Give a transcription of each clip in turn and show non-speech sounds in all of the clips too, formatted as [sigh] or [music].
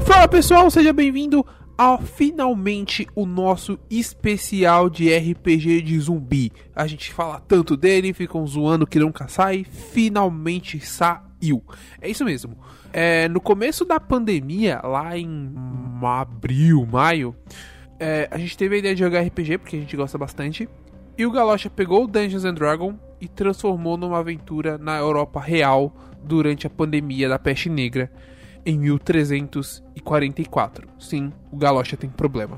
Fala pessoal, seja bem-vindo ao finalmente o nosso especial de RPG de zumbi. A gente fala tanto dele, ficam zoando que nunca sai, finalmente saiu. É isso mesmo. É, no começo da pandemia, lá em abril, maio, é, a gente teve a ideia de jogar RPG, porque a gente gosta bastante. E o Galocha pegou o Dungeons and Dragons e transformou numa aventura na Europa real durante a pandemia da peste negra em 1344. Sim, o Galocha tem problema.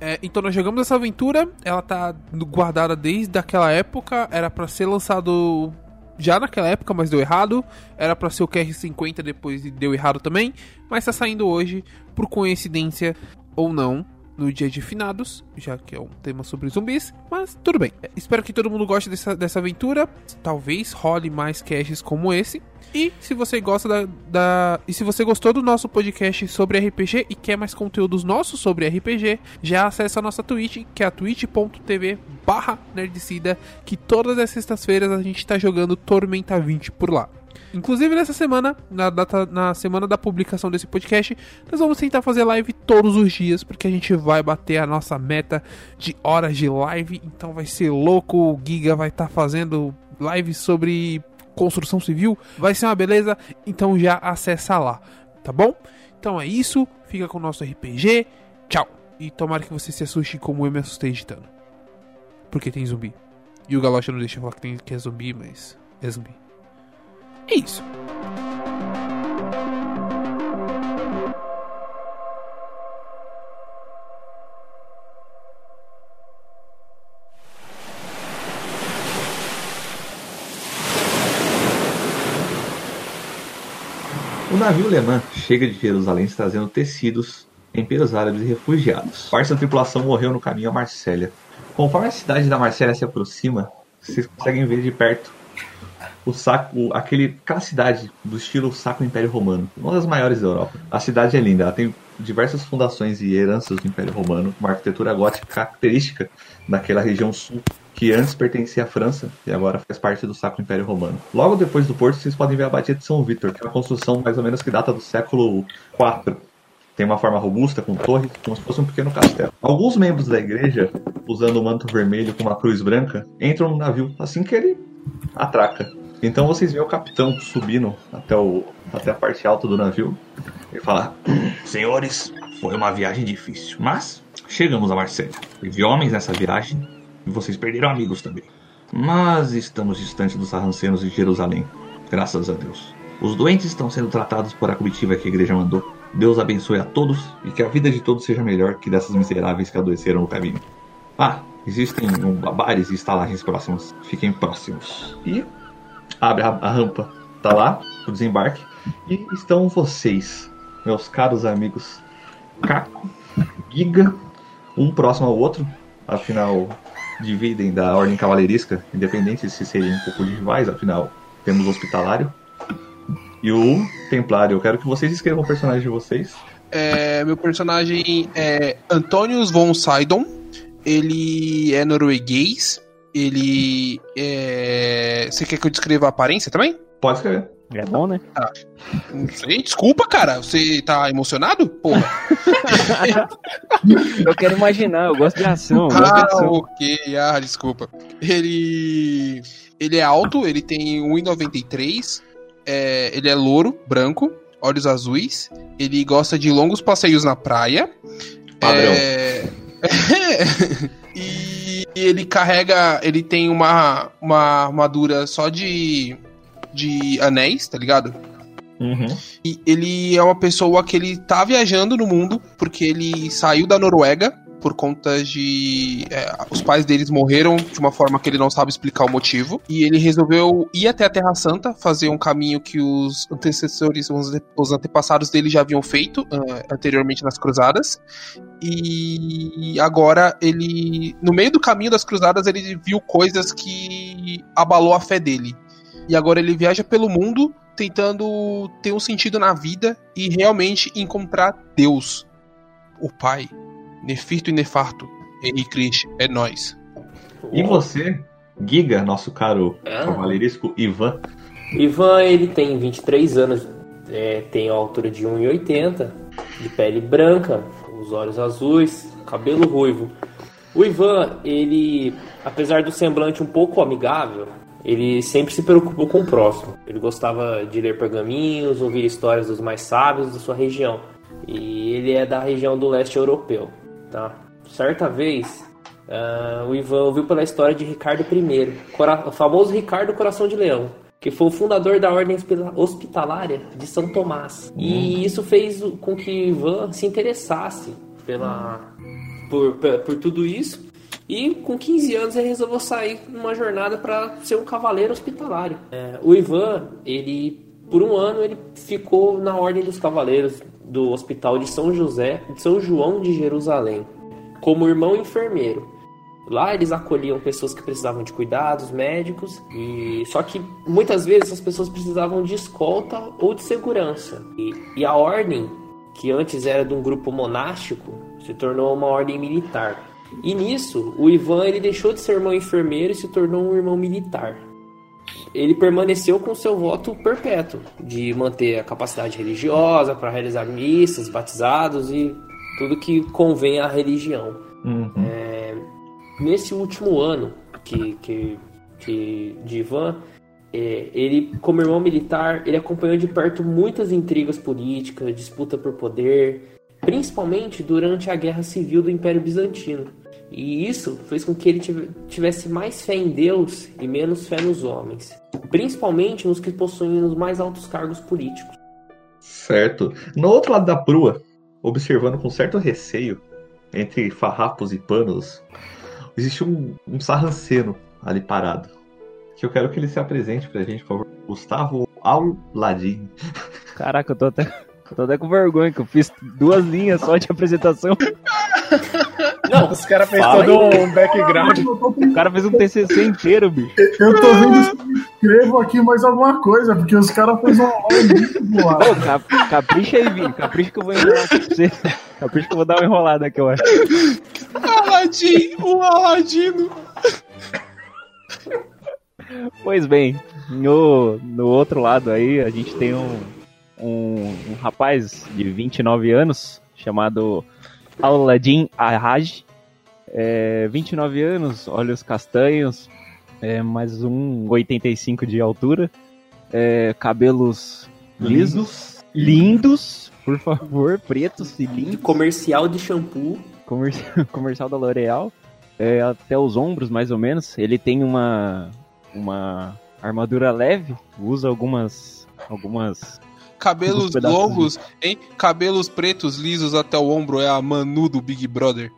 É, então nós jogamos essa aventura, ela tá no- guardada desde aquela época, era pra ser lançado já naquela época, mas deu errado. Era pra ser o QR50 depois e deu errado também, mas tá saindo hoje por coincidência ou não. No dia de finados, já que é um tema sobre zumbis, mas tudo bem. É, Espero que todo mundo goste dessa, dessa aventura. Talvez role mais caches como esse. E se você gosta da, da- E se você gostou do nosso podcast sobre RPG e quer mais conteúdos nossos sobre RPG, já acessa a nossa Twitch, que é a twitch.tv barra nerdicida, que todas as sextas-feiras a gente tá jogando Tormenta 20 por lá. Inclusive nessa semana, na, data, na semana da publicação desse podcast, nós vamos tentar fazer live todos os dias, porque a gente vai bater a nossa meta de horas de live, então vai ser louco, o Giga vai estar fazendo live sobre construção civil, vai ser uma beleza, então já acessa lá, tá bom? Então é isso, fica com o nosso RPG, tchau! E tomara que você se assuste como eu me assustei editando. Porque tem zumbi. E o Galocha não deixa eu falar que, tem, que é zumbi, mas é zumbi. É isso. O navio alemão chega de Jerusalém trazendo tecidos, temperos árabes e refugiados. Parte da tripulação morreu no caminho a Marsella. Conforme a cidade da Marsella se aproxima, vocês conseguem ver de perto o saco, aquele, aquela cidade do estilo Sacro Império Romano, uma das maiores da Europa. A cidade é linda, ela tem diversas fundações e heranças do Império Romano, uma arquitetura gótica característica daquela região sul que antes pertencia à França e agora faz parte do Sacro Império Romano. Logo depois do porto, vocês podem ver a Badia de São Vítor, que é uma construção mais ou menos que data do século IV. Tem uma forma robusta, com torre, como se fosse um pequeno castelo. Alguns membros da igreja, usando o manto vermelho com uma cruz branca, entram no navio assim que ele atraca. Então vocês veem o capitão subindo até, o, até a parte alta do navio e fala: "Hum, Senhores, foi uma viagem difícil, mas chegamos a Marselha. Teve homens nessa viagem e vocês perderam amigos também. Mas estamos distantes dos sarrancenos de Jerusalém, graças a Deus. Os doentes estão sendo tratados por a comitiva que a igreja mandou. Deus abençoe a todos e que a vida de todos seja melhor que dessas miseráveis que adoeceram no caminho. Ah, existem um, bares e estalagens próximas. Fiquem próximos. E abre a, a rampa. Tá lá, o desembarque. E estão vocês, meus caros amigos Caco, Giga, um próximo ao outro. Afinal, dividem da ordem cavaleiresca, independente se seriam um pouco de rivais, afinal, temos o hospitalário. E o Templário, eu quero que vocês escrevam o personagem de vocês. É, meu personagem é Antonius von Sidon. Ele é norueguês. Ele é. Você quer que eu descreva a aparência também? Pode escrever. É bom, né? Não sei, desculpa, cara. Você tá emocionado? Porra. [laughs] Eu quero imaginar, eu gosto de ação. Eu gosto de ah, ação. ok. Ah, desculpa. Ele. Ele é alto, ele tem 1,93. É, ele é louro, branco, olhos azuis. Ele gosta de longos passeios na praia. Padrão. É... [laughs] e ele carrega. Ele tem uma, uma armadura só de, de anéis, tá ligado? Uhum. E ele é uma pessoa que ele tá viajando no mundo porque ele saiu da Noruega por conta de é, os pais deles morreram de uma forma que ele não sabe explicar o motivo e ele resolveu ir até a Terra Santa fazer um caminho que os antecessores os ante- os antepassados dele já haviam feito ah, anteriormente nas Cruzadas e agora ele no meio do caminho das Cruzadas ele viu coisas que abalou a fé dele e agora ele viaja pelo mundo tentando ter um sentido na vida e realmente encontrar Deus, o Pai, Nefirto e Nefarto, Henrique é nós. E você, Giga, nosso caro Ah. cavaleiresco Ivan, Ivan, ele tem 23 anos, é, tem a altura de 1,80. de pele branca, com os olhos azuis, cabelo ruivo. O Ivan, ele, apesar do semblante um pouco amigável, ele sempre se preocupou com o próximo. Ele gostava de ler pergaminhos, ouvir histórias dos mais sábios da sua região. E ele é da região do leste europeu, tá? Certa vez, ah, o Ivan ouviu pela história de Ricardo I, cora- o famoso Ricardo Coração de Leão, que foi o fundador da Ordem Hospila- Hospitalária de São Tomás. E isso fez o- com que o Ivan se interessasse pela, por, pe- por tudo isso. E com 15 anos ele resolveu sair numa jornada para ser um cavaleiro hospitalário. É, o Ivan, ele por um ano ele ficou na ordem dos cavaleiros do Hospital de São José, de São João de Jerusalém, como irmão enfermeiro. Lá eles acolhiam pessoas que precisavam de cuidados médicos e só que muitas vezes as pessoas precisavam de escolta ou de segurança. E, e a ordem que antes era de um grupo monástico se tornou uma ordem militar. E nisso, o Ivan ele deixou de ser irmão enfermeiro e se tornou um irmão militar ele permaneceu com seu voto perpétuo de manter a capacidade religiosa para realizar missas, batizados e tudo que convém à religião. Uhum. Nesse último ano que, que, que de Ivan, é, ele, como irmão militar, ele acompanhou de perto muitas intrigas políticas, disputa por poder, principalmente durante a Guerra Civil do Império Bizantino. E isso fez com que ele tive- tivesse mais fé em Deus e menos fé nos homens, principalmente nos que possuem os mais altos cargos políticos. Certo. No outro lado da prua, observando com certo receio, entre farrapos e panos, existe um, um sarranceno ali parado. Que eu quero que ele se apresente pra gente, por favor. Gustavo Aladim. Caraca, eu tô até, eu tô até com vergonha que eu fiz duas linhas só de apresentação. Não, Os caras fez Fala todo um background. O cara fez um TCC inteiro, bicho. Eu tô vendo se eu escrevo aqui mais alguma coisa, porque os caras fez um muito lá. Ô, cap- capricha aí, Vini. Capricha que eu vou enrolar aqui pra você. Capricha que eu vou dar uma enrolada aqui, eu acho. Aladim, o Aladino. Pois bem, no, no outro lado aí, a gente tem um, um, um rapaz de 29 anos, chamado Aladdin Arraj. É, 29 anos, olhos castanhos, é, mais um 85 de altura, é, cabelos lisos, lindos, por favor, pretos e lindos comercial de shampoo. comercial, [laughs] comercial da L'Oréal, é, até os ombros mais ou menos. Ele tem uma uma armadura leve, usa algumas algumas Cabelos Os pedaços longos, hein? Cabelos pretos lisos até o ombro é a Manu do Big Brother.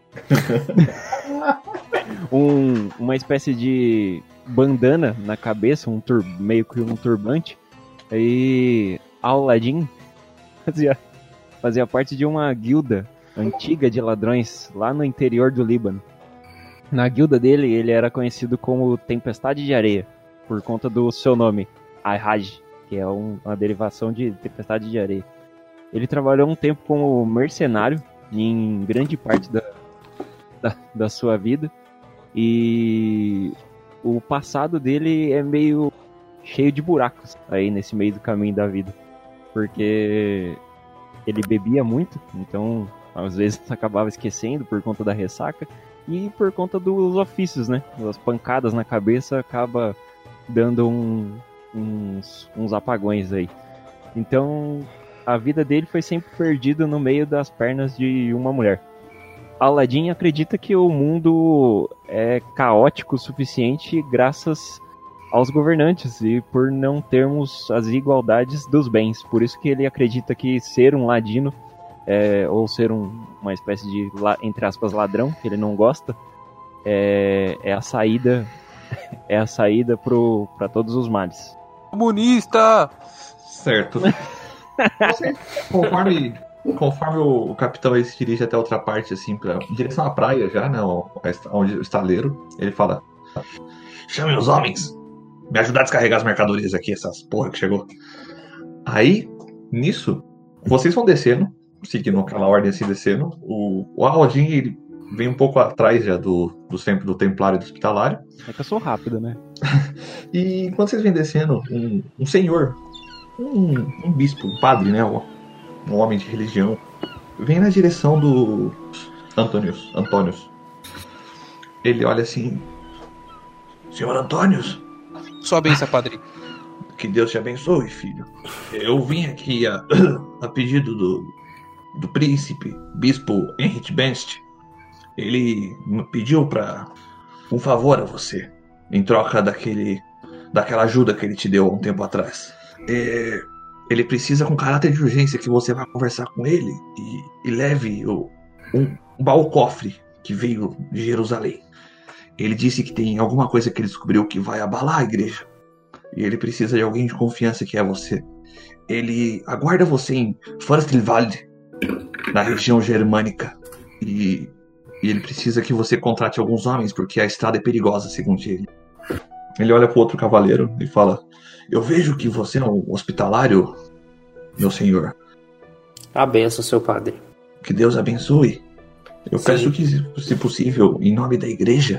um, uma espécie de bandana na cabeça, um tur, meio que um turbante. E Aladdin [laughs] fazia fazia parte de uma guilda antiga de ladrões lá no interior do Líbano. Na guilda dele, ele era conhecido como Tempestade de Areia, por conta do seu nome, Arraj, que é um- uma derivação de Tempestade de Areia. Ele trabalhou um tempo como mercenário em grande parte da, da, da sua vida, e o passado dele é meio cheio de buracos aí nesse meio do caminho da vida. Porque ele bebia muito, então às vezes [laughs] acabava esquecendo por conta da ressaca e por conta dos ofícios, né? As pancadas na cabeça acaba dando um- uns, uns apagões aí. Então a vida dele foi sempre perdida no meio das pernas de uma mulher. Aladdin acredita que o mundo é caótico o suficiente graças aos governantes e por não termos as igualdades dos bens. Por isso que ele acredita que ser um ladino é, ou ser um- uma espécie de, la- entre aspas, ladrão, que ele não gosta, é, é a saída [laughs] é a saída para todos os males. Comunista! Certo. Você, [laughs] conforme, conforme o, o capitão ele se dirige até outra parte, assim, pra, em direção à praia já, né? o- a esta- Onde o estaleiro, ele fala: Chame os homens! Me ajudar a descarregar as mercadorias aqui, essas porra que chegou. Aí, nisso, vocês vão descendo, seguindo aquela ordem assim, descendo. O, o Aldin, ele vem um pouco atrás já do, do, tempo, do templário e do hospitalário. É que eu sou rápido, né? [laughs] E quando vocês vêm descendo, um, um senhor, um, um bispo, um padre, né? Um, um homem de religião, vem na direção do Antônios. Antônios. Ele olha assim. Senhor Antônios, Sua benção, padrinho. que Deus te abençoe, filho. Eu vim aqui a, [clears throat] a pedido do, do príncipe, bispo Henrik Benst. Ele me pediu para um favor a você, em troca daquele, daquela ajuda que ele te deu há um tempo atrás. É, ele precisa, com caráter de urgência, que você vá conversar com ele e, e leve o, um, um baú-cofre que veio de Jerusalém. Ele disse que tem alguma coisa que ele descobriu que vai abalar a igreja e ele precisa de alguém de confiança que é você. Ele aguarda você em Forstelwald, na região germânica, e, e ele precisa que você contrate alguns homens, porque a estrada é perigosa, segundo ele. Ele olha pro outro cavaleiro e fala: Eu vejo que você é um hospitalário, meu senhor. A benção, seu padre. Que Deus abençoe. Eu Sim. peço que, se possível, em nome da igreja,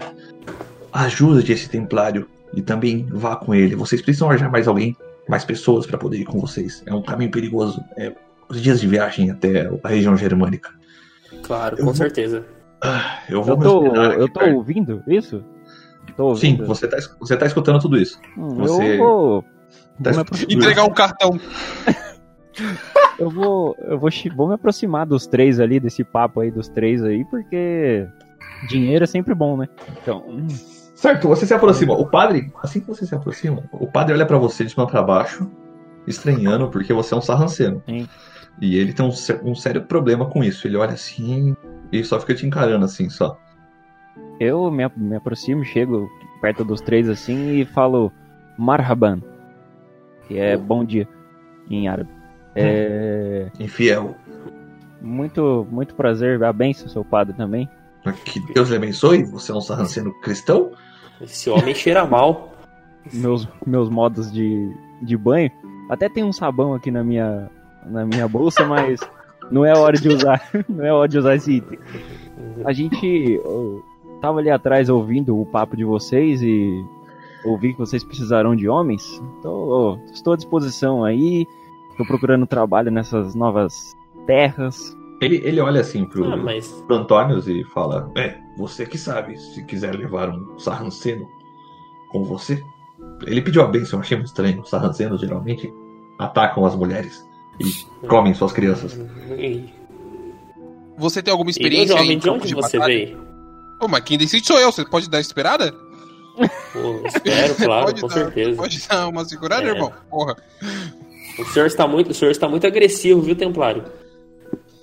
ajude esse templário e também vá com ele. Vocês precisam arranjar mais alguém, mais pessoas para poder ir com vocês. É um caminho perigoso. É os dias de viagem até a região germânica. Claro, Eu com vou- certeza. Eu vou Eu me tô, hospedar aqui eu tô perto. ouvindo isso? Tô Sim, ouvindo. você tá, es- você tá escutando tudo isso. Hum, você- Eu vou. Tá Vou me escutando tudo Entregar um cartão. Eu vou, eu vou, chi- vou me aproximar dos três ali, desse papo aí dos três aí, porque dinheiro é sempre bom, né? Então, hum, Certo, você se aproxima. Hum. O padre, assim que você se aproxima, o padre olha pra você de cima pra baixo, estranhando, porque você é um sarranceno. Sim. E ele tem um, sé- um sério problema com isso. Ele olha assim e só fica te encarando assim, só. eu me, a- me aproximo, chego perto dos três assim e falo Marhaban, que é bom dia em árabe. É, Infiel. muito, muito prazer, a benção, seu padre também. Que Deus lhe abençoe. Você é um sarranceno cristão? Esse homem cheira mal. Meus, meus modos de, de banho. Até tem um sabão aqui na minha, na minha bolsa, mas não é hora de usar, [laughs] não é hora de usar esse item. A gente ô, tava ali atrás ouvindo o papo de vocês e ouvi que vocês precisarão de homens. Então, ô, estou à disposição aí. Tô procurando trabalho nessas novas terras. Ele, ele olha assim pro, Ah, mas pro Antônios e fala: É, você que sabe, se quiser levar um sarranceno com você. Ele pediu a bênção, eu achei muito estranho. Os sarrancenos geralmente atacam as mulheres e comem suas crianças. e- Você tem alguma e experiência aí jovem, em de campo onde de você batalha? veio? Ô, mas quem decide sou eu. Você pode dar esperada? Pô, [laughs] espero, claro, Pode com dar, certeza. Pode dar uma segurada, É. irmão? Porra. O senhor está muito, o senhor está muito agressivo, viu, Templário?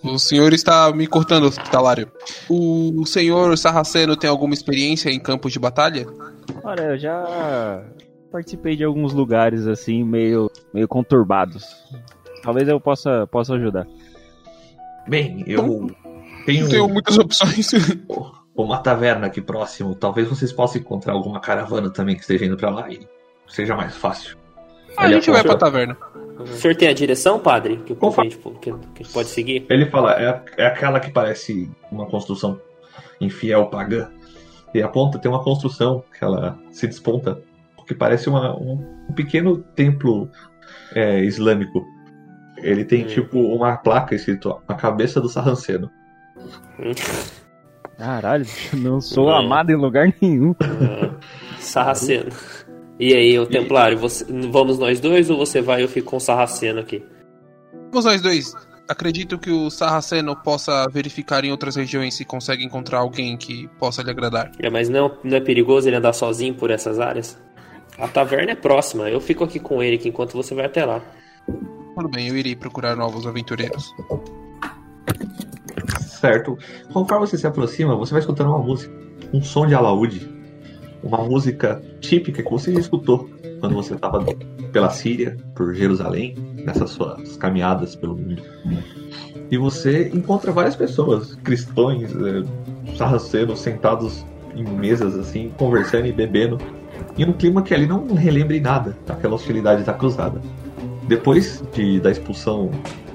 O senhor está me cortando, hospitalário. O senhor Sarraceno tem alguma experiência em campos de batalha? Olha, eu já participei de alguns lugares assim, meio, meio conturbados. Talvez eu possa, possa ajudar. Bem, eu Não tenho tenho muitas [laughs] opções. uma taverna aqui próximo. Talvez vocês possam encontrar alguma caravana também que esteja indo pra lá e seja mais fácil. Ah, a Ele gente vai pra aponta- taverna. O senhor tem a direção, padre? Que, que, Opa. a gente, que, que pode seguir? Ele fala, é, é aquela que parece uma construção infiel pagã. E aponta, tem uma construção que ela se desponta, que parece uma- um, um pequeno templo é, islâmico. Ele tem Hum. tipo uma placa escrito a cabeça do Sarranceno. [laughs] Caralho, não sou É. amado em lugar nenhum. Ah, Sarraceno. Uhum. E aí, o Templário, você- vamos nós dois ou você vai e eu fico com o Sarraceno aqui? Vamos nós dois. Acredito que o Sarraceno possa verificar em outras regiões se consegue encontrar alguém que possa lhe agradar. É, mas não, não é perigoso ele andar sozinho por essas áreas? A taverna é próxima, eu fico aqui com ele aqui enquanto você vai até lá. Tudo bem, eu irei procurar novos aventureiros. Certo. Conforme você se aproxima, você vai escutando uma música, um som de alaúde, uma música típica que você já escutou quando você estava pela Síria, por Jerusalém, nessas suas caminhadas pelo mundo. E você encontra várias pessoas, cristões, é, sarracenos, sentados em mesas assim, conversando e bebendo, e num clima que ali não relembra em nada daquela hostilidade da cruzada. Depois de, da expulsão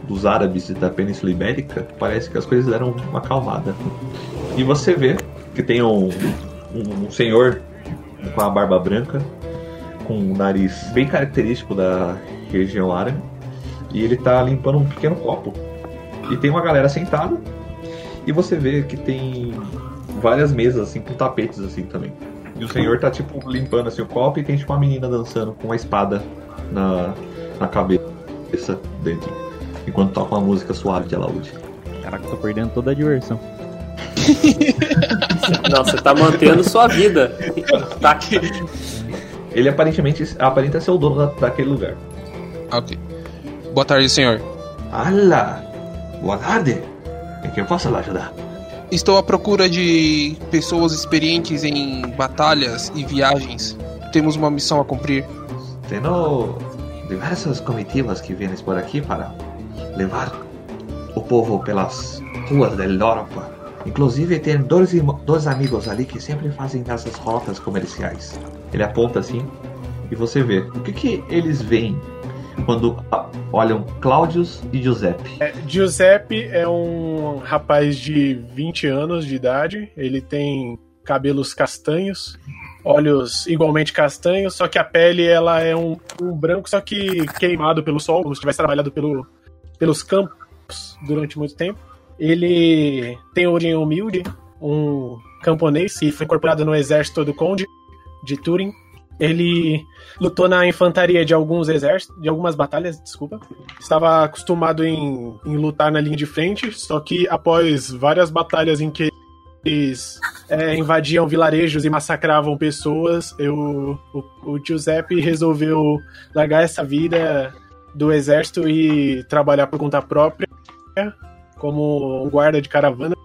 dos árabes e da Península Ibérica, parece que as coisas deram uma acalmada. E você vê que tem um, um- um senhor com a barba branca, com um nariz bem característico da região árabe, e ele tá limpando um pequeno copo. E tem uma galera sentada. E você vê que tem várias mesas, assim, com tapetes, assim, também. E o senhor tá, tipo, limpando, assim, o copo e tem, tipo, uma menina dançando com uma espada na, na cabeça dentro. Enquanto toca uma música suave de alaúde. Caraca, tô perdendo toda a diversão. Não, você tá mantendo sua [laughs] vida. Tá aqui. Ele aparentemente aparenta ser o dono da, daquele lugar. Ah, ok. Boa tarde, senhor. Ala! Boa tarde! Em que eu posso lhe ajudar? Estou à procura de pessoas experientes em batalhas e viagens. Temos uma missão a cumprir. Tenho diversas comitivas que vêm por aqui para levar o povo pelas ruas da Europa. Inclusive, tem dois, irmão- dois amigos ali que sempre fazem essas rotas comerciais. Ele aponta assim e você vê. O que, que eles veem quando ah, olham Cláudios e Giuseppe? É, Giuseppe é um rapaz de 20 anos de idade. Ele tem cabelos castanhos, olhos igualmente castanhos, só que a pele ela é um, um branco, só que queimado pelo sol, como se tivesse trabalhado pelo, pelos campos durante muito tempo. Ele tem origem humilde, um camponês que foi incorporado no exército do conde de Turing. Ele lutou na infantaria de alguns exércitos, de algumas batalhas, desculpa estava acostumado em, em lutar na linha de frente, só que após várias batalhas em que eles é, invadiam vilarejos e massacravam pessoas, eu, o, o Giuseppe resolveu largar essa vida do exército e trabalhar por conta própria como um guarda de caravanas.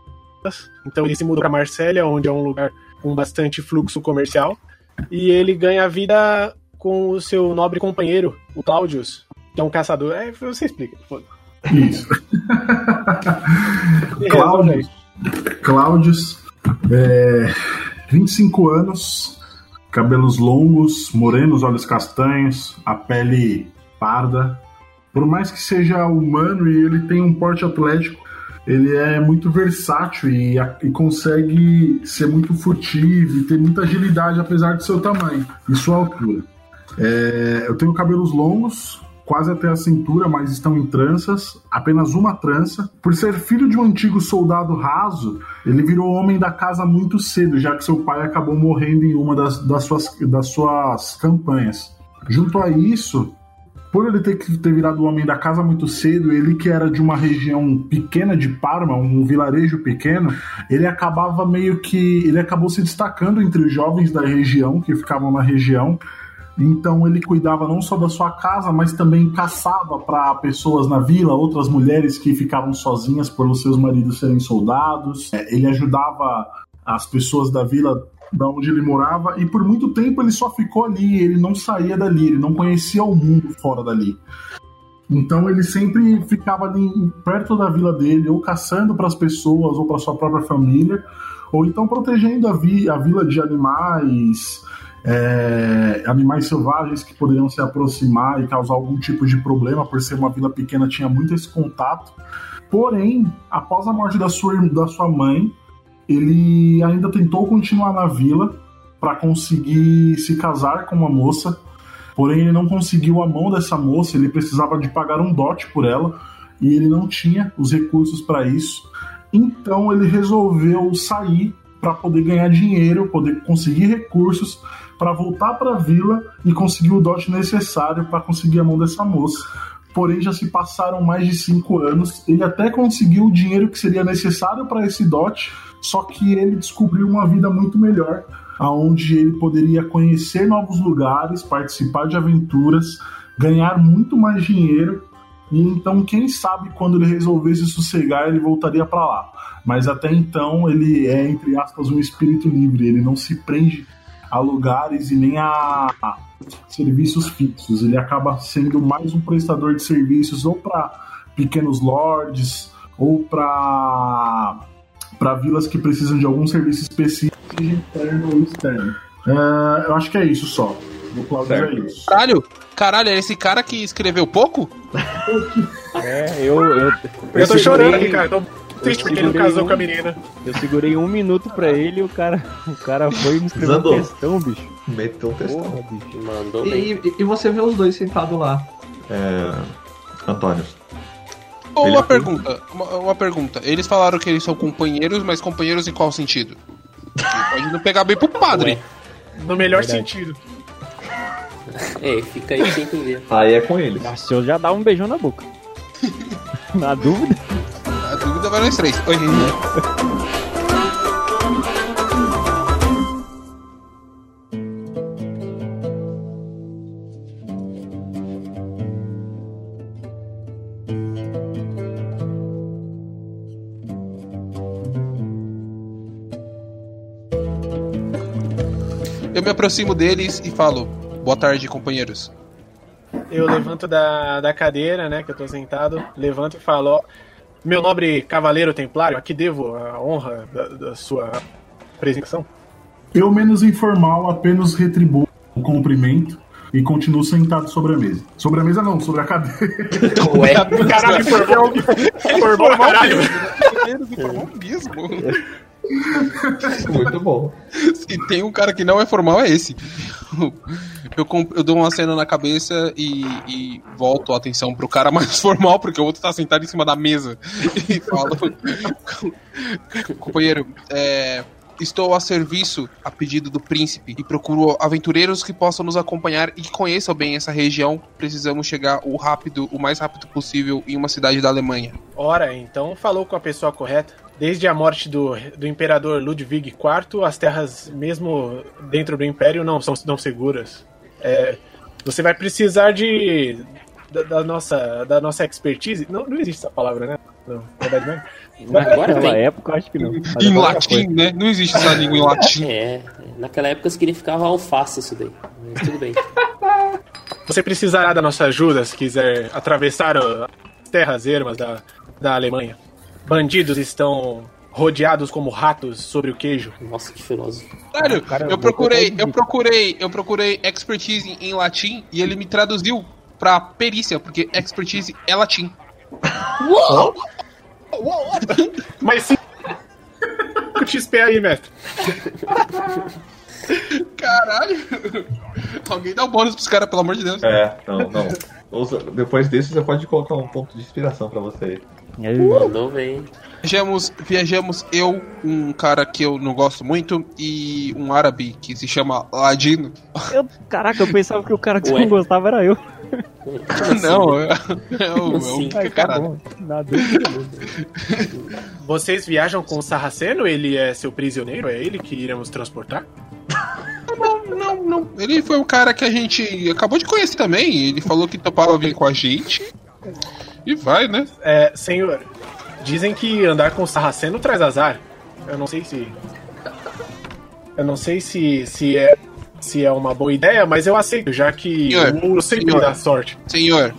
Então ele se mudou para Marsella, onde é um lugar com bastante fluxo comercial, e ele ganha a vida com o seu nobre companheiro, o Claudius, que é um caçador. É, você explica. foda-se. Isso. Me Cláudio. resolve aí. Cláudios, é, 25 anos, cabelos longos, morenos, olhos castanhos, a pele parda. Por mais que seja humano e ele tenha um porte atlético, ele é muito versátil e, a- e consegue ser muito furtivo e ter muita agilidade, apesar do seu tamanho e sua altura. É, eu tenho cabelos longos, quase até a cintura, mas estão em tranças, apenas uma trança. Por ser filho de um antigo soldado raso, ele virou homem da casa muito cedo, já que seu pai acabou morrendo em uma das, das suas, das suas campanhas. Junto a isso, por ele ter, que ter virado homem da casa muito cedo, ele que era de uma região pequena de Parma, um vilarejo pequeno, ele acabava meio que. ele acabou se destacando entre os jovens da região, que ficavam na região. Então ele cuidava não só da sua casa, mas também caçava para pessoas na vila, outras mulheres que ficavam sozinhas pelos seus maridos serem soldados. É, Ele ajudava as pessoas da vila da onde ele morava e por muito tempo ele só ficou ali, ele não saía dali, ele não conhecia o mundo fora dali. Então ele sempre ficava ali perto da vila dele, ou caçando para as pessoas ou para sua própria família, ou então protegendo a, vi- a vila de animais, é, animais selvagens que poderiam se aproximar e causar algum tipo de problema, por ser uma vila pequena, tinha muito esse contato. Porém, após a morte da sua, irm- da sua mãe, ele ainda tentou continuar na vila para conseguir se casar com uma moça. Porém, ele não conseguiu a mão dessa moça, ele precisava de pagar um dote por ela e ele não tinha os recursos para isso. Então, ele resolveu sair para poder ganhar dinheiro, poder conseguir recursos para voltar para a vila e conseguir o dote necessário para conseguir a mão dessa moça. Porém, já se passaram mais de cinco anos. Ele até conseguiu o dinheiro que seria necessário para esse dote, só que ele descobriu uma vida muito melhor, aonde ele poderia conhecer novos lugares, participar de aventuras, ganhar muito mais dinheiro. E então, quem sabe quando ele resolvesse sossegar, ele voltaria para lá. Mas até então, ele é, entre aspas, um espírito livre. Ele não se prende a lugares e nem a serviços fixos. Ele acaba sendo mais um prestador de serviços ou para pequenos lords ou para para vilas que precisam de algum serviço específico, seja interno ou externo. Ah, eu acho que é isso só. O Claudio é Certo. isso. Caralho, caralho, é esse cara que escreveu pouco? É, eu, eu, Eu tô segurei- chorando aqui, cara. Tô triste porque ele não segurei casou um- com a menina. Eu segurei um minuto pra ele e o cara, [laughs] o cara foi e me escreveu Desandou. um textão, bicho. Meteu um testão. Porra, bicho. Mandou E, bem. e- e você vê os dois sentados lá. É, Antônio. Uma Ele- pergunta, uma, uma pergunta. Eles falaram que eles são companheiros, mas companheiros em qual sentido? Ele Pode não pegar bem pro padre. Ué, No melhor Verdade. sentido. é, fica aí sem [laughs] entender. Aí é com eles. Nossa, eu já dava um beijão na boca. [laughs] na dúvida. A dúvida vai nós três. Oi. Eu me aproximo deles e falo: Boa tarde, companheiros. Eu levanto da, da cadeira, né, que eu tô sentado, levanto e falo, ó, meu nobre cavaleiro templário, aqui devo a honra da, da sua apresentação. Eu, menos informal, apenas retribuo o cumprimento e continuo sentado sobre a mesa. Sobre a mesa não, sobre a [laughs] cadeira. Ué, Caralho, formal, formal, caralho. Brasileiros informal mesmo. Muito bom. Se tem um cara que não é formal, é esse. Eu, com- eu dou uma cena na cabeça e, e volto a atenção pro cara mais [laughs] formal, porque o outro tá sentado em cima da mesa. [laughs] E falo: Companheiro, é, estou a serviço a pedido do príncipe e procuro aventureiros que possam nos acompanhar e que conheçam bem essa região. Precisamos chegar o rápido, o mais rápido possível em uma cidade da Alemanha. Ora, então falou com a pessoa correta. Desde a morte do, do imperador Ludwig IV, as terras, mesmo dentro do império, não são não seguras. É, você vai precisar de. Da, da nossa, da nossa expertise. Não, não existe essa palavra, né? Não, na verdade mesmo. Agora Naquela tem. época, eu acho que não. Mas Em agora latim, né? Não existe essa [laughs] língua em latim. É, naquela época significava alface isso daí. Mas tudo bem. [laughs] Você precisará da nossa ajuda se quiser atravessar o- as terras ermas da, da Alemanha. Bandidos estão rodeados como ratos sobre o queijo. Nossa, que filósofo. Sério, cara, é eu procurei, eu procurei, eu procurei expertise em latim e ele me traduziu pra perícia, porque expertise é latim. Mas sim. [laughs] O XP aí, mestre. Caralho! [laughs] Alguém dá um bônus pros caras, pelo amor de Deus. É, não, não. Ouça, Depois disso você pode colocar um ponto de inspiração pra você aí. foi. Aí, Mandou bem. Viajamos, viajamos eu, um cara que eu não gosto muito, e um árabe que se chama Ladino. [laughs] eu- caraca, eu pensava que o cara que Ué. não gostava era eu. Não, é, é o, é Sim. o Ai, tá cara. bom. Na dúvida. Vocês viajam com o Sarraceno? Ele é seu prisioneiro? É ele que iremos transportar? Não, não, não. Ele foi um cara que a gente acabou de conhecer também. Ele falou que topava vir com a gente. E vai, né? É, senhor. Dizem que andar com o Sarraceno traz azar. Eu não sei se. Eu não sei se, se é. Se é uma boa ideia, mas eu aceito, já que Senhor, o ouro sempre senhor. dá sorte. Senhor,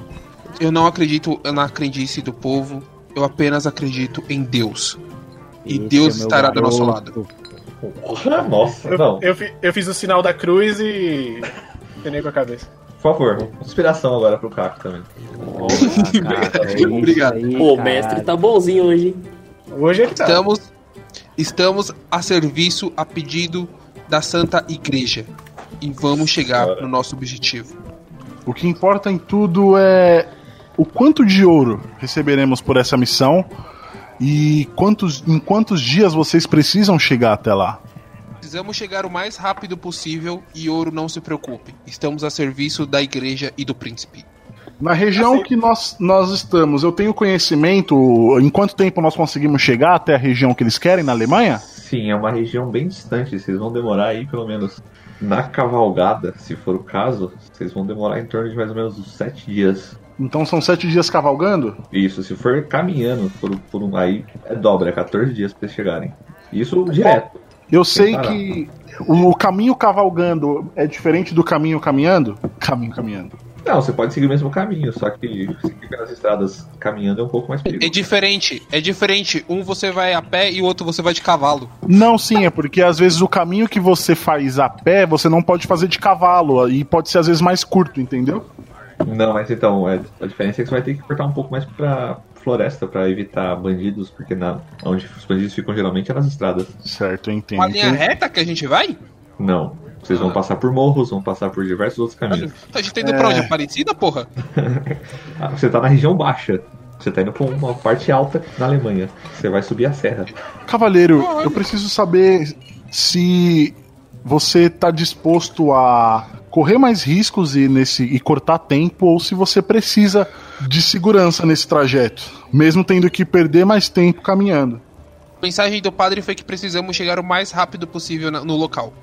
eu não acredito na crendice do povo, eu apenas acredito em Deus. E Esse Deus é meu estará do nosso garoto. lado. Nossa, Eu, não. eu, fi- eu fiz o sinal da cruz e. Penei com a cabeça. Por favor, inspiração agora pro Caco também. Ah, cara, é isso [laughs] Obrigado. aí, Pô, o caralho. mestre tá bonzinho hoje, hein? Hoje ele tá. Estamos, estamos a serviço a pedido da Santa Igreja. E vamos chegar Bora. no nosso objetivo. O que importa em tudo é o quanto de ouro receberemos por essa missão e quantos, em quantos dias vocês precisam chegar até lá. Precisamos chegar o mais rápido possível e ouro não se preocupe. Estamos a serviço da igreja e do príncipe. Na região que nós, nós estamos, eu tenho conhecimento em quanto tempo nós conseguimos chegar até a região que eles querem na Alemanha? Sim, é uma região bem distante. Vocês vão demorar aí pelo menos na cavalgada, se for o caso, vocês vão demorar em torno de mais ou menos uns sete dias. Então são sete dias cavalgando? Isso, se for caminhando por, por um aí, é dobra, é 14 dias pra vocês chegarem. Isso direto. Eu sei parar. que o caminho cavalgando é diferente do caminho caminhando? Caminho caminhando. Não, você pode seguir o mesmo caminho, só que seguir pelas estradas caminhando é um pouco mais [laughs] É perigoso. diferente, é diferente. Um você vai a pé e o outro você vai de cavalo. Não, sim, é porque às vezes o caminho que você faz a pé, você não pode fazer de cavalo, e pode ser às vezes mais curto, entendeu? Não, mas então, é- a diferença é que você vai ter que cortar um pouco mais pra floresta pra evitar bandidos, porque na, onde os bandidos ficam geralmente é nas estradas. Certo, eu entendo. Uma é, linha reta que a gente vai? Não. Vocês vão passar por morros, vão passar por diversos outros caminhos. A gente tá indo pra onde? Aparecida, porra? Ah, Você tá na região baixa. Você tá indo pra uma parte alta na Alemanha. Você vai subir a serra. Cavaleiro, eu preciso saber se você tá disposto a correr mais riscos e, nesse, e cortar tempo ou se você precisa de segurança nesse trajeto, mesmo tendo que perder mais tempo caminhando. A mensagem do padre foi que precisamos chegar o mais rápido possível na- no local.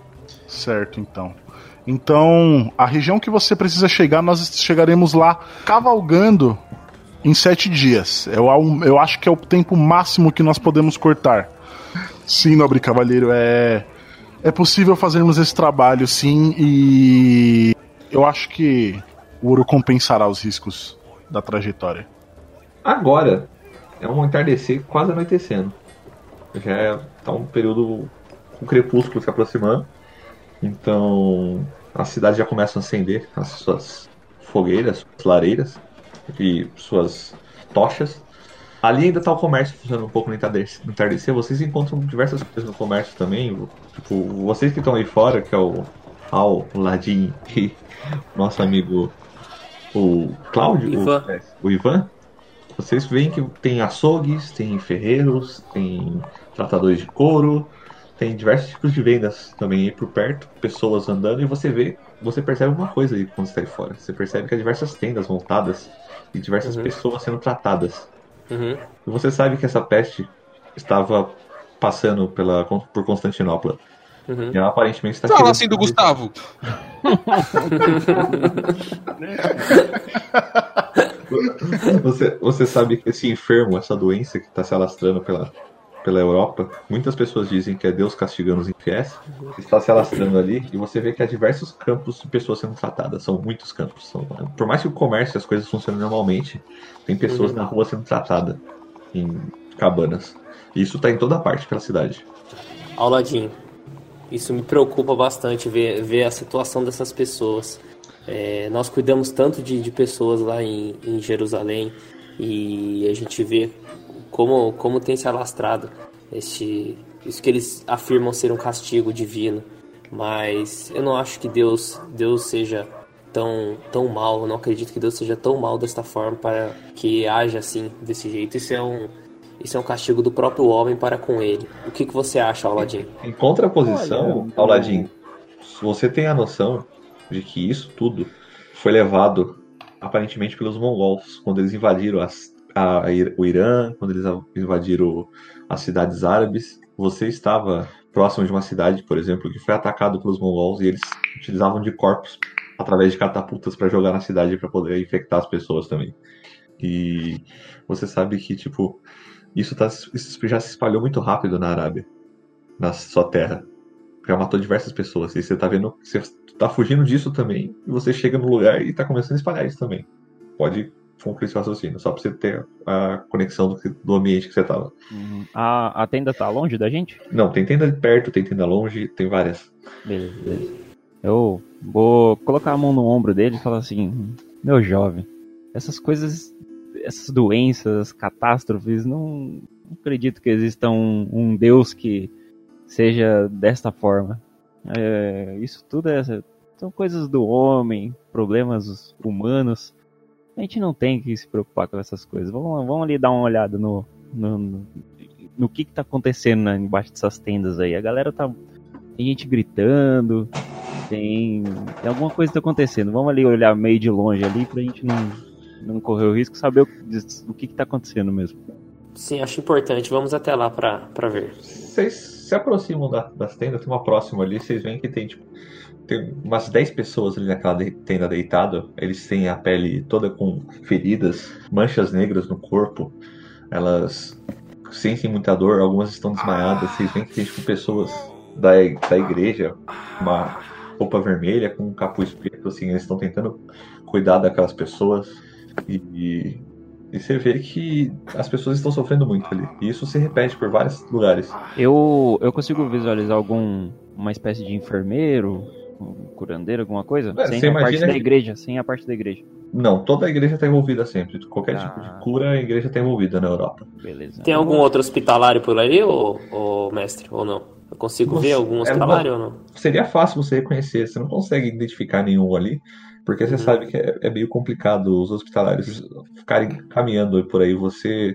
Certo, então. Então, a região que você precisa chegar, nós chegaremos lá cavalgando em sete dias. Eu, au- eu acho que é o tempo máximo que nós podemos cortar. Sim, nobre cavaleiro, é. É possível fazermos esse trabalho, sim, e. Eu acho que o ouro compensará os riscos da trajetória. Agora é um entardecer quase anoitecendo. Já é, tá um período com crepúsculo se aproximando. Então a cidade já começa a acender as suas fogueiras, suas lareiras e suas tochas. Ali ainda tá o comércio funcionando um pouco no entardecer. no entardecer. Vocês encontram diversas coisas no comércio também. Tipo, vocês que estão aí fora, que é o Al, o Ladin e o nosso amigo o Cláudio, o- Ivan. é, o Ivan, vocês veem que tem açougues, tem ferreiros, tem tratadores de couro, tem diversos tipos de vendas também aí por perto, pessoas andando, e você vê, você percebe uma coisa aí quando você tá aí fora. Você percebe que há diversas tendas montadas e diversas Uhum. pessoas sendo tratadas. Uhum. E você sabe que essa peste estava passando pela, por Constantinopla. Uhum. E ela aparentemente tá está Fala assim do Gustavo. [laughs] Você, você sabe que esse enfermo, essa doença que está se alastrando pela, pela Europa, muitas pessoas dizem que é Deus castigando os infiéis, está se alastrando ali, e você vê que há diversos campos de pessoas sendo tratadas, são muitos campos. São, por mais que o comércio e as coisas funcionem normalmente, tem pessoas na rua sendo tratadas, em cabanas. E isso está em toda parte pela cidade. Aladim, isso me preocupa bastante ver, ver a situação dessas pessoas. É, nós cuidamos tanto de, de pessoas lá em, em Jerusalém e a gente vê como, como tem se alastrado este, isso que eles afirmam ser um castigo divino. Mas eu não acho que Deus, Deus seja tão, tão mal, eu não acredito que Deus seja tão mal desta forma para que haja assim, desse jeito. Isso é um, isso é um castigo do próprio homem para com ele. O que, que você acha, Aladim? Em contraposição, Aladim, você tem a noção de que isso tudo foi levado aparentemente pelos mongols, quando eles invadiram as- a- a- o Irã, quando eles a- invadiram as cidades árabes. Você estava próximo de uma cidade, por exemplo, que foi atacado pelos mongols e eles utilizavam de corpos através de catapultas para jogar na cidade para poder infectar as pessoas também. E você sabe que, tipo, isso, tá, isso já se espalhou muito rápido na Arábia na sua terra. Já matou diversas pessoas. E você tá vendo. Você tá fugindo disso também. E você chega no lugar e tá começando a espalhar isso também. Pode concluir seu raciocínio, só pra você ter a conexão do, que- do ambiente que você tava. Hum, A, a tenda tá longe da gente? Não, tem tenda de perto, tem tenda longe, tem várias. Beleza, beleza. Eu vou colocar a mão no ombro dele e falar assim: Meu jovem, essas coisas, essas doenças, catástrofes, não, não acredito que exista um, um Deus que seja desta forma. É, isso tudo é, são coisas do homem, problemas humanos. A gente não tem que se preocupar com essas coisas. Vamos, lá, vamos ali dar uma olhada no, no, no, no que, que tá acontecendo né, embaixo dessas tendas aí. A galera tá tem gente gritando, tem, tem alguma coisa tá acontecendo. Vamos ali olhar meio de longe ali pra gente não, não correr o risco, saber o, que- o que que tá acontecendo mesmo. Sim, acho importante. Vamos até lá pra, pra ver. Vocês se aproximam da- das tendas, tem uma próxima ali, vocês veem que tem, tipo, tem umas 10 pessoas ali naquela de- tenda deitada. Eles têm a pele toda com feridas, manchas negras no corpo. Elas sentem muita dor, algumas estão desmaiadas. Vocês veem que tem tipo, pessoas da, i- da igreja, uma roupa vermelha com um capuz preto, assim, eles estão tentando cuidar daquelas pessoas. E, e, e você vê que as pessoas estão sofrendo muito ali. E isso se repete por vários lugares. Eu, eu consigo visualizar algum uma espécie de enfermeiro, um curandeiro, alguma coisa? É, você sem a parte imagina da que- igreja, sem a parte da igreja. Não, toda a igreja está envolvida sempre. Qualquer Ah. tipo de cura, a igreja está envolvida na Europa. Beleza. Tem algum outro hospitalário por ali, ou, mestre? Ou não? Eu consigo Nossa, ver algum é hospitalário ou não? Seria fácil você reconhecer, você não consegue identificar nenhum ali. Porque Uhum. você sabe que é, é meio complicado os hospitalários ficarem caminhando por aí. Você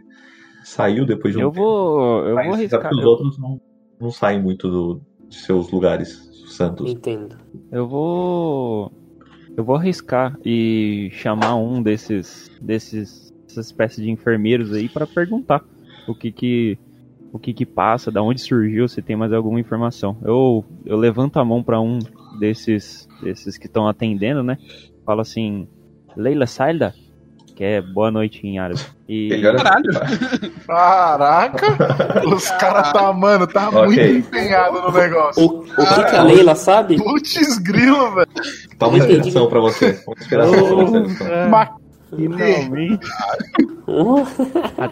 saiu depois de um Eu vou. Eu vou Mas arriscar. Os Eu, outros não, não saem muito do- de seus lugares santos. Entendo. eu vou. Eu vou arriscar e chamar um desses. desses. essas espécies de enfermeiros aí pra perguntar o que que. o que que passa, da onde surgiu, se tem mais alguma informação. Eu, eu levanto a mão pra um desses. desses que estão atendendo, né? Falo assim. Leila Saida? Que é boa noite em árabe. E. Melhor é- Caralho. Caraca! [laughs] Os caras tá, mano, tá Ok. muito empenhado no negócio. O, o que, que a Leila sabe? Putz grilo, velho. Tá uma inspiração pra você. Uma inspiração pra você. tá? Luciano. Mas Finalmente. Oh,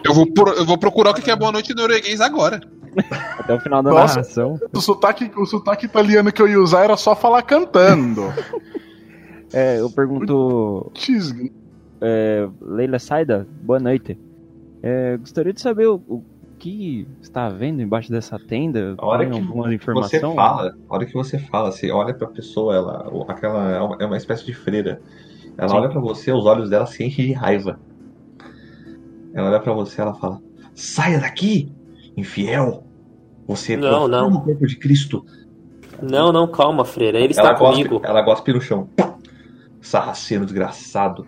Eu vou, pro- eu vou procurar o que que é boa noite em norueguês agora. Até o final da Nossa. narração. O sotaque, o sotaque italiano que eu ia usar era só falar [laughs] cantando. É, eu pergunto, Putz grilo. é, Leila Saida, boa noite. É, gostaria de saber o, o que está havendo embaixo dessa tenda. A hora Tem que alguma Você informação? fala, a hora que você fala, você olha pra pessoa, ela, o- aquela é uma- é uma espécie de freira. Ela Sim. olha pra você, os olhos dela se enchem de raiva. Ela olha pra você, ela fala: Saia daqui, infiel! Você é Não, não. profano do corpo de Cristo. não, não, calma, Freira. Ele Ela está gospe, comigo. ela gospe no chão. Sarraceno desgraçado.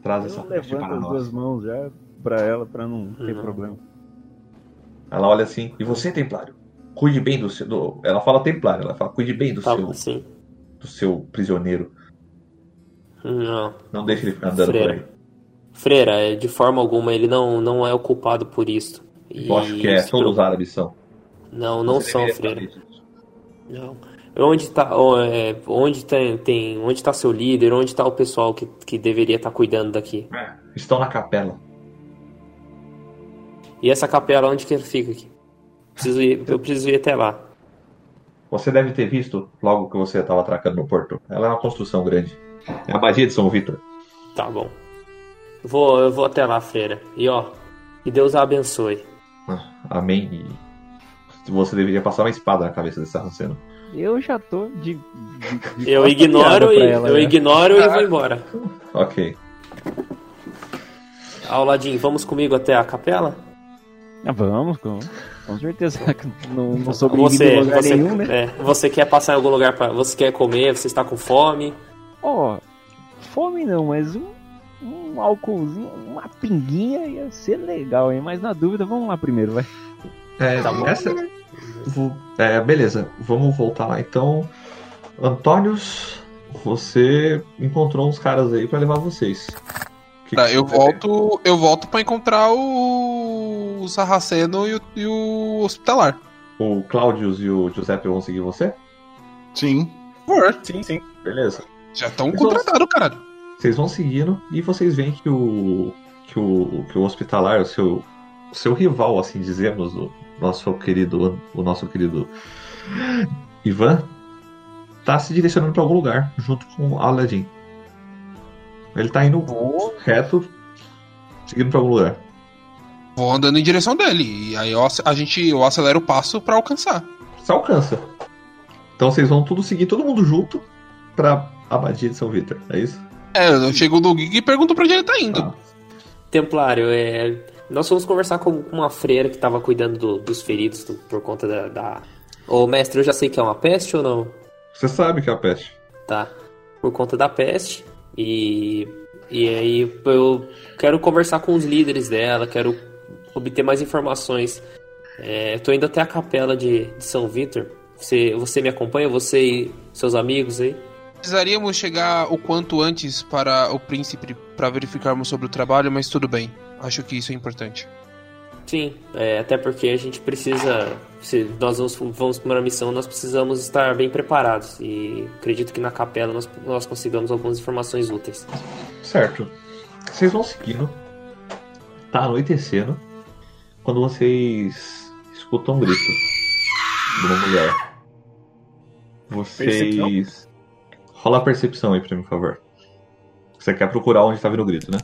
Traz essa Eu peste levanto para as nós. duas mãos já pra ela, pra não ter Uhum. Não. problema. Ela olha assim, e você, Templário? Cuide bem do seu. do-" Ela fala Templário, ela fala, cuide bem do, Tá, seu, sim. do seu prisioneiro. Não. Não deixe ele ficar andando por aí. Freira, é, de forma alguma ele não, não é o culpado por isso. E Eu acho que é, se preocupe- todos os árabes são. Não, não Você tá são, deveria Freira. saber disso. Não. Onde tá, ó, é, onde tem, tem, onde tá seu líder? Onde tá o pessoal que, que deveria estar cuidando daqui? É. Estão na capela. E essa capela, onde que fica aqui? Preciso ir, eu preciso ir até lá. Você deve ter visto logo que você estava atracando no porto. Ela é uma construção grande. É a magia de São Vitor. Tá bom. Eu Vou, eu vou até lá, freira. E ó, que Deus a abençoe. Ah, Amém. E você deveria passar uma espada na cabeça desse Sarraceno. Eu já tô de. de- de Eu costa ignoro virada e pra ela, eu né? ignoro e vou embora. Ok. Aladim, vamos comigo até a capela? Ah, vamos, com, com certeza. [laughs] que Não, não sobrevive Você, em lugar você, [laughs] nenhum, né? é, você quer passar em algum lugar para você quer comer, você está com fome? Ó, fome não, mas um, um álcoolzinho, uma pinguinha ia ser legal, hein? Mas na dúvida, vamos lá primeiro, vai. É, Tá bom. essa- Vou- é, beleza, vamos voltar lá então. Antônios, você encontrou uns caras aí pra levar vocês. Que Tá, que eu você- volto, eu volto para encontrar o, o Sarraceno e o, e o Hospitalar. O Cláudio e o Giuseppe vão seguir você? Sim. Por favor. Então- Sim, sim. Beleza. Já estão contratados, caralho. Vocês vão seguindo e vocês veem que o que o, que o hospitalar, o seu o seu rival, assim dizemos, o nosso querido o nosso querido Ivan tá se direcionando para algum lugar junto com o Aladdin. Ele tá indo reto seguindo para algum lugar. Vou andando em direção dele. E aí eu ac- a gente eu acelero o passo para alcançar. Você alcança. Então vocês vão tudo seguir todo mundo junto para a abadia de São Vitor. É isso? É, eu chego no Gig e pergunto pra onde ele tá indo. Tá. Templário, é, nós fomos conversar com com uma freira que estava cuidando do- dos feridos do- por conta da, da. Ô mestre, eu já sei que é uma peste ou não? Você sabe que é a peste. Tá. Por conta da peste. E. E aí eu quero conversar com os líderes dela, quero obter mais informações. É, eu tô indo até a capela de, de São Vitor. Você, você me acompanha? Você e seus amigos aí? Precisaríamos chegar o quanto antes para o príncipe para verificarmos sobre o trabalho, mas tudo bem. Acho que isso é importante. Sim, é, até porque a gente precisa. Se nós vamos, vamos para uma missão, nós precisamos estar bem preparados. E acredito que na capela nós, nós consigamos algumas informações úteis. Certo. Vocês vão seguindo. Tá anoitecendo. Quando vocês escutam um grito de uma mulher. Vocês. Rola a percepção aí pra mim, por favor. Você quer procurar onde tá vindo o grito, né?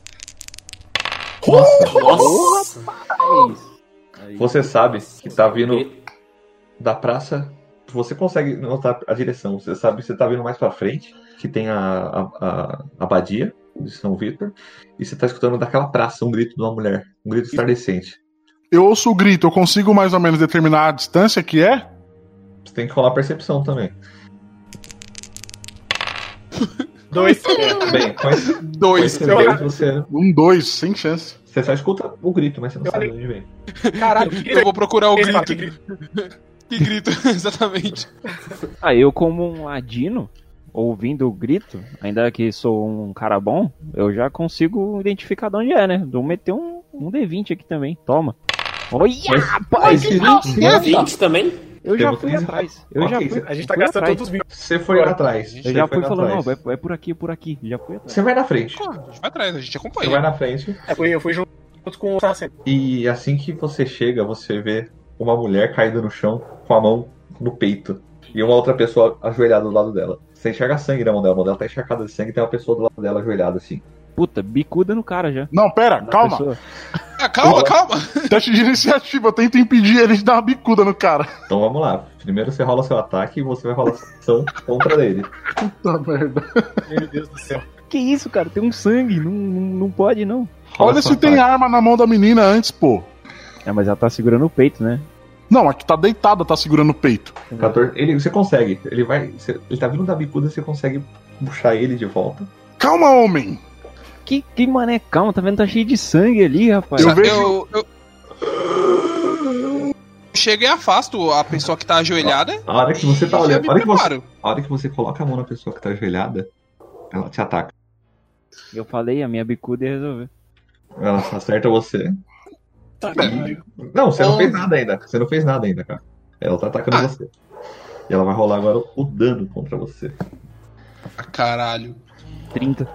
Nossa! Nossa! tá Você sabe que tá vindo da praça Você consegue notar a direção. Você sabe que você tá vindo mais pra frente, que tem a, a, a- a abadia de São Vitor, e você tá escutando daquela praça um grito de uma mulher, um grito estardecente. Eu ouço o grito, eu consigo mais ou menos determinar a distância que é? Você tem que rolar percepção também. Dois. Tá Bem, com [laughs] esse, com Dois. esse grito você, Um, dois, sem chance. você só escuta o grito, mas você não sabe de onde vem. Caralho, [laughs] Eu vou procurar o Ele fala grito. que grito. [laughs] Que grito, exatamente. Ah, eu como um ladino, ouvindo o grito, ainda que sou um cara bom, eu já consigo identificar de onde é, né? Vou meter um, um D20 aqui também. Toma. Olha, Mas pode se- não se- ser. 20 também? Eu já Temos fui três. atrás. Eu Ok, já fui. A gente eu tá fui gastando atrás. todos os bichos. Você foi lá atrás. Eu você já foi fui lá falando, atrás. não, é, é por aqui, é por aqui. Já fui atrás. Você vai na frente. Ah, A gente vai atrás, a gente Você acompanha. vai na frente. Eu fui, eu fui junto com o Sassen. E assim que você chega, você vê uma mulher caída no chão com a mão no peito. E uma outra pessoa ajoelhada do lado dela. Você enxerga sangue na mão dela. A mão dela tá encharcada de sangue e tem uma pessoa do lado dela ajoelhada assim. Puta, bicuda no cara já. Não, pera, Na calma. pessoa. Ah, calma, calma. Teste de iniciativa, eu tento impedir ele de dar uma bicuda no cara. Então vamos lá. Primeiro você rola seu ataque e você vai rolar sua ação [laughs] contra ele. Puta merda. Meu Deus do céu. Que isso, cara? Tem um sangue. Não, não, não pode, não. Rola Olha seu se tem ataque. arma na mão da menina antes, pô. É, mas ela tá segurando o peito, né? Não, aqui tá deitada, tá segurando o peito. 14. Ele, você consegue. Ele vai. você- ele tá vindo da bicuda, você consegue puxar ele de volta. Calma, homem. Que, que mané, calma, tá vendo? Tá cheio de sangue ali, rapaz. Eu vejo- Eu, eu... Chego e afasto a pessoa que tá ajoelhada. A hora que você tá e já olhando. me A hora que você, preparo. a hora que você coloca a mão na pessoa que tá ajoelhada, ela te ataca. Eu falei, a minha bicuda ia resolver. Ela só acerta você. Tá, Não, Então- você não fez Onze. nada ainda. Você não fez nada ainda, cara. Ela tá atacando Ah. você. E ela vai rolar agora o dano contra você. Ah, Caralho. 30.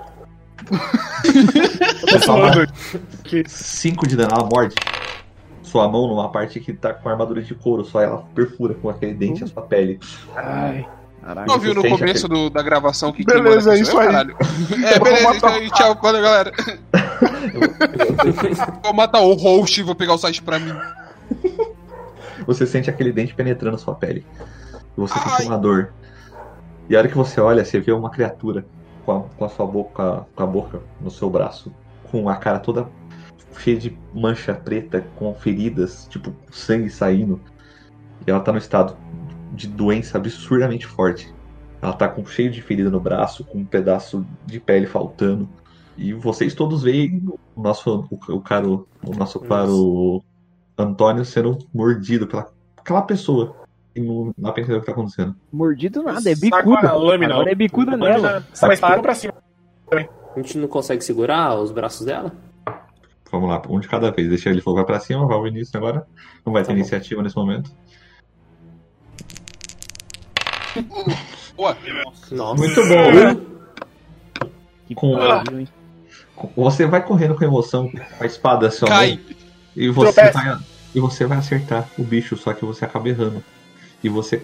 Você toma falando. Que 5 de dano, ela morde sua mão numa parte que tá com armadura de couro, só ela perfura com aquele dente a sua pele. Caraca. Não viu no Você sente começo do- da gravação que quem Beleza, manda é isso sou eu, aí. caralho. É, beleza, então, e tchau, valeu, [laughs] galera. Vou matar o host e vou pegar o site pra mim. Você sente aquele dente penetrando sua pele. E você sente uma dor. E a hora que você olha, você vê uma criatura com a, com a sua boca, com a boca no seu braço, com a cara toda cheia de mancha preta, com feridas, tipo sangue saindo. E ela tá num estado de doença absurdamente forte. Ela tá com cheio de ferida no braço, com um pedaço de pele faltando. E vocês todos veem o nosso o, o caro o nosso caro Antônio sendo mordido pela aquela pessoa e não dá pra entender o que tá acontecendo. Mordido nada, é Saco a bicuda. lâmina. Agora é bicuda nela. Você vai para pra cima. A gente não consegue segurar os braços dela? Vamos lá, um de cada vez. Deixa ele vai pra cima, vai o início agora. Não vai ter Tá bom. iniciativa nesse momento. Boa. Nossa. Muito bom. Que Com- pariu, hein? Você vai correndo com emoção com a espada sua mão, Cai. e você Tropeça. vai, e você vai acertar o bicho, só que você acaba errando. E você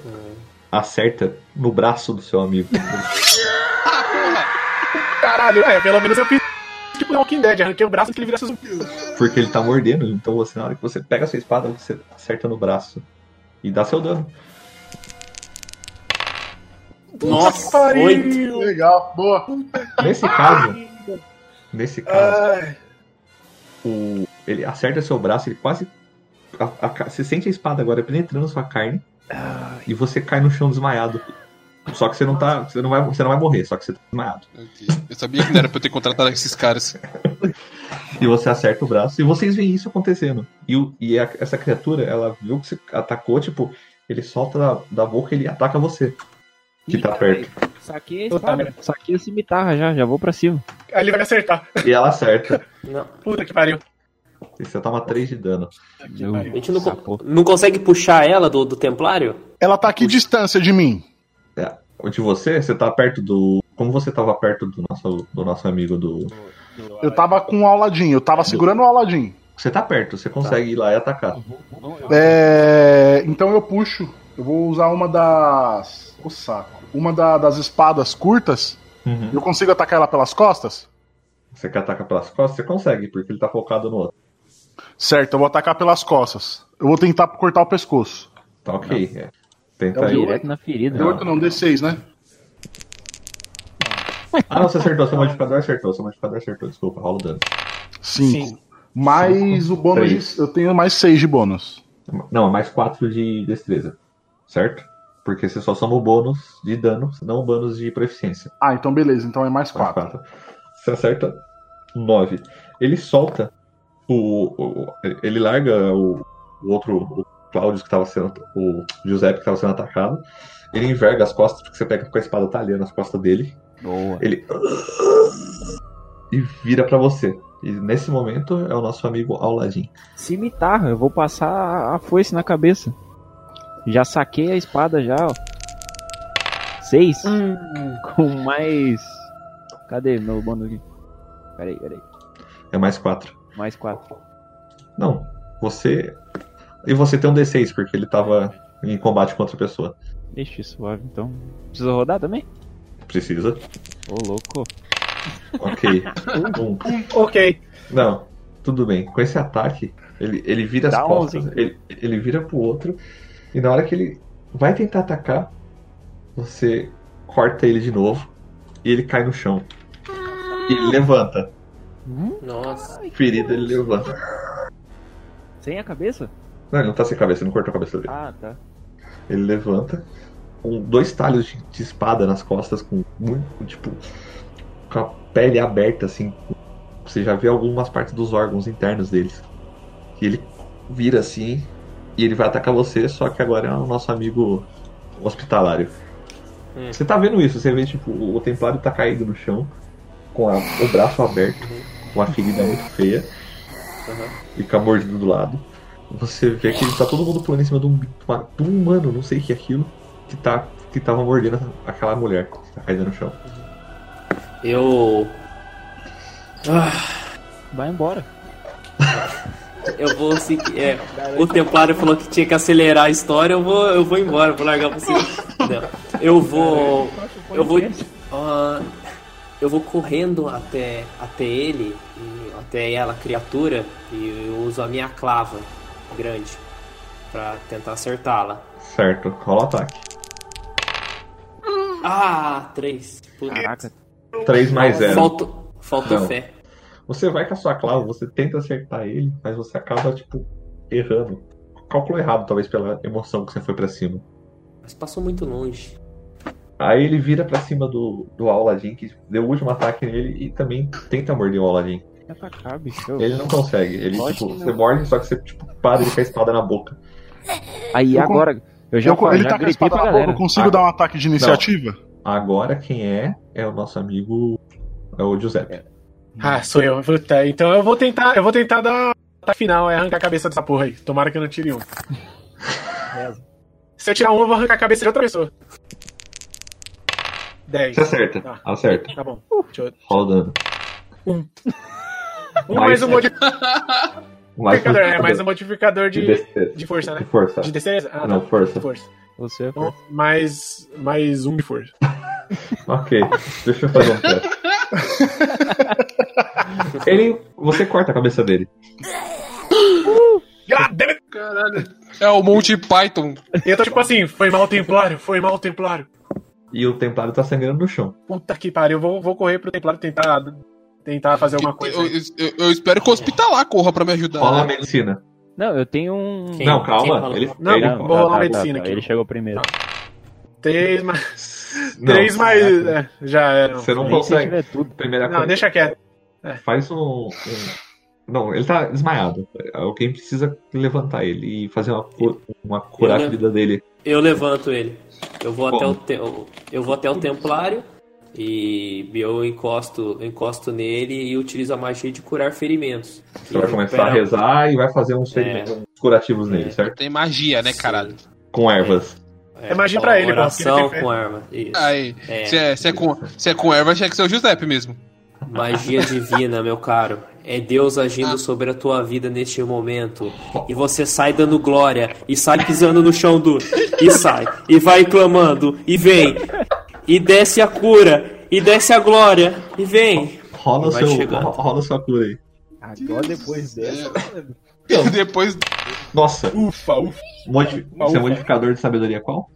Ah. acerta no braço do seu amigo. Ah, porra. [laughs] Caralho, é, pelo menos eu fiz. Tipo, Walking Dead, arranquei o braço que ele virasse zumbi. Porque ele tá mordendo, então você na hora que você pega a sua espada, você acerta no braço e dá seu dano. Nossa, oito. pariu! Legal, boa. Nesse caso, nesse caso, Ah, o- ele acerta seu braço, ele quase. a- a ca- você sente a espada agora penetrando sua carne e você cai no chão desmaiado. Só que você não tá. Você não vai, você não vai morrer, só que você tá desmaiado. É. Meu Deus, Eu sabia que não era pra eu ter contratado esses caras. E você acerta o braço e vocês veem isso acontecendo. E, o- e a- essa criatura, ela viu que você atacou, tipo, ele solta da, da boca e ele ataca você. Que tá Ih, perto. caralho. Saquei a Puta espada, saquei a cimitarra já, já vou pra cima. Aí ele vai me acertar. E ela acerta. Não, Puta que pariu. E você toma 3 de dano. tá Eu- a gente não, co- Sapô. não consegue puxar ela do, do templário? Ela tá aqui distância de mim. De você, você tá perto do. Como você tava perto do nosso, do nosso amigo do. Eu tava com o Aladim, eu tava segurando o Aladim. Você tá perto, você consegue ir lá e atacar. É, então eu puxo. Eu vou usar uma das. O saco. Uma da- das espadas curtas. Uhum. Eu consigo atacar ela pelas costas? Você quer atacar pelas costas? Você consegue, porque ele tá focado no outro. Certo, eu vou atacar pelas costas. Eu vou tentar cortar o pescoço. Tá ok. É. Tenta aí. Direto na ferida. D8 não, D6, né? Ah, não, você acertou, seu modificador acertou, seu modificador acertou, desculpa, rola o dano. 5. Mais o bônus. Três. de- eu tenho mais 6 de bônus. Não, é mais 4 de destreza, certo? Porque você só soma o bônus de dano, não o bônus de proficiência. Ah, então beleza, então é mais Mais 4. quatro. Você acerta 9. Ele solta o, o- Ele larga o, o outro. O Cláudio que tava sendo. O Giuseppe que tava sendo atacado. Ele enverga as costas, porque você pega com a espada talhando as costas dele. Boa. Ele. E vira pra você. E nesse momento é o nosso amigo Aladim. Cimitarra, eu vou passar a- a foice na cabeça. Já saquei a espada já, ó. Seis. Com mais. Cadê meu bônus aqui? Peraí, peraí. É mais 4. Mais quatro. Não. Você. E você tem um D6, porque ele tava em combate com outra pessoa. Ixi, suave, então. Precisa rodar também? Precisa. Ô, louco. Ok. um. Ok. Não, tudo bem. Com esse ataque, ele, ele vira as Dá costas, 11. ele, ele vira pro outro, e na hora que ele vai tentar atacar, você corta ele de novo, e ele cai no chão. E ele levanta. Nossa. Ferido, ele levanta. Sem a cabeça? Não, ele não tá sem cabeça, ele não cortou a cabeça dele. Ah, tá. Ele levanta, com dois talhos de, de espada nas costas, com muito, tipo, com a pele aberta, assim. Você já vê algumas partes dos órgãos internos deles. E ele vira assim, e ele vai atacar você, só que agora é o nosso amigo hospitalário. Hum. Você tá vendo isso, você vê, tipo, o o templário tá caído no chão, com a- o braço aberto, com a ferida muito feia, e com a mordida do lado. Você vê que tá todo mundo pulando em cima de um, de uma- de um humano, não sei o que é aquilo, que, tá, que tava mordendo aquela mulher que tá caída no chão. Eu. Ah, Vai embora. eu vou seguir. é, o Templário falou que tinha que acelerar a história, eu vou, eu vou embora, vou largar você. Não, eu vou. Eu vou. ah, eu vou correndo até, até ele, e até ela, criatura, e eu uso a minha clava grande pra tentar acertá-la. Certo, rola o ataque. Ah, três. Puta. Caraca. 3 mais 0. Falta, falta Não. fé. Você vai com a sua clava, você tenta acertar ele, mas você acaba, tipo, errando. Cálculo errado, talvez pela emoção que você foi pra cima. Mas passou muito longe. Aí ele vira pra cima do, do Aladdin, que deu o último ataque nele, e também tenta morder o Aladdin. Já tá cá, bicho. Ele não consegue. Ele, Lógico tipo, que você não. morde, só que você, tipo, para ele com a espada na boca. Aí Eu con- agora. Eu já, Eu co- ele já tá com a gritei espada pra na boca, galera. eu consigo Ah. dar um ataque de iniciativa? Agora quem é é o nosso amigo é o Giuseppe. Ah, sou eu. Puta, então eu vou tentar, eu vou tentar dar a final, é arrancar a cabeça dessa porra aí. Tomara que eu não tire um. Se eu tirar um, eu vou arrancar a cabeça de outra pessoa. 10. Você acerta. Tá. Acerta. Tá bom. Deixa eu- Rola o dano. Um Mais mais um sete. modificador. Mais É, mais um modificador de de, destreza. de força, De né? força. De destreza? Ah, Não, tá. força. Força. Você é Então, mais, mais um de força. Ok. Deixa eu fazer um [laughs] teste. Ele. Você corta a cabeça dele. É o Monty Python. E eu tô tipo assim, foi mal templário, foi mal templário. E o templário tá sangrando no chão. Puta que pariu, eu vou, vou correr pro templário tentar, tentar fazer alguma coisa. Eu, eu- eu espero que o hospitalar corra pra me Tá. Rola a ajudar. né? medicina. Não, eu tenho um. tá, Quem? Não, quem calma. rola? Ele, Não, ele- vou rolar medicina aqui. Ele chegou primeiro. Três mais. Não, três mais. caraca. é, já era. Você não Nem se consegue. tiver tudo. Primeira Não, coisa. deixa quieto. Faz um. um- Não, ele tá desmaiado. Alguém precisa levantar ele e fazer uma, cu- uma curar a Ele- vida dele. Eu levanto ele. Eu vou até Como? o te- eu- eu vou até o templário e eu encosto, eu encosto nele e utilizo a magia de curar ferimentos. Você vai começar a rezar e vai fazer uns, É. ferimentos, uns curativos nele, certo? Tem magia, né, caralho? Com ervas. É, Imagina fala pra ele, mano, que ele oração tem fé. com arma. Isso. Aí, É. se é, se é com, se é com erva, achei que ser o Giuseppe mesmo. Magia divina, meu caro. É Deus Ah. agindo sobre a tua vida neste momento. E você sai dando glória. E sai pisando no chão duro. E sai. E vai clamando. E vem. E desce a cura. E desce a glória. E vem. Rola, o Vai seu, chegando. ro- [laughs] rola sua cura aí. Agora depois dessa. [laughs] Depois Nossa, Ufa, ufa. modi- seu modificador de sabedoria é qual?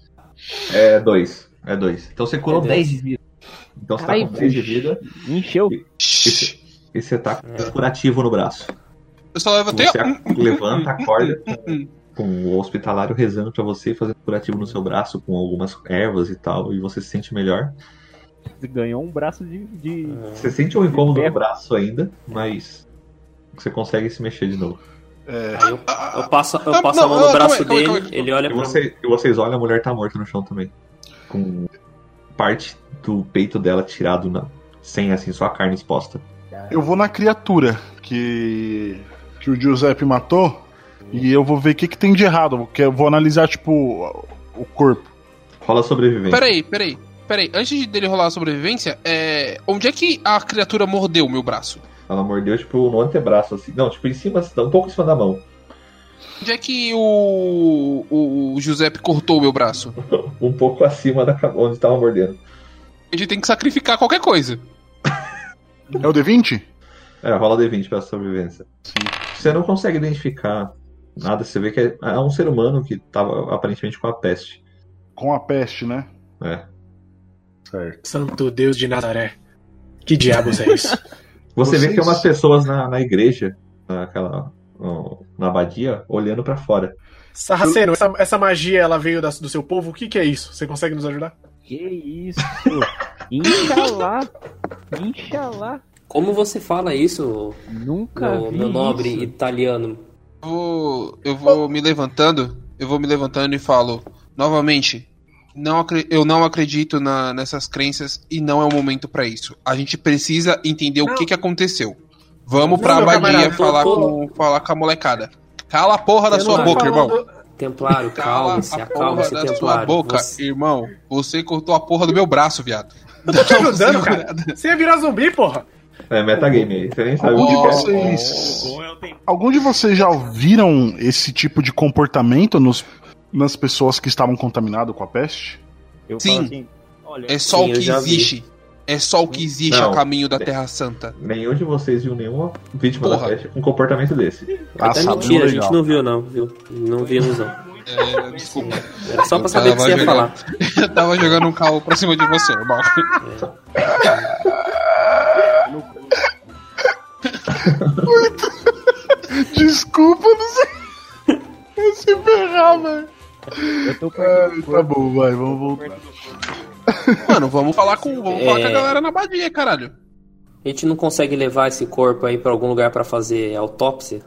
É dois. É dois. Então você né? curou É 10 dez. de vida. Então você tá Ai, com 10 de vida Encheu. e você tá com É. um curativo no braço. Eu só levantei. Você ó, [laughs] ac- levanta, acorda Hum. com- com o hospitalário rezando pra você e fazendo curativo no seu braço com algumas ervas e tal, e você se sente melhor. Você ganhou um braço de. de... É. Você sente um incômodo no Ferro. braço ainda, mas você consegue se mexer de novo. Aí eu, eu passo, eu Ah, passo não, a mão ah, no braço calma aí, dele, calma aí, calma aí. ele olha E, É pra você- e vocês olham, a mulher tá morta no chão também. Com parte do peito dela tirado na- sem assim, só a carne exposta. Eu vou na criatura que, que o Giuseppe matou e eu vou ver o que, que tem de errado. Porque eu vou analisar, tipo, o corpo. Rola sobrevivência. Peraí, peraí. Peraí, antes de dele rolar a sobrevivência, é... onde é que a criatura mordeu o meu braço? Ela mordeu, tipo, no antebraço, assim. Não, tipo, em cima, assim, um pouco em cima da mão. Onde é que o, o, o Giuseppe cortou o meu braço? Um pouco acima da ca- onde tava mordendo. A gente tem que sacrificar qualquer coisa. É o D20? É, rola D20 pra sobrevivência. Você não consegue identificar nada, você vê que é, é um ser humano que tava aparentemente com a peste. Com a peste, né? É. Certo. Santo Deus de Nazaré. Que diabos é isso? Você vê Vocês- que tem umas pessoas na, na igreja, naquela. no- na abadia, olhando pra fora. Sarraceno, essa, essa magia ela veio da- do seu povo? O que, que é isso? Você consegue nos ajudar? Que isso? Inxalá! Inxalá! Como você fala isso, Nunca meu, vi meu nobre isso. italiano? Eu vou, eu vou me levantando, eu vou me levantando e falo novamente. Não acre- eu não acredito na- nessas crenças e não é o momento pra isso. A gente precisa entender o que, que aconteceu. Não, Vamos pra meu abadia camarada, falar, eu tô- com, falar com a molecada. Cala a porra da Eu sua não tô boca, irmão. falando- Templário, calma-se, acalma-se, da sua Templário. boca, Você- irmão. Você cortou a porra do meu braço, viado. Eu tô te ajudando, Não, cara. Você ia virar zumbi, porra. É metagame aí, você nem sabe Algum de o que é. vocês. Algum de vocês já viram esse tipo de comportamento nos, nas pessoas que estavam contaminadas com a peste? Eu Sim. falo assim, olha, É só Sim, o eu que já vi. existe. É só o que existe Não. a caminho da Terra Santa. Nenhum de vocês viu nenhuma vítima Porra. da peste com um comportamento desse. Ah, Até sabe, mentira, a legal. gente não viu, não, viu? Não vimos, não. É, desculpa. [laughs] Era só pra Eu saber o que você tava ia jogando. falar. Eu tava jogando um carro pra cima de você, irmão. Desculpa, não sei. [laughs] Eu se ferrar, velho. eu tô perto do Ah, Tá corpo, bom, vai, vamos voltar. Mano, vamos falar com, vamos falar com a É. galera na badia, caralho. A gente não consegue levar esse corpo aí pra algum lugar pra fazer autópsia?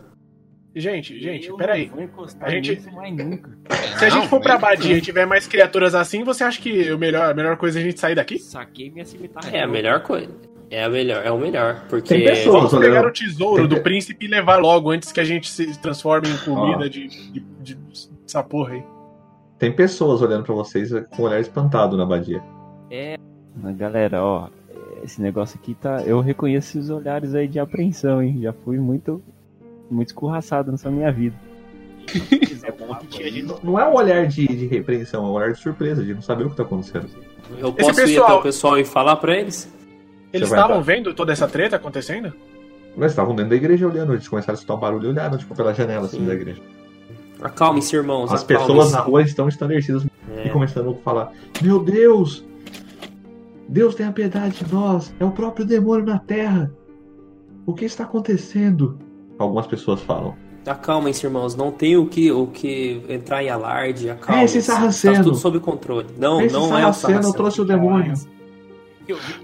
Gente, gente, peraí. Eu não vou encostar A gente- nisso mais nunca. Se a gente for pra Badia e tiver mais criaturas assim, você acha que o melhor, a melhor coisa é a gente sair daqui? Saquei minha cimitarra. É a melhor coisa. É a melhor, é o melhor. Porque. Tem pessoas. Vamos Ô, pegar Leandro. o tesouro do príncipe e levar logo antes que a gente se transforme em comida de, de, de- dessa porra aí. Tem pessoas olhando pra vocês com um olhar espantado na abadia. Mas, Galera, ó, esse negócio aqui tá. Eu reconheço esses olhares aí de apreensão, hein? Já fui muito, muito escorraçado nessa minha vida. É bom que tinha gente Não é um olhar de, de repreensão, é um olhar de surpresa, de não saber o que tá acontecendo. Eu Esse posso ir pessoal- até o pessoal e falar pra eles? Eles Você vai estavam vendo toda essa treta acontecendo? Mas estavam dentro da igreja olhando, eles começaram a escutar um barulho e olharam, tipo, pela janela assim, Sim. tá da igreja. Acalmem-se, irmãos. As acalmem-se. pessoas na rua estão estarecidas e começando a falar: Meu Deus! Deus tenha piedade de nós! É o próprio demônio na terra! O que está acontecendo? Algumas pessoas falam. Acalmem-se, irmãos. Não tem o que, o que entrar em alarde. Acalmem. É esse Sarraceno. Tá tudo sob controle. Não, Esse não é o sarraceno Sarraceno. trouxe o demônio.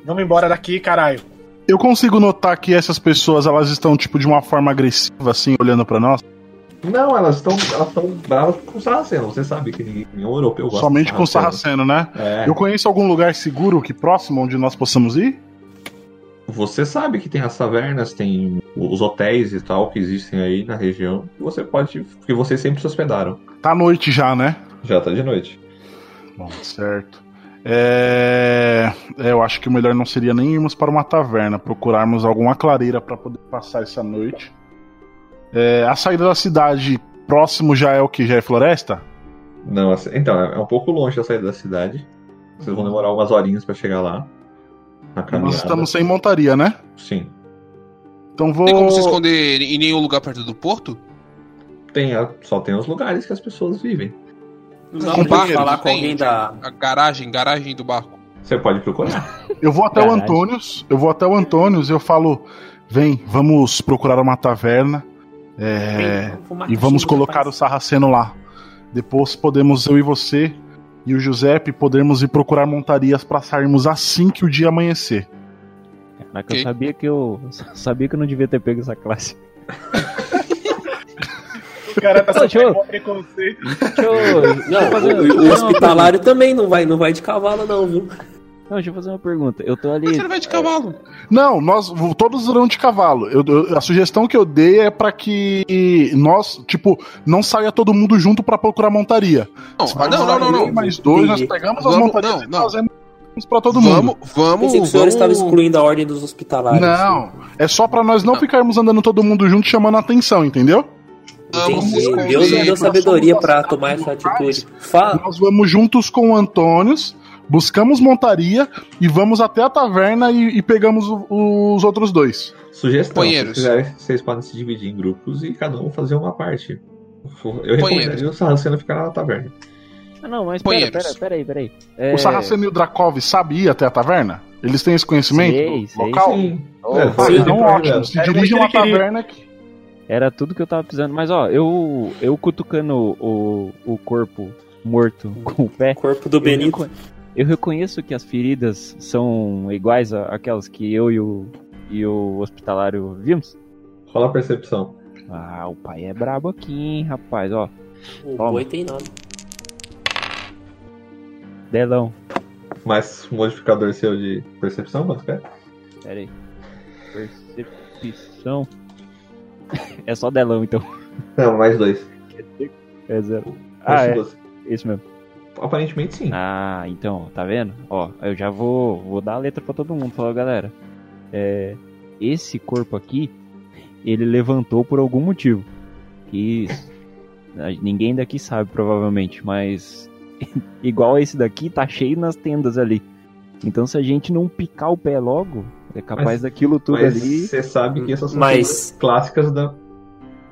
Vamos embora daqui, caralho. Eu consigo notar que essas pessoas, elas estão, tipo, de uma forma agressiva, assim, olhando pra nós. Não, elas estão elas tão bravas com o Sarraceno. Você sabe que ninguém, nenhum europeu gosta Somente do com o Sarraceno, né? É. Eu conheço algum lugar seguro aqui próximo onde nós possamos ir? Você sabe que tem as tavernas, tem os hotéis e tal que existem aí na região. Você pode. Porque vocês sempre se hospedaram. Tá à noite já, né? Já tá de noite. Bom, certo. É... é, eu acho que o melhor não seria nem irmos para uma taverna, procurarmos alguma clareira para poder passar essa noite. É, a saída da cidade próximo já é o que? Já é floresta? Não, assim- então, é um pouco longe a saída da cidade. Vocês vão demorar umas horinhas pra chegar lá. Na caminhada. Uhum. Nós estamos sem montaria, né? Sim. Então vou. Tem como se esconder em nenhum lugar perto do porto? Tem a- Só tem os lugares que as pessoas vivem. Não, Com tem barco? que falar com Tem. alguém da. A garagem, garagem do barco. Você pode procurar. Eu vou até Caralho. o Antônios, eu vou até o Antônios e eu falo: vem, vamos procurar uma taverna é, Vem, vou e marcar vamos tudo, colocar o rapaz. Sarraceno lá. Depois podemos, eu e você e o Giuseppe, podermos ir procurar montarias pra sairmos assim que o dia amanhecer. Caraca, Ok. eu sabia que eu. Sabia que eu não devia ter pego essa classe. O cara tá Ô, sofrendo Joe. um preconceito. [laughs] Deixa eu. deixa eu fazer- Não, o, o hospitalário também não vai, não vai de cavalo, não, viu? Não, deixa eu fazer uma pergunta. Eu tô ali. Mas ele vai É. de cavalo. Não, nós todos irão de cavalo. Eu- eu- a sugestão que eu dei é pra que nós, tipo, não saia todo mundo junto pra procurar montaria. Não, ah, Vai não, não, não, eu e não. Mais dois, nós Entendi. pegamos as Vamos- montarias não, e não. trazemos pra todo mundo. Vamos, Pensei que o vamos. senhor estava vamos... excluindo a ordem dos hospitalários. Não, é só pra nós não ficarmos andando todo mundo junto chamando a ação, entendeu? vamos Entendi. esconder. Deus me deu nós somos sabedoria pra nossos tomar essa pais. atitude. Fala. Nós vamos juntos com o Antônios, buscamos montaria e vamos até a taverna e, e pegamos o- os outros dois. Sugestão. Companheiros. Se quiserem, vocês podem se dividir em grupos e cada um fazer uma parte. Eu recomendaria o Sarraceno ficar na taverna. Ah, não, mas pera, Companheiros. pera, pera aí, pera aí. É, O Sarraceno e o Drakov sabem ir até a taverna? Eles têm esse conhecimento? Sei, do sei. local? Sim. ó, É, Ah, Sim, então não tem ótimo, se dirigem à problema. Era isso que ele queria. taverna que... É, Era tudo que eu tava precisando. Mas ó, eu, eu cutucando o, o corpo morto com o pé. Corpo do Eu, Benito. reco- eu reconheço que as feridas são iguais à- àquelas que eu e o, e o hospitalário vimos. Rola a percepção. Ah, o pai é brabo aqui, hein, rapaz, ó. O Toma. boi tem nada. Delão. Mais um modificador seu de percepção, quanto quer? Pera aí. Percepção. [laughs] É só delão, então. Não, mais dois. É zero. Ah, é. Dois. Isso mesmo. Aparentemente sim. Ah, então, tá vendo? Ó, eu já vou, vou dar a letra pra todo mundo. Falou, galera. É, esse corpo aqui, ele levantou por algum motivo. Que a- ninguém daqui sabe, provavelmente, mas [laughs] igual esse daqui, tá cheio nas tendas ali. Então, se a gente não picar o pé logo, é capaz Mas- daquilo tudo Mas ali. você sabe que essas são Mas- É. coisas clássicas da,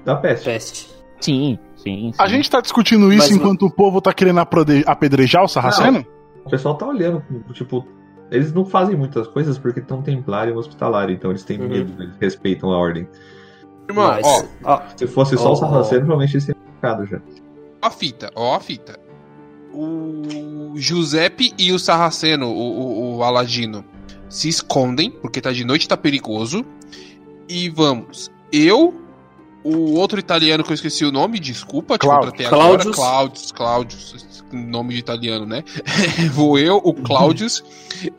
da peste. Peste. Sim, sim, sim. A gente tá discutindo isso Mas- enquanto o povo tá querendo aprode- apedrejar o Sarraceno? O pessoal tá olhando, tipo, eles não fazem muitas coisas porque estão templário e hospitalário, então eles têm Uhum. medo, eles respeitam a ordem. Irmão, Mas, ó, ó, Se fosse só Oh. o Sarraceno, provavelmente eles teriam ficado já. ó a fita, ó a fita. O Giuseppe e o Sarraceno, o, o, o Aladino, se escondem, porque tá de noite, tá perigoso. E vamos. Eu, o outro italiano que eu esqueci o nome, desculpa, te Cláudio. contratei agora. Cláudios. Cláudios, Cláudios, nome de italiano, né? [laughs] Vou eu, o Cláudios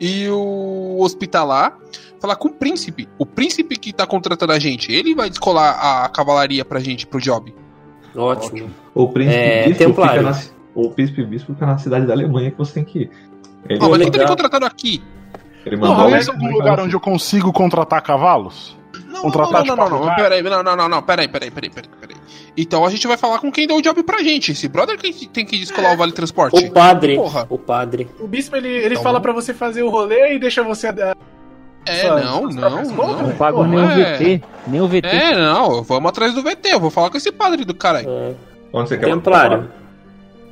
e o hospitalar falar com o príncipe. O príncipe que tá contratando a gente, ele vai descolar a cavalaria pra gente, pro job. ótimo. O príncipe É, bispo templário. fica na, ci- o príncipe bispo fica na cidade da Alemanha que você tem que ir. Ele, Não, mas ele tá me lugar- contratando aqui. ele Não, mandou não, um- é algum lugar onde eu consigo contratar cavalos? Não, Contratar tipo não, de não, não, não, não, qualquer peraí, não, não, não, não, peraí, peraí, peraí, peraí, peraí. Então a gente vai falar com quem deu o job pra gente. Esse brother que tem que descolar É. o Vale Transporte. O padre. Porra. O padre. O bispo ele, ele Então fala vamos. pra você fazer o rolê e deixa você. eh, dar- É, Só- não, só não, faz conta, não. Não pago Porra, nem o é. VT, nem o VT. É, não, vamos atrás do VT, eu vou falar com esse padre do caralho. É, Onde você quer? templário.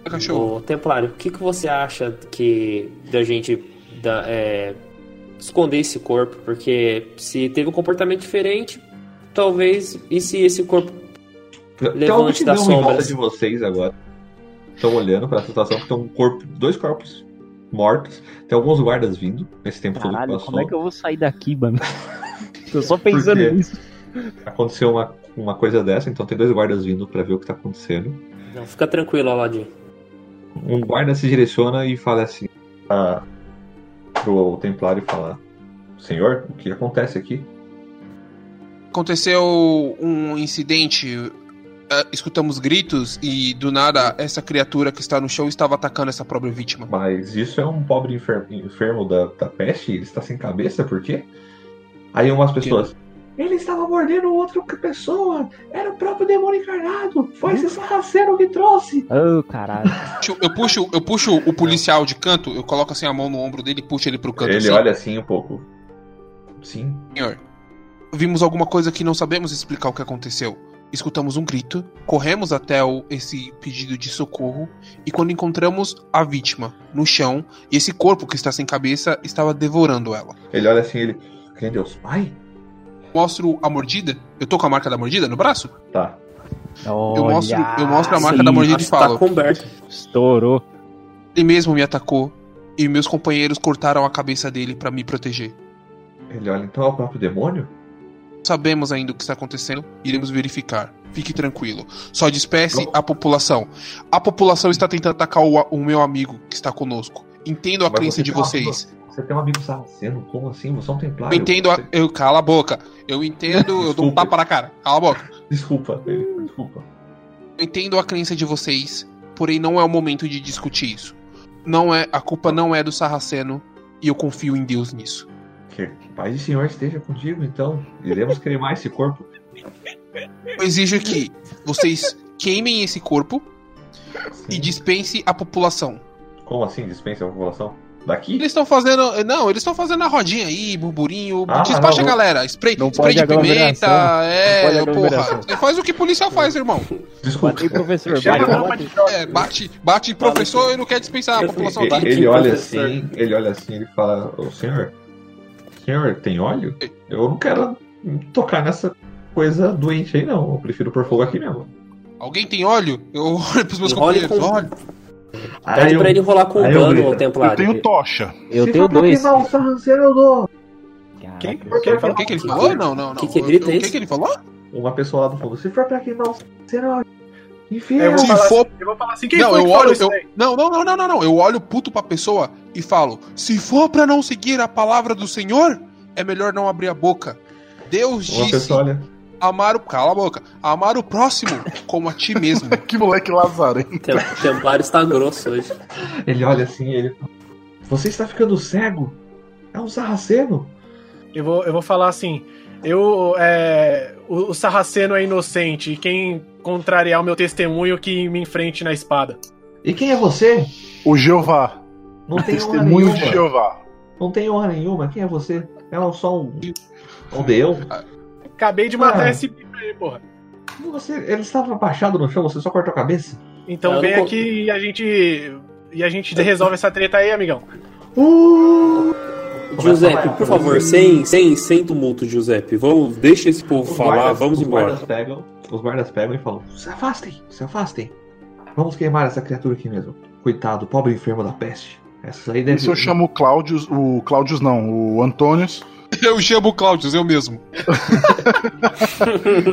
Cachorro. Ô, Templário, o que, que você acha que da gente da- é, esconder esse corpo? Porque se teve um comportamento diferente, talvez. E se esse corpo. Tem uma Levante multidão das em volta sombras. de vocês agora. Estão olhando pra situação que tem um corpo, dois corpos mortos. Tem alguns guardas vindo nesse tempo todo Caralho, que como passou. é que eu vou sair daqui, mano? [laughs] Tô só pensando Por quê? nisso. Aconteceu uma, uma coisa dessa, então tem dois guardas vindo pra ver o que tá acontecendo. Não, fica tranquilo, Aladim. Um guarda se direciona e fala assim pra, pro templário falar. Senhor, o que acontece aqui? Aconteceu um incidente, eh, escutamos gritos e do nada essa criatura que está no chão estava atacando essa pobre vítima. Mas isso é um pobre enfer- enfermo da, da peste? Ele está sem cabeça, por quê? Aí umas pessoas. Ele estava mordendo outra pessoa! Era o próprio demônio encarnado! Hum? Foi esse sarraceiro que trouxe! Oh, caralho. Puxo- Eu puxo, eu puxo o policial de canto, eu coloco assim a mão no ombro dele e puxo ele pro canto. Ele assim. olha assim um pouco. Sim. Senhor, vimos alguma coisa que não sabemos explicar o que aconteceu. Escutamos um grito, corremos até o- esse pedido de socorro e quando encontramos a vítima no chão, e esse corpo que está sem cabeça estava devorando ela. Ele olha assim, ele. Quem é Deus? Pai? Mostro a mordida. Eu tô com a marca da mordida no braço? Tá. Eu mostro, eu mostro a Olha, marca da mordida e Acho que tá falo. coberto. Estourou. Ele mesmo me atacou e meus companheiros cortaram a cabeça dele para me proteger. Ele olha, então é o próprio demônio? Sabemos ainda o que está acontecendo, iremos verificar. Fique tranquilo. Só disperse a população. A população está tentando atacar o, o meu amigo que está conosco. Entendo a Mas crença você de tem uma vocês. Você tem um amigo sarraceno? Como assim? Você é um Eu templário? entendo a. Eu, cala a boca. Eu entendo. Eu dou um Desculpa. tapa na cara. Cala a boca. Desculpa, ele. Desculpa. Eu entendo a crença de vocês, porém não é o momento de discutir isso. Não é. A culpa não é do Sarraceno. E eu confio em Deus nisso. Que paz do Senhor esteja contigo, então. Iremos cremar esse corpo. Eu exijo que vocês queimem esse corpo e Sim. dispense a população. Como assim? Dispensa a população? Daqui? Eles estão fazendo. Não, eles estão fazendo a rodinha aí, burburinho. Ah, Despacha, não, não. galera. Spray, tá Não spray pode de pimenta. aglomeração. É, Não pode porra. aglomeração. Você faz o que policial faz, irmão. Desculpa. Batei, professor. Chega, bateu. roupa de choque. É, bate, bate em professor e não quer dispensar a Eu população. fui- Tá? Ele, Batei, ele olha professor. assim, ele olha assim, ele fala, ô senhor, senhor, tem óleo? Eu não quero tocar nessa coisa doente aí, não. Eu prefiro pôr fogo aqui mesmo. Alguém tem óleo? Eu [laughs] olho pros meus Enrole companheiros. com- Óleo. Pede pra ele rolar com o aí um, eu dano, grito. o Eu Templário. tenho um tocha. Eu tenho dois. o sarranceiro, eu dou. Quem? Caraca. Por que ele O falou? que, que ele falou? Não, não, não. Que que grito o é que, esse? que ele falou? Uma pessoa lá do fogo, se for pra queimar o sarranceiro, Eu inferno. vou Se falar, for- eu vou falar assim, quem Não, foi eu que falou olho- isso eu- daí? Não, não, não, não, não, não. Eu olho puto pra pessoa e falo: se for pra não seguir a palavra do Senhor, é melhor não abrir a boca. Deus Uma disse pessoa olha, amar o. Cala a boca. Amar o próximo como a ti mesmo. [laughs] Que moleque lazarento. Tem- O Templário está grosso hoje. ele olha assim, ele fala, você está ficando cego? É um sarraceno? Eu vou, eu vou falar assim. Eu, é, o, o Sarraceno é inocente. E quem contrariar o meu testemunho que me enfrente na espada. E quem é você? O Jeová. Não tem honra Testemunho de nenhuma. Jeová. Não tem honra nenhuma. Quem é você? Ela é só um. Um deão? Acabei de matar Ah. esse bicho aí, porra. Você, ele estava abaixado no chão, você só cortou a cabeça? Então Eu vem não- aqui e a gente. E a gente resolve essa treta aí, amigão. Giuseppe, por favor, sem, sem, sem tumulto, Giuseppe. Vamos, deixa esse povo falar, vamos os embora. Guardas pegam, os guardas pegam e falam: se afastem, se afastem. Vamos queimar essa criatura aqui mesmo. Coitado, pobre enfermo da peste. Essa aí deve Isso eu chamo o Cláudios. O Cláudios não, o Antônios. eu chamo o Cláudio, eu mesmo.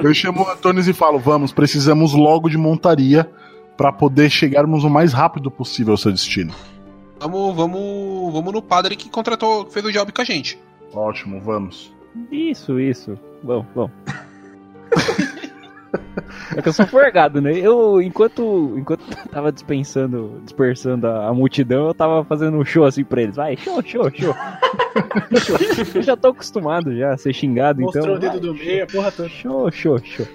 Eu chamo o Antônios e falo: vamos, precisamos logo de montaria pra poder chegarmos o mais rápido possível ao seu destino. Vamos, vamos, vamos no padre que contratou, que fez o job com a gente. Ótimo, vamos. Isso, isso. Bom, bom. [laughs] É que eu sou forgado, né? Eu, enquanto, enquanto tava dispensando, dispersando a, a multidão, eu tava fazendo um show assim pra eles. Vai, show, show, show. [laughs] Show. Eu já tô acostumado já a ser xingado, Mostrou então. o dedo vai, do meio, a porra toda. Show, show, show.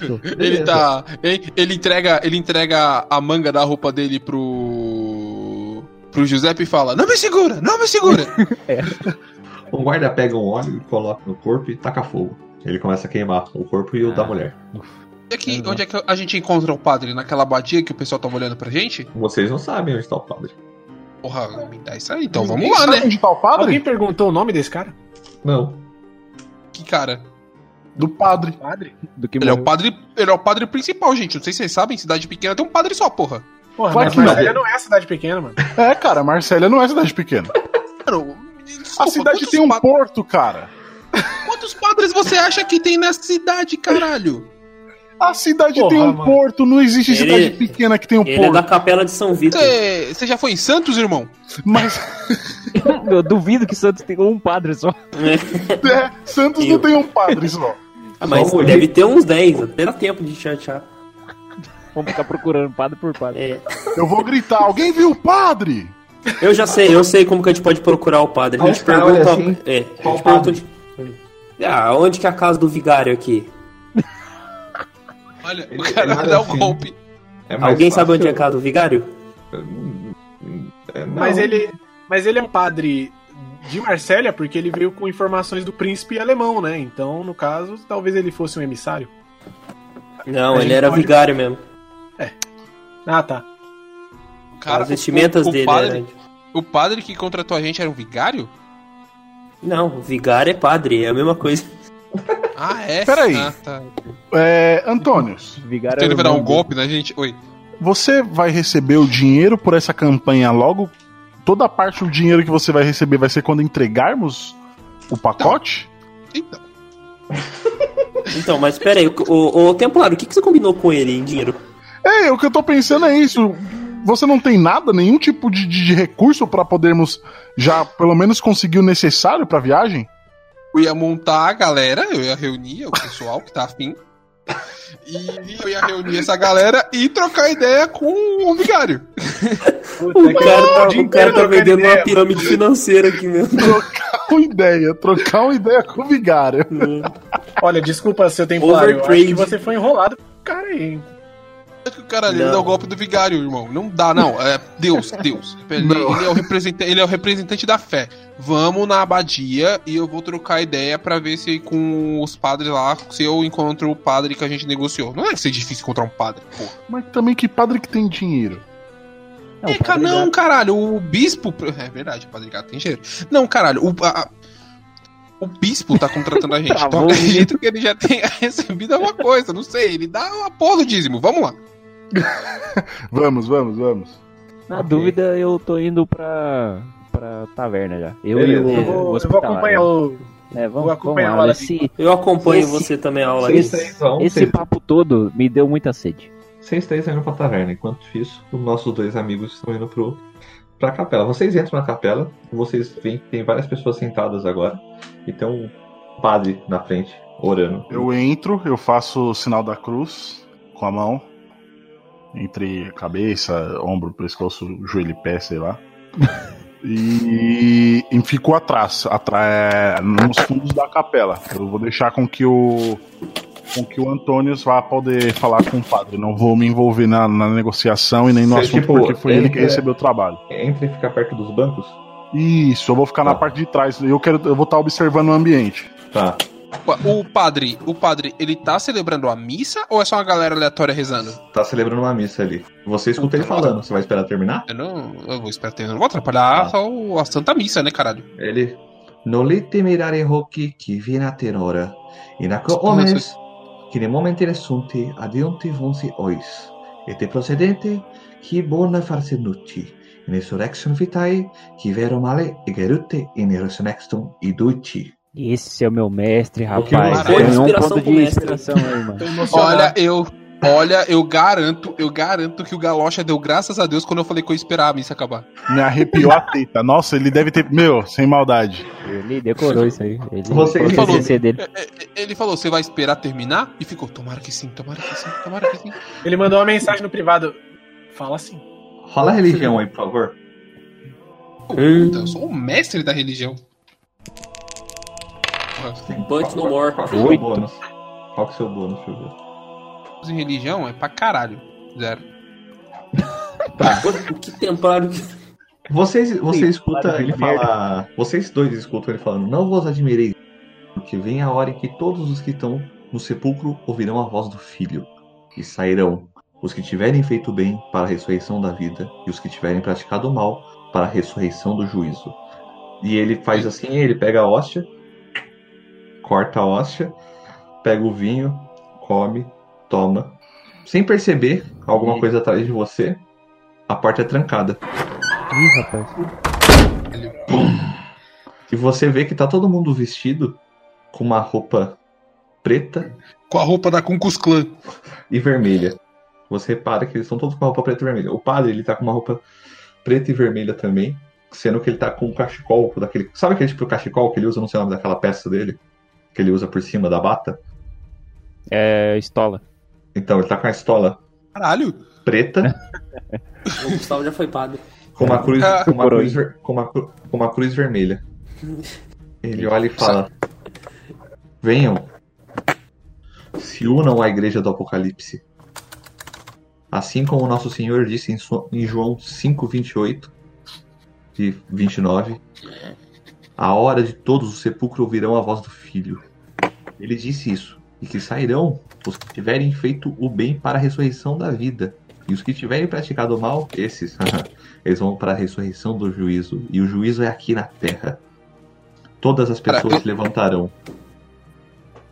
show. Ele tá, ele, ele entrega, ele entrega a manga da roupa dele pro pro Giuseppe e fala: "Não me segura, não [laughs] me segura". Um guarda pega um óleo e coloca no corpo e taca fogo. Ele começa a queimar o corpo e o da Ah. mulher. Onde é, Uhum. que, onde é que a gente encontra o padre? Naquela abadia que o pessoal tava olhando pra gente? Vocês não sabem onde está o padre. Porra, me dá isso aí. Então vamos Ninguém lá, sabe né? Onde tá o padre? Alguém perguntou o nome desse cara? Não. Que cara. Do padre. Padre? Do que Ele é o morreu. padre, ele é o padre principal, gente. Não sei se vocês sabem, cidade pequena tem um padre só, porra. Porra, Claro mas que Marília não é cidade pequena, mano. É, cara, Marcélia não é cidade pequena. Mano, A desculpa, cidade quantos tem um pa- porto, cara. Quantos padres você acha que tem nessa cidade, caralho? A cidade Porra, tem um mano. porto, não existe Ele- cidade pequena que tem um Ele é porto. da capela de São Vitor. Você É, você já foi em Santos, irmão? [laughs] Mas Eu duvido que Santos tenha um padre só. é, Santos não Eu. tem um padre, só. Ah, mas Só hoje. deve ter uns 10, até dá tempo de chantear. Vamos ficar procurando padre por padre. É. Eu vou gritar, alguém viu o padre? Eu já sei, eu sei como que a gente pode procurar o padre. A Ah, gente os caras olham pergunta. assim, é, a qual gente pergunta onde. Ah, onde que é a casa do vigário aqui? Olha, Ele- o cara ele dá era um assim. golpe. É mais Alguém sabe fácil- onde é a casa do vigário? É, não. Mas ele, mas ele é um padre de Marsella porque ele veio com informações do príncipe alemão, né? Então, no caso, talvez ele fosse um emissário. Não, A ele gente era pode- vigário mesmo. Ah, tá. Cara, As vestimentas o, o dele né? Padre, eram. O padre que contratou a gente era um vigário? Não, vigário é padre, é a mesma coisa. [laughs] Ah, é? Peraí. Ah, tá. É, Antônios, Vigário Então ele era vai o dar um nome dele. golpe na gente? Oi. você vai receber o dinheiro por essa campanha logo? Toda a parte do dinheiro que você vai receber vai ser quando entregarmos o pacote? Então, Então, mas peraí, o, o, o Templário, o que, que você combinou com ele em dinheiro? É, o que eu tô pensando é isso. Você não tem nada, nenhum tipo de, de- de recurso pra podermos já pelo menos conseguir o necessário pra viagem? eu ia montar a galera, eu ia reunir o pessoal que tá afim. E eu ia reunir essa galera e trocar ideia com o vigário. Puta, O É que- cara tá, dia o cara tá inteiro trocando vendendo ideia. uma pirâmide financeira aqui mesmo. Trocar uma ideia, trocar uma ideia com o vigário. Olha, desculpa, seu templário. Eu acho Overtrade. que você foi enrolado por cara aí. hein? Acho que o cara ali dá o golpe do vigário, irmão. Não dá, não. É Deus, Deus. Ele, ele é o representante, ele é o representante da fé. Vamos na abadia e eu vou trocar ideia pra ver se com os padres lá, se eu encontro o padre que a gente negociou. Não é que seja difícil encontrar um padre, pô. Mas também que padre que tem dinheiro? É, o É, cara, padre não, caralho, o bispo. É verdade, o Padre Gato tem dinheiro. Não, caralho, o, a- a- o bispo tá contratando a gente. então Travou eu o acredito que ele já tenha [laughs] recebido alguma coisa, não sei. Ele dá uma porra do dízimo, vamos lá. Vamos, vamos, vamos. Na Ok. dúvida, eu tô indo pra, pra taverna já. Eu e Beleza. o, Eu o vou, eu vou hospitalar. acompanhar o. É, vamos, vou acompanhar vamos lá. ela Esse, Eu acompanho Esse- você também, aula. Vocês três vão, esse vocês- papo todo me deu muita sede. Vocês três vão indo pra taverna. Enquanto isso, os nossos dois amigos estão indo pro, pra capela. Vocês entram na capela, vocês veem que tem várias pessoas sentadas agora. E tem um padre na frente, orando. Eu entro, eu faço o sinal da cruz com a mão. Entre cabeça, ombro, pescoço, joelho e pé, [laughs] sei lá. E, e fico atrás, atra- nos fundos da capela. Eu vou deixar com que o com que o Antônio vá poder falar com o padre. Não vou me envolver na, na negociação e nem no Você, assunto, tipo, porque foi ele ele que quer- recebeu o trabalho. Entra e fica perto dos bancos. Isso, eu vou ficar na Tá. parte de trás. Eu quero, eu vou estar observando o ambiente. Tá. Pa- O padre, o padre, ele tá celebrando a missa ou é só uma galera aleatória rezando? Tá celebrando uma missa ali. Você escuta ele falando. Você vai esperar terminar? Eu não. Eu vou esperar, eu não vou atrapalhar Ah. só o- a Santa Missa, né, caralho? Ele. No le temerare hoc qui vina tenora, in aqua homines, qui ne momente sunt adiunti vonsi ois, et te procedente, qui bona farse nuti, in resurrection vitae, qui vero male egerute in resurrectum iduci. Esse é o meu mestre, que rapaz. maravilha. Ganhou um Inspiração ponto pro de mestre. inspiração aí, mano. Tô emocionado. Olha, eu. Olha, eu garanto, eu garanto que o Galocha deu graças a Deus quando eu falei que eu ia esperar a missa acabar. Me arrepiou a teta. Nossa, ele deve ter. Meu, sem maldade. Ele decorou isso aí. Ele Você- o falou. TCC dele. Ele falou, você vai esperar terminar? E ficou, tomara que sim, tomara que sim, tomara que sim. Ele mandou uma mensagem no privado. Fala assim. Rola a religião aí, por favor. Pô, puta, eu sou o mestre da religião. But no more. Qual que é o seu bônus? Qual que é o seu bônus, deixa eu ver. Em religião é pra caralho. Zero. O que templário que Vocês, você Sim, escuta claro, ele merda. falar. Vocês dois escutam ele falando, não vos admireis, porque vem a hora em que todos os que estão no sepulcro ouvirão a voz do filho, e sairão os que tiverem feito bem para a ressurreição da vida, e os que tiverem praticado mal para a ressurreição do juízo. E ele faz assim, ele pega a hóstia, corta a hóstia, pega o vinho, come, toma. Sem perceber, alguma coisa atrás de você, a porta é trancada. Ih, rapaz. E você vê que tá todo mundo vestido com uma roupa preta Com a roupa da Concus Clan. e vermelha. Você repara que eles estão todos com a roupa preta e vermelha. O padre, ele tá com uma roupa preta e vermelha também, sendo que ele tá com um cachecol daquele... Sabe aquele tipo de cachecol que ele usa, não sei o nome daquela peça dele? Que ele usa por cima da bata? É, estola. Então, ele tá com a estola Caralho. preta, O Gustavo já foi padre. com uma cruz, Ah, com uma por cruz, ver- com uma, cru- com uma cruz vermelha. Ele olha e fala... Venham. Se unam à igreja do Apocalipse. Assim como nosso Senhor disse em, sua- em João 5, 28 e 29, a hora de todos os sepulcros ouvirão a voz do Filho. Ele disse isso. e que sairão os que tiverem feito o bem para a ressurreição da vida. E os que tiverem praticado o mal, esses, [laughs] eles vão para a ressurreição do juízo. E o juízo é aqui na terra. Todas as pessoas Caraca. se levantarão.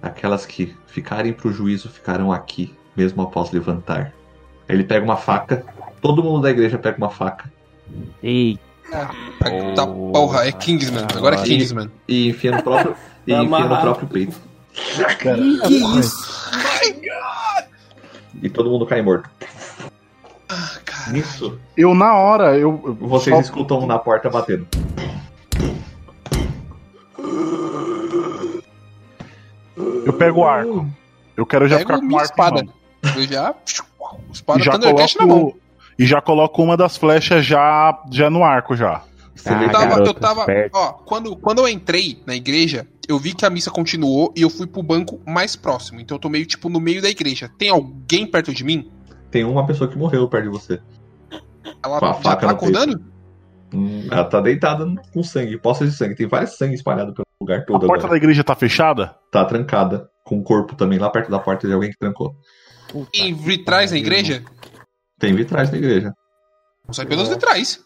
Aquelas que ficarem para o juízo ficarão aqui, mesmo após levantar. Ele pega uma faca, todo mundo da igreja pega uma faca Ei, Tá porra, é Kingsman. Agora é Agora- Kingsman. e enfia no próprio, e Tá enfia no amarrado. próprio peito. Cara, Que isso? E todo mundo cai morto. Ah, cara. Nisso, eu na hora, eu. eu vocês só- escutam na porta batendo. Eu pego o arco. Eu quero já Pego ficar com o minha arco. espada. em mão. Eu já. Espada E já Thundercat na mão. coloco. E já coloco uma das flechas já, já no arco já. Você vê Ah, Eu que- tava, garoto, eu tava esperto. ó, quando, quando eu entrei na igreja, eu vi que a missa continuou e eu fui pro banco mais próximo. Então eu tô meio, tipo, no meio da igreja. Tem alguém perto de mim? tem uma pessoa que morreu perto de você. Ela Com a já faca tá no peito. acordando? Hum, ela tá deitada com sangue, poça de sangue. Tem vários sangue espalhado pelo lugar A todo porta agora. da igreja tá fechada? Tá trancada, com o corpo também lá perto da porta de alguém que trancou. Tem vitrais na igreja? Tem vitrais na igreja. Vamos sair pelos vitrais.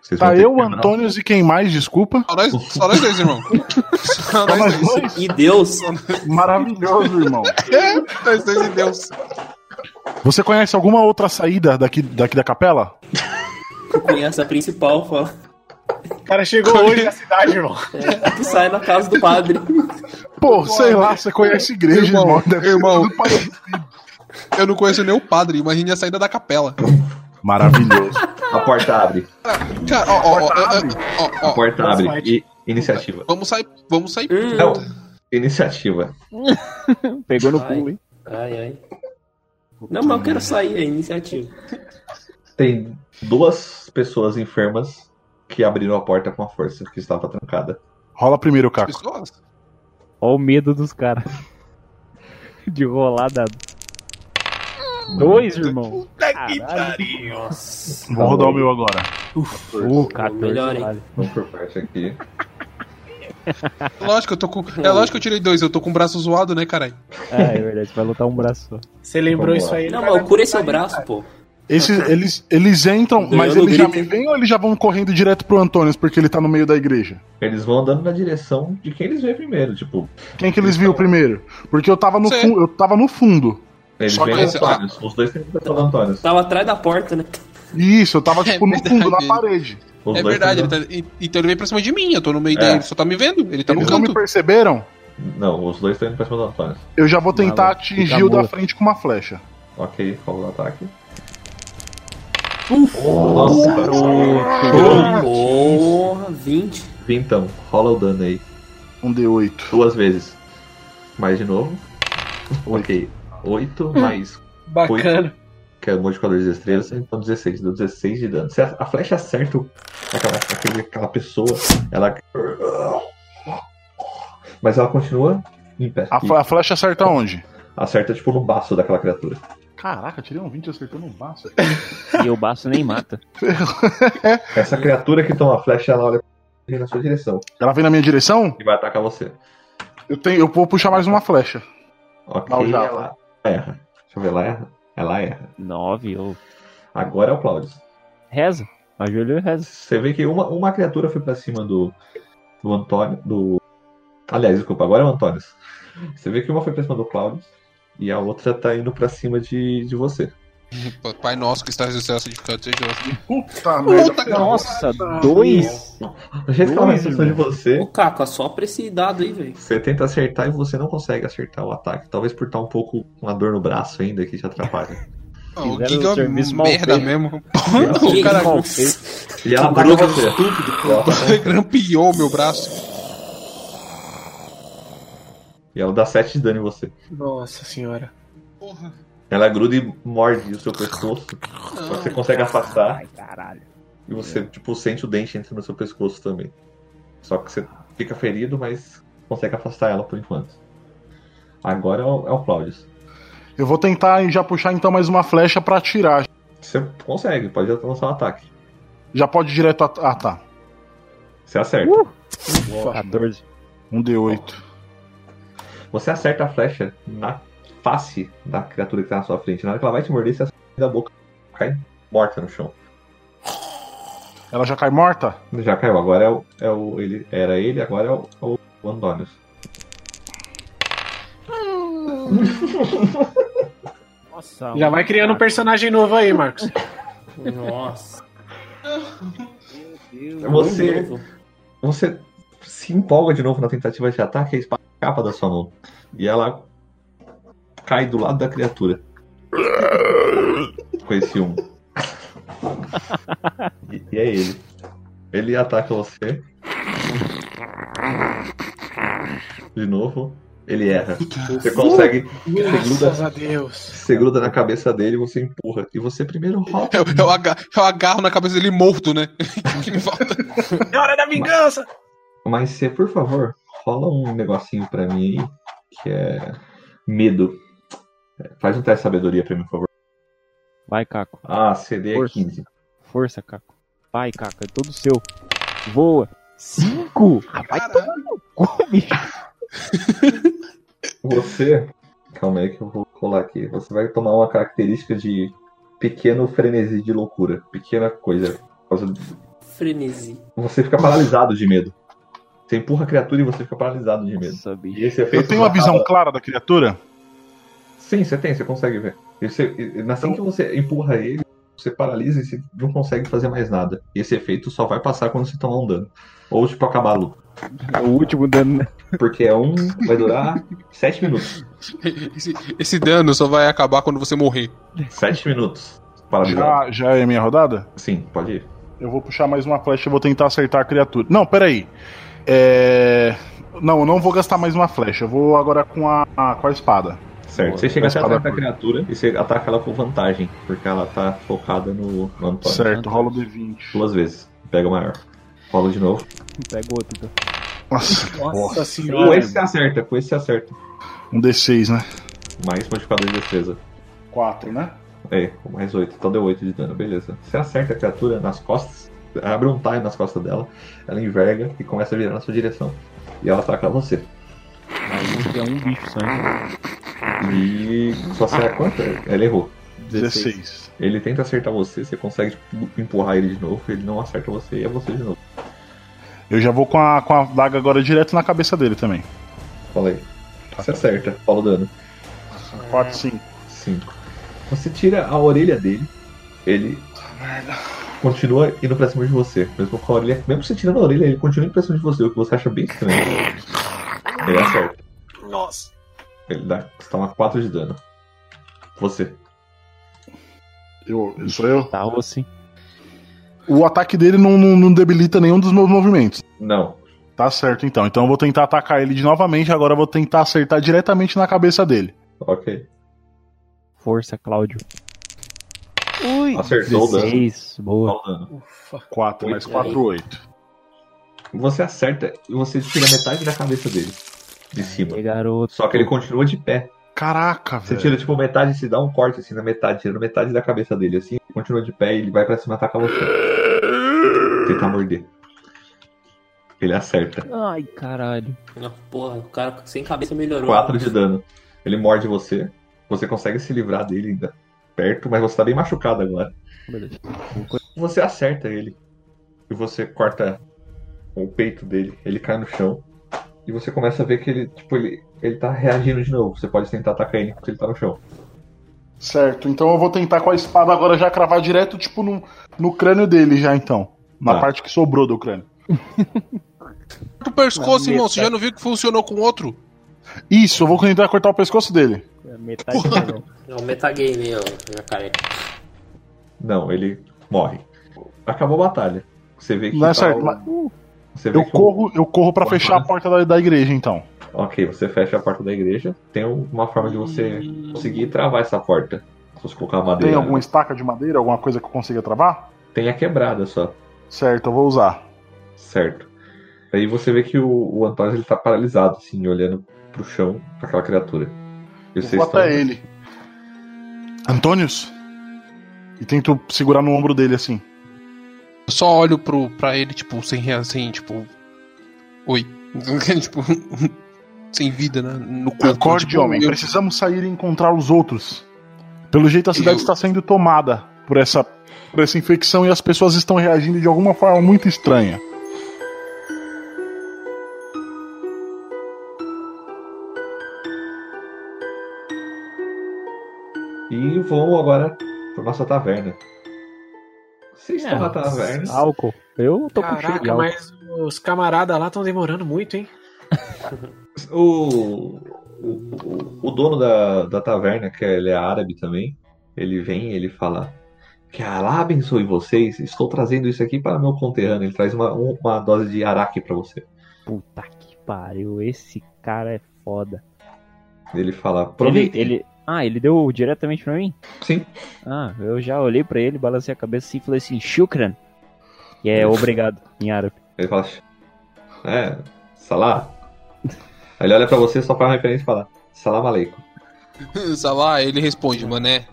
Vocês vão Tá ter eu, que terminar- Antônios e quem mais, desculpa. Só nós, só nós [laughs] dois, irmão. Só Só nós nós dois. dois? E Deus, Maravilhoso, irmão. É, nós dois e Deus. Você conhece alguma outra saída daqui, daqui da capela? tu conhece a principal, fala. O cara chegou hoje é na cidade, irmão. Tu sai na casa do padre. Pô, sei lá, você conhece igreja, Irmão, irmão. Deve ser irmão. tudo parecido. Eu não conheço nem o padre, imagine a saída da capela. Maravilhoso. A porta abre. Cara, ó, ó, ó, Porta ó, abre? ó, ó, A porta Nossa, abre. mas- E iniciativa. Vamos sair, vamos sair. Hum. Não, iniciativa. pegou no Ai. pulo, hein? Ai, ai. Não, mas eu quero sair, é iniciativa. Tem duas pessoas enfermas que abriram a porta com a força que estava trancada. Rola primeiro, Caco. Pessoas? Ó o medo dos caras. [laughs] De rolar dado. Dois, irmão. Caralho. é Nossa. Vou rodar o meu agora. Uh, 14. Melhor, hein? vale. Vamos por parte aqui. Lógico, eu tô com. É lógico que eu tirei dois, eu tô com o braço zoado, né, caralho? Ah, é verdade, vai lutar um braço só. Você lembrou Vamos isso lá. aí? Não, cara, mas cura seu tá aí, braço, cara. pô. Esses, eles, eles entram, Ganhou mas no eles já grito, me hein? vêm ou eles já vão correndo direto pro Antônios porque ele tá no meio da igreja? Eles vão andando na direção de quem eles veem primeiro. Tipo, Quem que eles viram primeiro? Porque eu tava no, Então. Sim. fun- eu tava no fundo. eles Só veem que- o Antônios. Os dois têm que do Antônios. Tava atrás da porta, né? Isso, eu [laughs] tava tipo no É verdade. fundo, na parede. Os É dois verdade, ele têm- tá... e- então ele veio pra cima de mim, eu tô no meio É. dele, ele só tá me vendo, ele tá no Eles não me canto. perceberam? Não, os dois estão indo pra cima do Antônios. Eu já vou tentar Maluco, atingir fica o da morto. frente com uma flecha. Ok, rola o ataque. Nossa, um Porra. Porra, 20. Então, rola o dano aí. Um D8. Duas vezes. Mais de novo. Ok. 8 Hum, mais. Bacana. Que é o modificador de destreza, então 16. Deu 16 de dano. Se a, a flecha acerta o- aquela, aquele- aquela pessoa, ela. Mas ela continua em pé. A, E fle- a flecha acerta onde? Acerta tipo no baço daquela criatura. Caraca, tirei um 20 acertando um baço. E o baço nem mata. Essa criatura que toma a flecha, ela olha na sua direção Ela vem na minha direção? e vai atacar você. Eu, tenho, eu vou puxar mais uma flecha. Ok, Mal já. ela erra. Deixa eu ver, ela erra. Ela erra. Nove, ou... Agora é o Claudio. Reza. Ajoelho e reza. Você vê que uma, uma criatura foi pra cima do, do Antônio. Do... Aliás, desculpa, agora é o Antônio. Você vê que uma foi pra cima do Claudio e a outra tá indo pra cima de, de você. Pai nosso que está no céu, santificado seja o vosso nome. Puta Puta, merda. cara. Nossa, dois? Do jeito que ela vai pra cima de irmão. Ô, você, Caco, assopra esse dado aí, velho. você tenta acertar e você não consegue acertar o ataque. Talvez por estar um pouco com uma dor no braço ainda que te atrapalha. Ah, O Fizeram Gig é um uma serviço mal merda feito. mesmo. Que [laughs] O cara mal feito. Esse- E ela [laughs] Que ataca broca você. estúpido, Ela pô. ataca- grampeou meu braço. E ela dá 7 de dano em você. Nossa senhora. Porra. Ela gruda e morde o seu pescoço. Você consegue afastar. Ai, caralho. E você, tipo, sente o dente entrando no seu pescoço também. Só que você fica ferido, mas consegue afastar ela por enquanto. Agora é o, é o Claudius. Eu vou tentar já puxar então mais uma flecha pra atirar. Você consegue, pode lançar um ataque. Já pode direto. at- Ah, tá. Você acerta. 14. Um D8. Você acerta a flecha na face da criatura que tá na sua frente. Na hora que ela vai te morder, você assume da boca cai morta no chão. Ela já cai morta? Já caiu, agora é o. É o ele, era ele, agora é o, é o Antônio. Nossa, Já vai criando um personagem novo aí, Marcos. Nossa. Deus. Você- Novo. Você se empolga de novo na tentativa de ataque e a espada escapa da sua mão. E ela cai do lado da criatura. Com esse um. E, e é ele. Ele ataca você. De novo. Ele erra. Você consegue. Você gruda, Graças a Deus. você gruda na cabeça dele, você empurra. E você primeiro rola. Eu, eu é aga- eu agarro na cabeça dele morto, né? [laughs] que me falta. [laughs] É hora da vingança! Mas você, por favor, rola um negocinho pra mim aí, que é medo. É, Faz um teste de sabedoria pra mim, por favor. Vai, Caco. Ah, CD é Força. 15. Força, Caco. Vai, Caco. É todo seu. Voa. Cinco! Rapaz, Caralho. toma no cu, bicho. Você. Calma aí que eu vou rolar aqui. Você vai tomar uma característica de pequeno frenesi de loucura. Pequena coisa. Por causa do- Frenesi. Você fica paralisado de medo. Você empurra a criatura e você fica paralisado de medo. Nossa, bicho. E esse efeito. Eu tenho uma visão acaba- clara da criatura? Sim, você tem, você consegue ver. E você- e- e assim que você empurra ele, você paralisa e você não consegue fazer mais nada. E esse efeito só vai passar quando você tomar um dano. Ou tipo, acabar a luta. É o último dano, né? Porque é um. Vai [laughs] durar 7 minutos. Esse, esse dano só vai acabar quando você morrer. 7 minutos. Paralisado. Já, já é minha rodada? Sim, pode ir. Eu vou puxar mais uma flecha e vou tentar acertar a criatura. Não, peraí. É. Não, eu não vou gastar mais uma flecha. Eu vou agora com a, com a espada. Certo. Você chega Vai até espada atrás da curta. criatura e você ataca ela com vantagem. Porque ela tá focada no, no Antônio. Certo, rola o D20. Duas vezes. Pega o maior. Rola de novo. Pega outro, então. Nossa, Nossa Com senhora. esse você acerta, com esse você acerta. um D6, né? Mais modificador de defesa. 4, né? É, com mais 8, então deu 8 de dano, beleza. Você acerta a criatura nas costas, abre um taio nas costas dela, ela enverga e começa a virar na sua direção. E ela ataca você. Aí tem um bicho só. E sua serra quanto? Ela errou. 16. Ele tenta acertar você, você consegue tipo, empurrar ele de novo, ele não acerta você e é você de novo. Eu já vou com a, com a daga agora direto na cabeça dele também. Fala aí. Tá Você acerta, fala o dano. É. 4, 5. 5. Você tira a orelha dele, ele continua indo pra cima de você. Mesmo com a orelha. Mesmo você tirando a orelha, ele continua indo pra cima de você, o que você acha bem estranho. Ele acerta. Nossa. Ele dá, você toma 4 de dano. Você. Eu, sou eu. Tá, ou assim. O ataque dele não, não- não debilita nenhum dos meus movimentos. Não. Tá certo, então. Então eu vou tentar atacar ele de novamente. Agora eu vou tentar acertar diretamente na cabeça dele. Ok. Força, Cláudio. Ui! Acertou o dano. 16, Fala boa. o dano. Ufa. 4 mais Oito. 4, 8. Você acerta e você tira metade da cabeça dele. De E cima. garoto. Só que ele continua de pé. Caraca, Você velho. tira tipo metade, se dá um corte assim na metade, tirando metade da cabeça dele assim, ele continua de pé e ele vai pra cima atacar você. Tentar morder. Ele acerta. Ai, caralho. Na Porra, o cara sem cabeça melhorou. 4 de dano. Ele morde você. Você consegue se livrar dele ainda perto, mas você tá bem machucado agora. Beleza. Você acerta ele. E você corta o peito dele. Ele cai no chão. E você começa a ver que ele, tipo, ele, ele tá reagindo de novo. Você pode tentar atacar ele enquanto ele tá no chão. Certo, então eu vou tentar com a espada agora já cravar direto, tipo, no, no crânio dele já, então. Na Tá. parte que sobrou do crânio. O pescoço, irmão, você já não viu que funcionou com outro? Isso, eu vou tentar cortar o pescoço dele. É Metade do dano. É o metagame aí, ó, jacaré. Não, ele morre. Acabou a batalha. Você vê que. Não é tá certo, o- mas Você vê eu que o- corro, eu corro pra Corre, fechar a né? porta da, da igreja, então. Ok, você fecha a porta da igreja. Tem uma forma de você conseguir travar essa porta. Se você colocar a madeira. Tem alguma estaca de madeira, alguma coisa que eu consiga travar? Tem a quebrada só. Certo, eu vou usar. Certo. Aí você vê que o, o Antônio ele tá paralisado, assim, olhando pro chão, pra aquela criatura. E Eu vou até ele. Antônios? E tento segurar no ombro dele assim. Eu só olho [laughs] pro, pra ele, tipo, sem reação, tipo. Oi. tipo, sem vida né, no corpo. Acorde, Tipo, homem. eu- Precisamos sair e encontrar os outros. Pelo jeito, a cidade Eu- está sendo tomada por essa, por essa infecção e as pessoas estão reagindo de alguma forma muito estranha. E vamos agora pra nossa taverna. Vocês É, estão na taverna. Álcool. Eu tô com cheiro de é Caraca, álcool. mas os camaradas lá estão demorando muito, hein? O, o, o dono da, da taverna, que ele é árabe também, ele vem e ele fala: Que Allah abençoe vocês, estou trazendo isso aqui para meu conterrâneo. Ele traz uma, um, uma dose de araque para você. Puta que pariu, esse cara é foda. Ele fala: Ele, Aproveitem. ele... Ah, ele deu diretamente pra mim? Sim, Ah, eu já olhei pra ele, balancei a cabeça assim e falei assim, shukran. E [laughs] é obrigado, em árabe. ele fala: É, salam. Aí ele olha para você só para referência e fala: Salam aleikum. [laughs] Sei lá, ele responde, É. mané.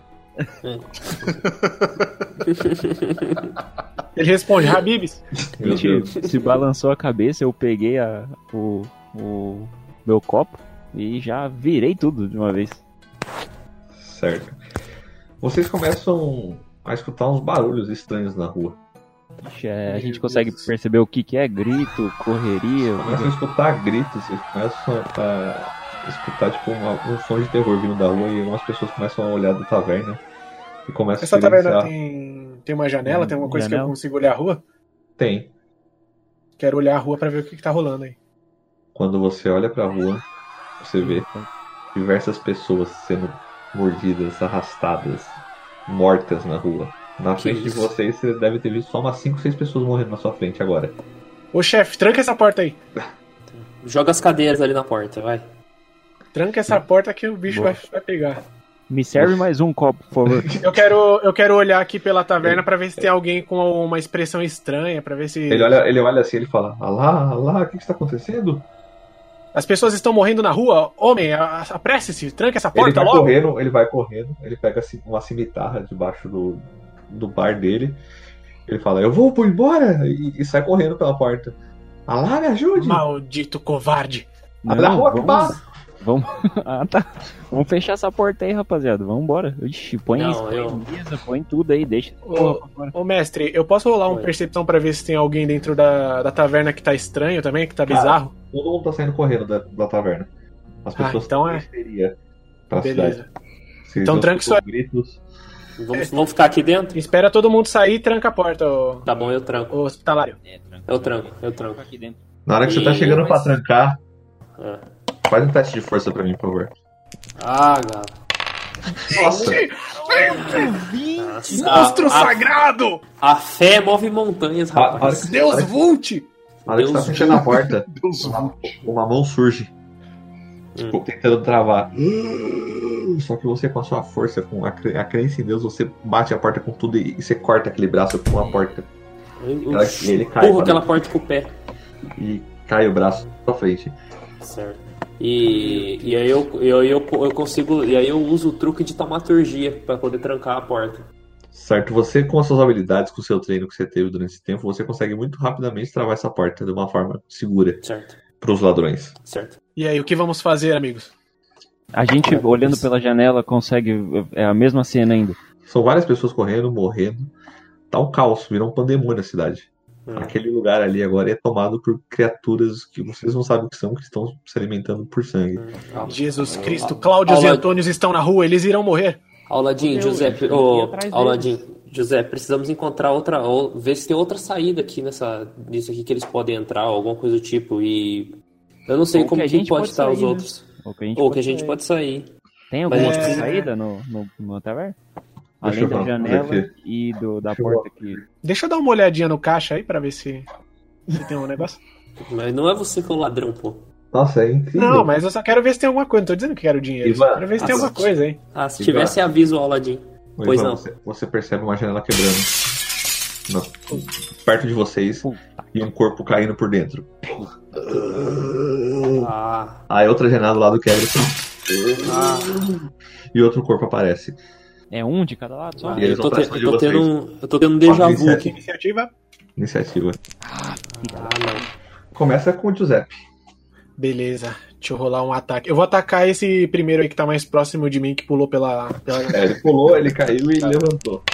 Ele responde, Habibs. A Meu Deus. gente se balançou a cabeça, eu peguei a, o, o meu copo e já virei tudo de uma vez. Certo. Vocês começam a escutar uns barulhos estranhos na rua. Ixi, é, a gente consegue perceber o que, que é grito, correria. Começam a escutar gritos, vocês começam a escutar tipo uma- um som de terror vindo da rua e algumas pessoas começam a olhar da taverna e começam a Essa taverna silenciar. tem, tem uma janela, tem alguma coisa que Janela. eu consigo olhar a rua? Tem. Quero olhar a rua pra ver o que, que tá rolando aí. Quando você olha pra rua, você vê diversas pessoas sendo mordidas, arrastadas, mortas na rua. Na Que frente de isso? vocês, você deve ter visto só umas 5, 6 pessoas morrendo na sua frente agora. Ô chefe, tranca essa porta aí. Joga as cadeiras ali na porta, vai. Tranca essa porta que o bicho Boa. vai, vai pegar. Me serve mais um copo, [laughs] por favor. Eu quero, eu quero olhar aqui pela taverna pra ver se tem alguém com uma expressão estranha, pra ver se. Ele olha, ele olha assim, ele fala: Alá, Alá, o que que está acontecendo? As pessoas estão morrendo na rua. Homem, a- apresse-se, tranca essa Ele porta vai logo. correndo, ele vai correndo, ele pega ci- uma cimitarra debaixo do, do bar dele. Ele fala, eu vou por embora! E, e sai correndo pela porta. Alá, me ajude! Maldito covarde. Abre a Não, rua, que vamos, passa! vamos, [laughs] ah, tá. vamos fechar essa porta aí, rapaziada. Vamos embora. Ixi, põe Não, isso, põe eu- mesa, põe tudo aí, deixa. Ô, Porra, pra fora. Ô mestre, eu posso rolar uma Oi. percepção pra ver se tem alguém dentro da, da taverna que tá estranho também, que tá Cara, bizarro? Todo mundo tá saindo correndo da, da taverna. As Ah, pessoas então é. histeria pra cidade. Beleza. Vocês Então não tranca escutam isso gritos. Vamos, vamos ficar aqui dentro? Espera todo mundo sair e tranca a porta, ô, Tá bom, eu tranco. ô talário. É, Eu tranco, eu tranco. Aqui dentro. Na hora que você tá Ih, chegando mas- pra trancar, É. faz um teste de força pra mim, por favor. Ah, gato. Nossa! Nossa, Ah, a- a- sagrado! A fé move montanhas, A- a hora rapaz. que, Deus volte! na hora que você tá Deus fechando a porta, [laughs] Deus uma, uma mão surge. Tipo, tentando travar. Hum, Só que você, com a sua força, com a, cre- a crença em Deus, você bate a porta com tudo e, e você corta aquele braço com a porta. Eu- Ela- eu ele cai, mano. empurro aquela porta com o pé. E cai o braço pra frente. Certo. E, e aí eu, eu, eu, eu consigo. E aí eu uso o truque de taumaturgia pra poder trancar a porta. Certo? Você, com as suas habilidades, com o seu treino que você teve durante esse tempo, você consegue muito rapidamente travar essa porta de uma forma segura Certo, pros ladrões. certo. E aí, o que vamos fazer, amigos? A gente, olhando pela janela, consegue. É a mesma cena ainda. São várias pessoas correndo, morrendo. Tá um caos, virou um pandemônio na cidade. Hum. Aquele lugar ali agora é tomado por criaturas que vocês não sabem o que são, que estão se alimentando por sangue. Ah, Jesus Cristo, Cláudio e Olá. Antônio estão na rua, eles irão morrer. Auladinho, Meu, Giuseppe, eu ia ô, atrás deles. Auladinho, José, precisamos encontrar outra, ou, ver se tem outra saída aqui nessa, nisso aqui que eles podem entrar, ou alguma coisa do tipo, e eu não sei Ou como que a quem gente pode, pode estar os sair, né? outros, Ou que a gente, ou pode que a gente sair. pode sair. Tem alguma Mas a outra gente- saída no, no, no taverna? Deixa Além eu da ver, janela vamos ver e do, da Deixa eu porta que. Deixa eu dar uma olhadinha no caixa aí pra ver se, se tem um negócio. Mas não é você que é o ladrão, pô. Nossa, é incrível. Não, mas eu só quero ver se tem alguma coisa. Não tô dizendo que quero dinheiro. só Ivan, quero ver se tem alguma assiste. coisa, hein? Ah, se Exato. tivesse aviso, Auladinho. Mas, Pois mano, não. Você, você percebe uma janela quebrando. Não. Perto de vocês e um corpo caindo por dentro. Um. Ah, Aí outra janela do lado quebra ah, e outro corpo aparece. É um de cada lado só? ah, E eles eu, vão tô pra te- cima eu de tô vocês. tendo um, eu tô tendo um déjà vu Quatro, aqui. Iniciativa? Iniciativa. Ah, não. Começa com o Giuseppe. Beleza, deixa eu rolar um ataque. Eu vou atacar esse primeiro aí que tá mais próximo de mim, que pulou pela. pela... É, ele pulou, ele caiu e levantou.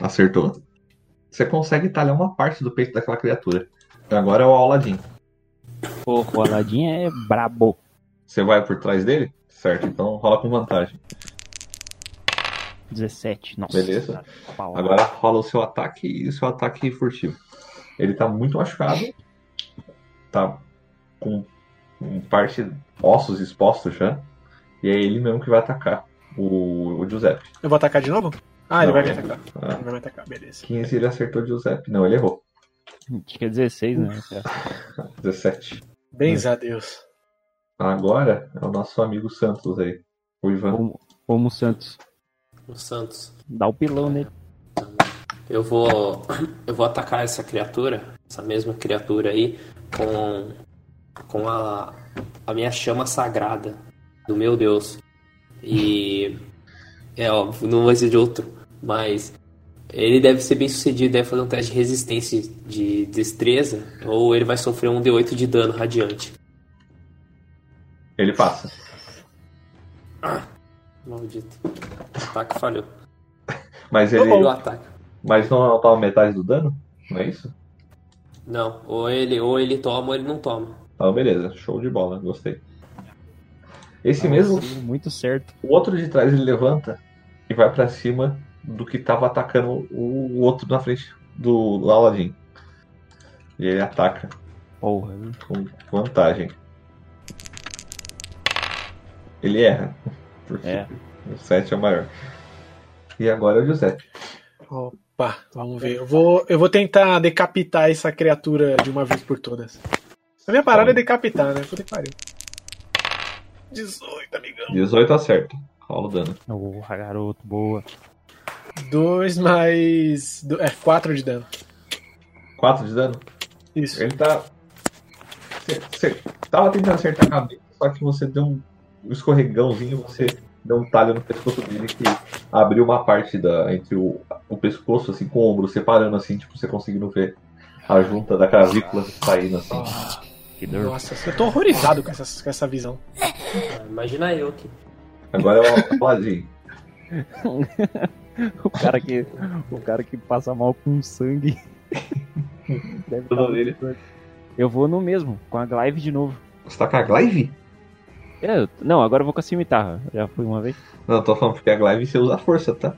Acertou. Você consegue talhar uma parte do peito daquela criatura. Agora é o Aladim. Pô, o Aladim é brabo. Você vai por trás dele? Certo, então rola com vantagem. 17, nossa. Beleza. Pau. Agora rola o seu ataque e o seu ataque furtivo. Ele tá muito machucado. Tá com, com parte ossos expostos já. E é ele mesmo que vai atacar o, o Giuseppe. Eu vou atacar de novo? Ah, Não, ele vai me é. atacar. Ah. Ele vai me atacar, beleza. 15 ele acertou o Giuseppe. Não, ele errou. Acho que é 16, né? Esse é- 17. Bens a Deus. Agora é o nosso amigo Santos aí. O Ivan. Como, como o Santos. O Santos. Dá o pilão nele. Eu vou. [coughs] Eu vou atacar essa criatura, essa mesma criatura aí, com. com a. a minha chama sagrada. Do meu Deus. E. É óbvio, não vai ser de outro. Mas. Ele deve ser bem sucedido, deve fazer um teste de resistência de destreza, ou ele vai sofrer um D8 de dano radiante. Ele passa. Maldito. O ataque falhou. Mas ele. Falhou o ataque. Mas não toma metade do dano? Não é isso? Não, ou ele, ou ele toma ou ele não toma. Ah, beleza. Show de bola. Gostei. Esse mesmo Muito certo. O outro de trás ele levanta e vai pra cima do que tava atacando o o outro na frente do Aladdin. E ele ataca Porra, né? viu? com vantagem. Ele erra. Porque É. o 7 é o maior. E agora é o Giuseppe. Opa, vamos ver. Eu vou, eu vou tentar decapitar essa criatura de uma vez por todas. A minha parada é decapitar, né? Puta que pariu. 18, amigão. 18 acerta. Rola o dano. Porra, garoto, boa. 2 mais. do- É, 4 de dano. 4 de dano. Isso. Ele tá. Você tava tentando acertar a cabeça, só que você deu um um escorregãozinho, você deu um talho no pescoço dele que abriu uma parte da, entre o, o pescoço, assim, com o ombro, separando assim, tipo, você conseguindo ver a junta da clavícula saindo assim. Que dor. Nossa, eu tô horrorizado com essa, com essa visão. Ah, Imagina eu aqui. Agora é [laughs] o Aladdin. O cara que, o cara que passa mal [laughs] com sangue. Deve tá Toda muito doido. Eu vou no mesmo, com a Glive de novo. Você tá com a Glaive? É, eu- não, agora eu vou com a cimitarra. Já fui uma vez? Não, eu tô falando porque a Glaive você usa a força, tá?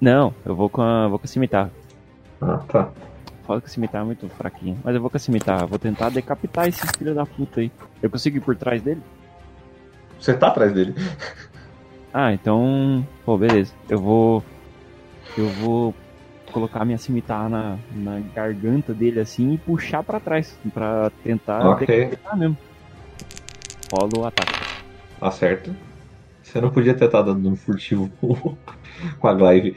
Não, eu vou com a, vou com a cimitarra. Ah, tá. Fala que a cimitarra é muito fraquinho. Mas eu vou com a cimitarra. Vou tentar decapitar esse filho da puta aí. Eu consigo ir por trás dele? Você tá atrás dele. Ah, então. Pô, beleza. Eu vou. Eu vou colocar minha cimitarra na, na garganta dele assim e puxar pra trás. Pra tentar Ah, Ok. decapitar mesmo. Rola o ataque. Acerta. Tá Você não podia ter estado dando um furtivo [laughs] com- com a Glaive.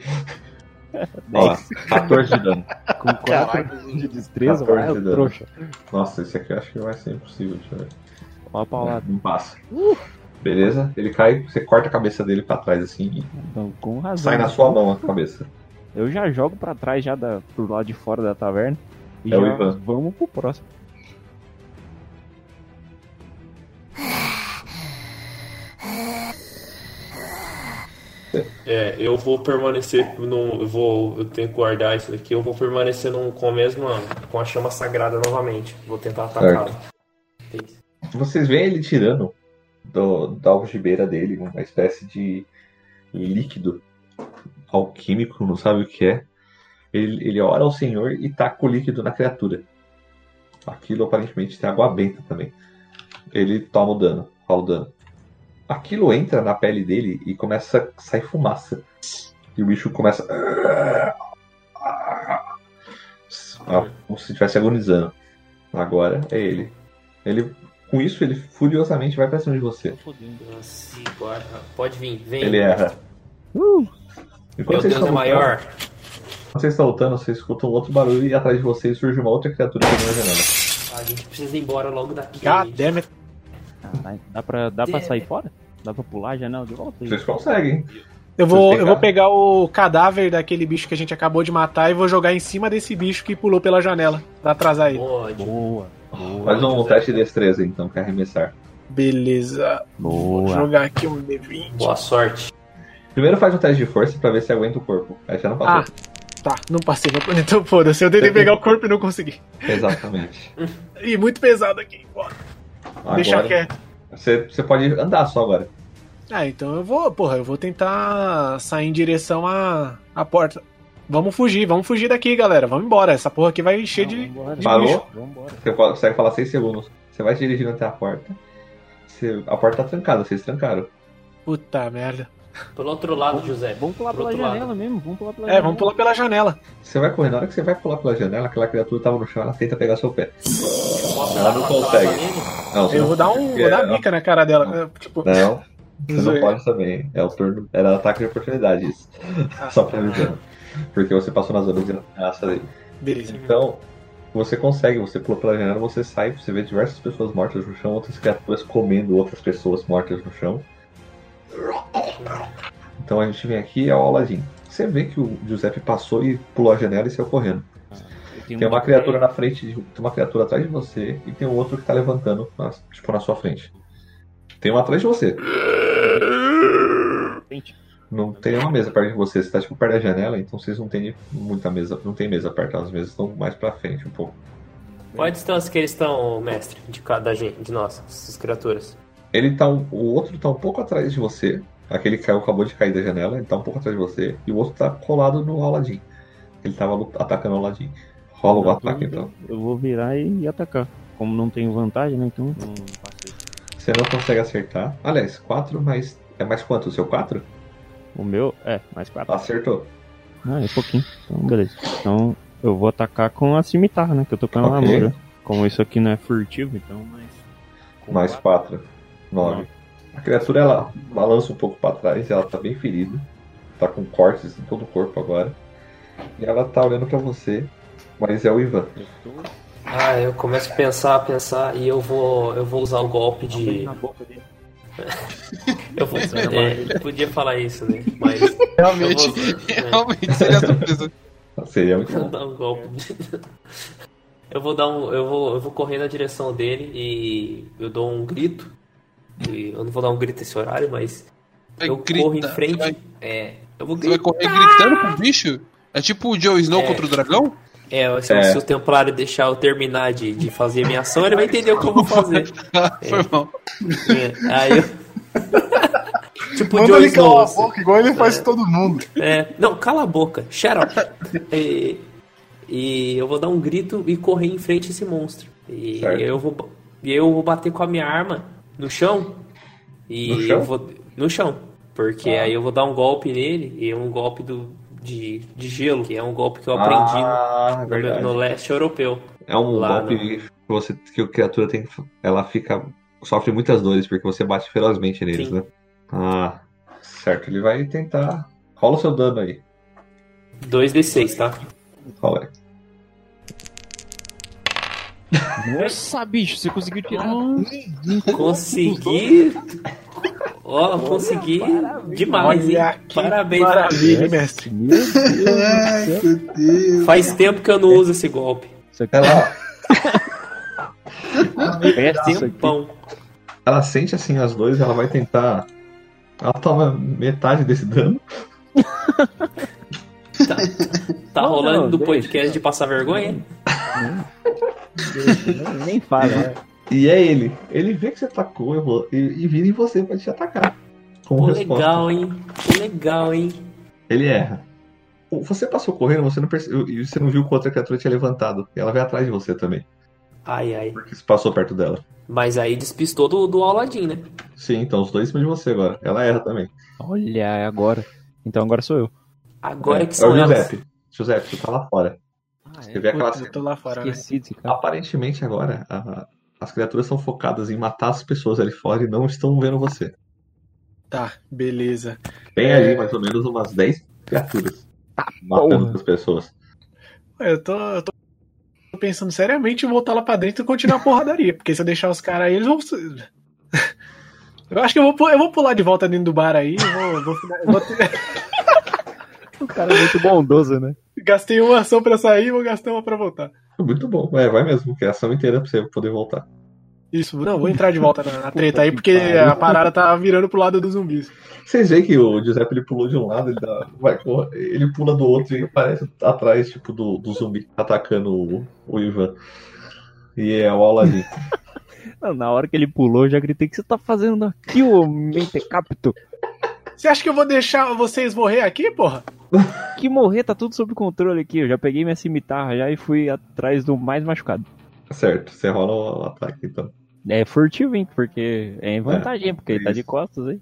Ó, lá, 14 de dano. Com 4 de destreza, vai, Caralho. ô trouxa. Nossa, esse aqui eu acho que vai ser impossível, deixa eu ver. Né, Ó a paulada. Não passa. Beleza? Ele cai, você corta a cabeça dele pra trás assim Então, com e razão. sai na sua mão a cabeça. Eu já jogo pra trás, já da, pro lado de fora da taverna. E É o já Ivan. vamos pro próximo. É, eu vou permanecer no. Eu vou. Eu tenho que guardar isso daqui. Eu vou permanecer no, com a mesma. Com a chama sagrada novamente. Vou tentar atacá-lo. Vocês veem ele tirando do, da algibeira dele uma espécie de um líquido alquímico, não sabe o que é. Ele, ele ora ao Senhor e taca o líquido na criatura. Aquilo aparentemente tem água benta também. Ele toma o dano, rola o dano. Aquilo entra na pele dele e começa a sair fumaça. E o bicho começa. Ah, Como se estivesse agonizando. Agora é ele. Ele com isso, ele furiosamente vai pra cima de você. Nossa, guarda. Pode vir, vem. Ele erra. Meu Enquanto vocês, Deus estão é maior. Lutando, quando vocês estão lutando, vocês escutam um outro barulho e atrás de vocês surge uma outra criatura que não é janela. A gente precisa ir embora logo daqui. God damn it. Caralho, Dá pra, dá pra sair fora? Dá pra pular a janela de volta? Vocês conseguem. Eu vou, Vocês eu vou pegar o cadáver daquele bicho que a gente acabou de matar e vou jogar em cima desse bicho que pulou pela janela pra atrasar ele. Pode. Boa. Faz um teste de destreza então, quer arremessar. Beleza. Vou Boa. jogar aqui um D20. Boa sorte. Primeiro faz um teste de força pra ver se aguenta o corpo. Aí já não Ah, passou. tá. Não passei. não- Então foda-se. Eu tentei pegar o corpo e não consegui. Exatamente. Ih, muito pesado aqui. Bora, Agora, Deixa quieto. Você, você pode andar só agora. Ah, então eu vou. Porra, eu vou tentar sair em direção à, à porta. Vamos fugir, vamos fugir daqui, galera. Vamos embora. Essa porra aqui vai encher de. de Parou? bicho. Vambora. Você pode- consegue falar 6 segundos. Você vai se dirigindo até a porta. Você- a porta tá trancada, vocês trancaram. Puta merda. Pelo outro lado, José. Vamos pular Pro pela outro lado. janela mesmo, vamos pular pela É, vamos pular pela janela. Você vai correndo, na hora que você vai pular pela janela, aquela criatura tava no chão, ela tenta pegar seu pé. Posso Ela dar não uma consegue. patada nele? Não, você Eu vou dar um. Vou dar uma bica na cara dela. É, Tipo, Não, você não zoeira. pode também. É o turno. Era ataque de oportunidade isso. Tá Só ah, pra avisar. Porque você passou na zona de ameaça dele. Beleza. Então, você consegue, você pula pela janela, você sai, você vê diversas pessoas mortas no chão, outras criaturas comendo outras pessoas mortas no chão. Então a gente vem aqui ao Aladim. Você vê que o Giuseppe passou e pulou a janela e saiu correndo. Tem uma criatura na frente, de- tem uma criatura atrás de você e tem um outro que tá levantando, na- tipo, na sua frente. Tem uma atrás de você. Não tem uma mesa perto de você, você tá tipo perto da janela, então vocês não tem muita mesa, não tem mesa perto, as mesas estão mais pra frente um pouco. Qual a distância que eles estão, mestre, de cada gente, de nós, essas criaturas? Ele tá um- o outro tá um pouco atrás de você. Aquele que caiu acabou de cair da janela, ele tá um pouco atrás de você. E o outro tá colado no Aladim. Ele tava lu- atacando o Aladim. Rola o ataque então. Eu vou virar e atacar. Como não tenho vantagem, né? Então. Não passei. Você não consegue acertar. Aliás, 4 mais. É mais quanto? O seu 4? O meu é mais quatro. Acertou. Ah, é pouquinho. Então, beleza. Então, eu vou atacar com a cimitarra, né? Que eu tô com a Ok. armadura. Como isso aqui não é furtivo, então, mas. com Mais quatro. 4. 9. A criatura ela balança um pouco pra trás, ela tá bem ferida. Tá com cortes em todo o corpo agora. E ela tá olhando pra você, mas é o Ivan. Eu tô Ah, eu começo a pensar, a pensar, e eu vou, eu vou usar o golpe de. na boca dele. [laughs] Eu vou, é, podia falar isso, né? [laughs] Mas. Realmente, eu vou- [laughs] realmente seria surpresa. Seria muito é, vou bom. dar um golpe. de- [laughs] Eu vou dar um. Eu vou, eu vou correr na direção dele e eu dou um grito. E eu não vou dar um grito nesse horário, mas. Vai eu corro em gritar, frente. vai- É. Eu vou Você vai gritar. correr gritando com o bicho? É tipo o Joe Snow É. contra o dragão? [laughs] É, se, É. se o Templário deixar eu terminar de, de fazer a minha ação, ele vai entender o que eu vou fazer. Ah, Foi mal. É, aí eu. [laughs] tipo o Manda Joe ele Snow. calar a assim. boca, igual ele faz com todo mundo. É, não, cala a boca, shut up. E, e eu vou dar um grito e correr em frente a esse monstro. E Certo. eu vou ba- e eu vou bater com a minha arma no chão. E No chão? Ah. eu vou no chão, porque aí eu vou dar um golpe nele e é um golpe do de, de gelo, que é um golpe que eu aprendi no- Ah, no, verdade. no leste europeu. É um Lá, golpe não. que, você, que a criatura tem. Ela fica. sofre muitas dores, porque você bate ferozmente neles, Sim. né? Ah, certo. Ele vai tentar. Rola o seu dano aí. [laughs] 2d6, tá? Rola aí. Nossa, bicho, você conseguiu tirar. Consegui. Ó, consegui demais, hein? Olha é que Parabéns, maravilha, mestre. Meu Deus do céu. Faz tempo que eu não uso esse golpe. Isso aqui Ela, é isso aqui. Tempão. ela sente assim as dores, ela vai tentar. Ela toma metade desse dano. Tá Não, rolando não, do deixa, podcast não. de passar vergonha? Nem- Nem fala, né? E é ele. Ele vê que você atacou eu vou- e, e vira em você pra te atacar. Como Pô, resposta. legal, hein? Pô, legal, hein? Ele erra. Você passou correndo, você não percebeu. E você não viu que outra criatura tinha levantado. E ela veio atrás de você também. Ai, ai. Porque você passou perto dela. Mas aí despistou do, do Aladdin, né? Sim, então os dois em cima de você agora. Ela erra também. Olha, é agora. Então agora sou eu. Agora é, que é o são elas. É, Giuseppe. Giuseppe, você tá lá fora. Ah, Você vê aquela Putz, eu cena. tô lá fora, né? Esqueci desse cara. Aparentemente agora, a- as criaturas são focadas em matar as pessoas ali fora e não estão vendo você. Tá, beleza. Tem É. ali mais ou menos umas 10 criaturas matando porra. as pessoas. Eu tô, eu tô pensando seriamente em voltar lá pra dentro e continuar a porradaria. Porque se [laughs] eu deixar os caras aí, eles vão. Eu acho que eu vou, pu- eu vou pular de volta dentro do bar aí. eu Vou, vou, final- eu vou ter- O cara é muito bondoso, né? gastei uma ação pra sair, vou gastar uma pra voltar. [laughs] Muito bom. É, vai mesmo, que é a ação inteira pra você poder voltar. Isso, não, vou [laughs] entrar de volta na, na treta aí, porque a parada tá virando pro lado dos zumbis. Vocês veem que o Giuseppe ele pulou de um lado, ele, dá- vai cor- ele pula do outro e aparece atrás, tipo, do, do zumbi atacando o, o Ivan. E é o Aladdin. Não, na hora que ele pulou, eu já gritei: O que você tá fazendo aqui, ô mentecapto? Você acha que eu vou deixar vocês morrer aqui, porra? Que morrer, tá tudo sob controle aqui. Eu já peguei minha cimitarra já e fui atrás do mais machucado. certo, você rola o ataque então. É furtivo, hein? Porque é em vantagem, porque ele tá de costas aí.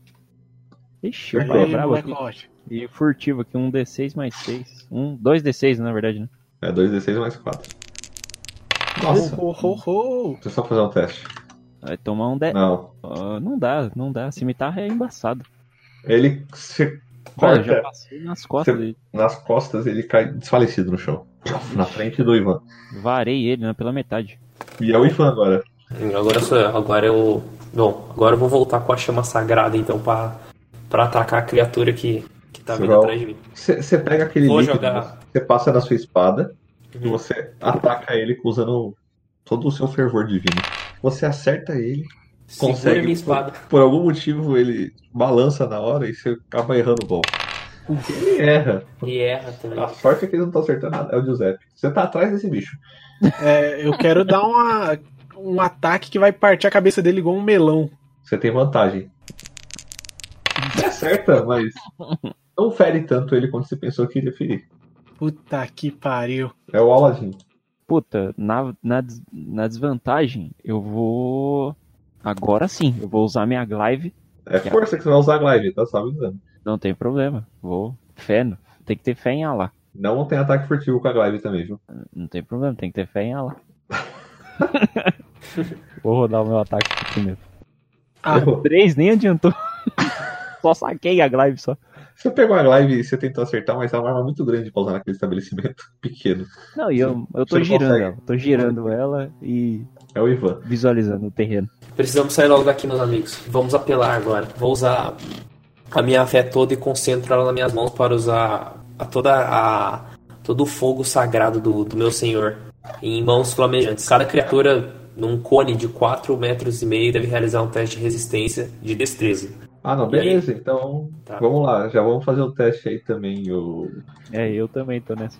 Ixi, eu Aí, falei bravo aqui. molecote. E furtivo aqui, um D6 mais 6. Um, dois D6, na verdade, né? É 2d6 mais 4. Nossa, Ho, ho, ho, ho. deixa eu só fazer um teste. Vai tomar um D. Não. Ah, não dá, não dá. Cimitarra é embaçado. Ele se Cara, eu corta já passei nas costas dele. nas costas, ele cai desfalecido no chão. Na frente do Ivan. Varei ele, né? Pela metade. E é o Ivan agora. Agora sou eu. Agora eu. Bom, agora eu vou voltar com a chama sagrada, então, pra, pra atacar a criatura que, que tá Você vindo vai- atrás de mim. Você você pega aquele É, Vou líquido, jogar. você passa na sua espada e Uhum. você ataca ele usando todo o seu fervor divino. Você acerta ele, Segura Consegue. minha espada. por algum motivo ele balança na hora e você acaba errando o gol. Ele erra. E erra também. A sorte é que ele não tá acertando nada. É o Giuseppe. Você tá atrás desse bicho. É, eu quero dar uma, um ataque que vai partir a cabeça dele igual um melão. Você tem vantagem. Você acerta, mas não fere tanto ele quanto você pensou que iria ferir. Puta que pariu. É o Aladdin. Puta, na, na, des- na desvantagem, eu vou. Agora sim, eu vou usar minha glaive. É força que você vai usar a glide, tá? Sabe usando. Não tem problema. Vou. Fé, no- tem que ter fé em Allah. Não tem ataque furtivo com a glide também, viu? Não tem problema, tem que ter fé em Allah. [laughs] vou rodar o meu ataque aqui primeiro. Ah, Errou. Três [laughs] nem adiantou. só saquei a glaive só. Você pegou a live e você tentou acertar, mas é uma arma muito grande pra usar naquele estabelecimento [laughs] pequeno. Não, e eu, eu Você tô não girando consegue. ela. Tô girando ela e É o Ivan. visualizando o terreno. Precisamos sair logo daqui, meus amigos. Vamos apelar agora. Vou usar a minha fé toda e concentro ela nas minhas mãos para usar a toda a todo o fogo sagrado do, do meu senhor em mãos flamejantes. Cada criatura num cone de 4 metros e meio deve realizar um teste de resistência de destreza. Ah, não, E aí? beleza. Então, Tá. vamos lá. Já vamos fazer o teste aí também. O, É, eu também tô nessa.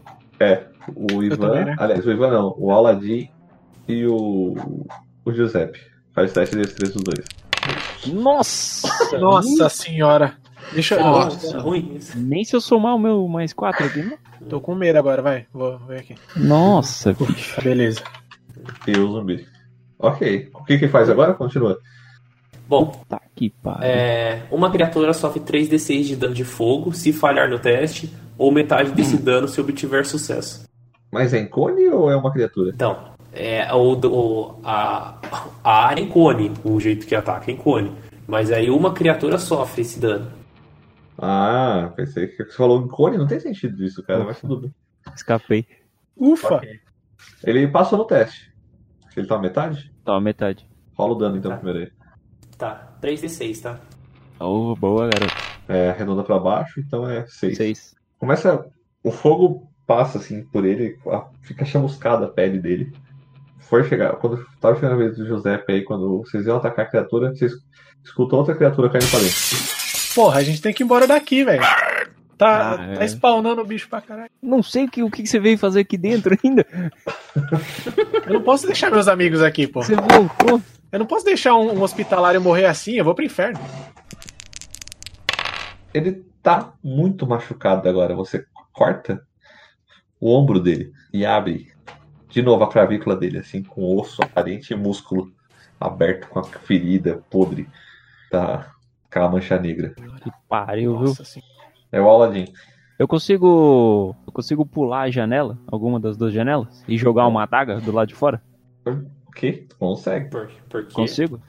o Ivan. também, né? Aliás, o Ivan não. O Aladdin e o, o Giuseppe. Faz teste de destreza dos dois. Nossa! nossa senhora. Deixa eu. Nossa, ruim isso. Nem se eu somar o meu mais quatro aqui, né? Tô com medo agora, vai. Vou ver aqui. Nossa, Beleza. E o zumbi. Ok. O que que faz agora? Continua. Bom, puta que pariu. é, uma criatura sofre 3d6 de dano de fogo se falhar no teste ou metade desse dano se obtiver sucesso. Mas é em cone ou é uma criatura? Então, é o, o- a, a área é em cone, o jeito que ataca é em cone. Mas aí uma criatura sofre esse dano. Ah, pensei que você falou em cone. Não tem sentido isso, cara. Mas tudo bem. É. Escapei. Ufa! Ele passou no teste. Ele tá à metade? Toma metade. Rola o dano então Tá. primeiro aí. Tá, 3d6, tá? Oh, boa, garoto. É, arredonda pra baixo, então é 6. Seis. Começa. O fogo passa assim por ele, a- fica chamuscada a pele dele. Foi chegar. Quando tava chegando a vez do Giuseppe aí, quando vocês iam atacar a criatura, vocês escutam outra criatura caindo pra dentro. Porra, a gente tem que ir embora daqui, velho. Tá, Ah, é. tá spawnando o bicho pra caralho. Não sei o que, o que você veio fazer aqui dentro [laughs] ainda. Eu não posso deixar meus amigos aqui, pô. Você voltou. Eu não posso deixar um, um hospitalário morrer assim, eu vou pro inferno. Ele tá muito machucado agora. Você corta o ombro dele e abre de novo a clavícula dele, assim, com osso aparente e músculo aberto com a ferida podre da com a mancha negra. Que pariu, viu? Nossa senhora. É o Aladdin. Eu consigo. Eu consigo pular a janela, alguma das duas janelas, e jogar uma adaga do lado de fora? O quê? Consegue, Por, porque Consigo?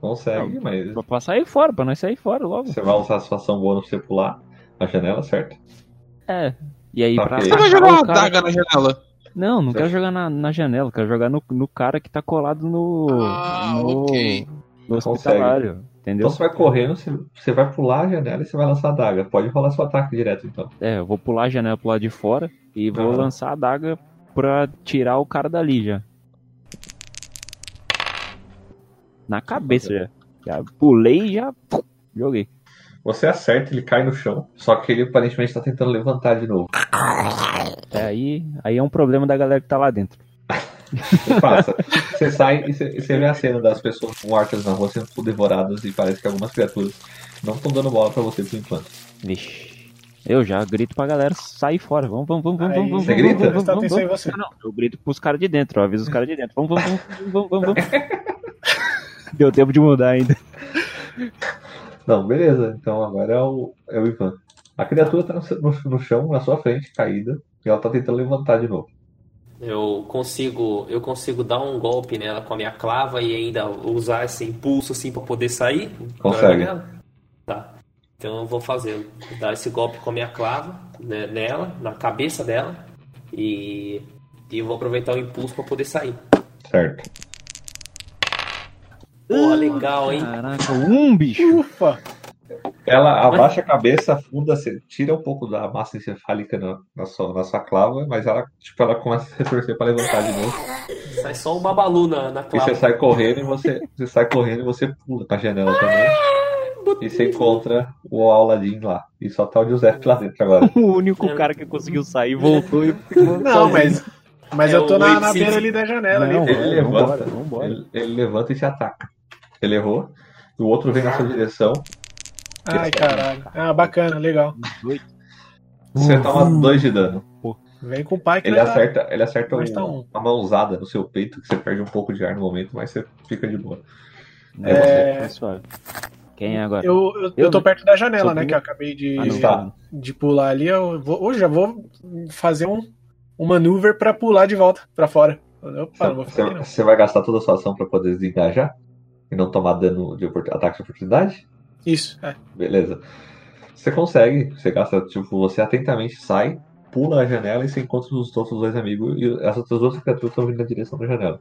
consegue, mas Pra, pra sair fora, pra nós sair fora logo. você vai usar a sua ação bônus pra você pular a janela, certo? É. E aí, Tá, pra. ok. Você vai achar jogar o uma cara- adaga na janela. Não, não Tá. quero jogar na, na janela, quero jogar no, no cara que tá colado no. Ah, no, ok. no Consegue. hospitalário. Entendeu? Então você vai correndo, você, você vai pular a janela e você vai lançar a daga. Pode rolar seu ataque direto então. É, eu vou pular a janela pro lado de fora e vou Aham. lançar a adaga pra tirar o cara dali já. Na cabeça já. Já pulei e já pum, joguei. Você acerta, ele cai no chão. Só que ele aparentemente tá tentando levantar de novo. É, aí, aí é um problema da galera que tá lá dentro. Você passa. Você sai e você, e você vê a cena das pessoas mortas na rua sendo devoradas e parece que algumas criaturas não estão dando bola pra você por enquanto. Vixe. Eu já grito pra galera sair fora. Vamos, vamos, vamos, vamos, Aí, vamos. você vamos, grita? Vamos, Presta vamos, atenção em vamos, você. Não, eu grito pros caras de dentro, eu aviso os caras de dentro. Vamos, vamos, vamos, vamos, vamos, vamos. Deu tempo de mudar ainda. Não, beleza. Então agora é o, é o Ivan. A criatura tá no, seu- no, no chão, na sua frente, caída. E ela tá tentando levantar de novo. Eu consigo, eu consigo dar um golpe nela com a minha clava e ainda usar esse impulso assim para poder sair. Consegue. Nela? Tá. Então eu vou fazer, dar esse golpe com a minha clava né, nela, na cabeça dela e e eu vou aproveitar o impulso para poder sair. Certo. Pô, legal, hein? Caraca, um bicho. Ufa! Ela abaixa a cabeça, afunda, você tira um pouco da massa encefálica na, na, sua, na sua clava, mas ela, tipo, ela começa a se retorcer pra levantar de novo. Sai só um babalu na, na E clava. você sai correndo e você, você sai correndo e você pula pra janela também. E você encontra o Aladdin lá. E só tá o Giuseppe lá dentro agora. O único cara que conseguiu sair voltou e ficou. Não, Então, mas, mas É eu tô o na, Wave na Six. beira ali da janela. Não, ali. Ele levanta, vambora, vambora. ele, ele levanta e te ataca. Ele errou. E o outro vem na sua direção. Ai, caralho. Ah, bacana, legal. Você Uhum. toma dois de dano. Vem com o pai que Ele nós tá- acerta, ele acerta Mas tá um. uma, mãozada no seu peito, que você perde um pouco de ar no momento, mas você fica de boa. É, Tá suave. Quem é agora? Eu, eu, eu Eu, tô né? perto da janela, Sou né? primeiro. Que eu acabei de, Ah, não. Tá. de pular ali. Eu, vou, eu já vou fazer um, um maneuver pra pular de volta pra fora. Opa, não vou Então, Você, ficar aqui, não. você vai gastar toda a sua ação pra poder desengajar e não tomar dano de opor- ataque de oportunidade? Isso, é. Beleza. Você consegue, você gasta, tipo, você atentamente sai, pula a janela e você encontra os outros dois amigos e as outras duas criaturas estão vindo na direção da janela.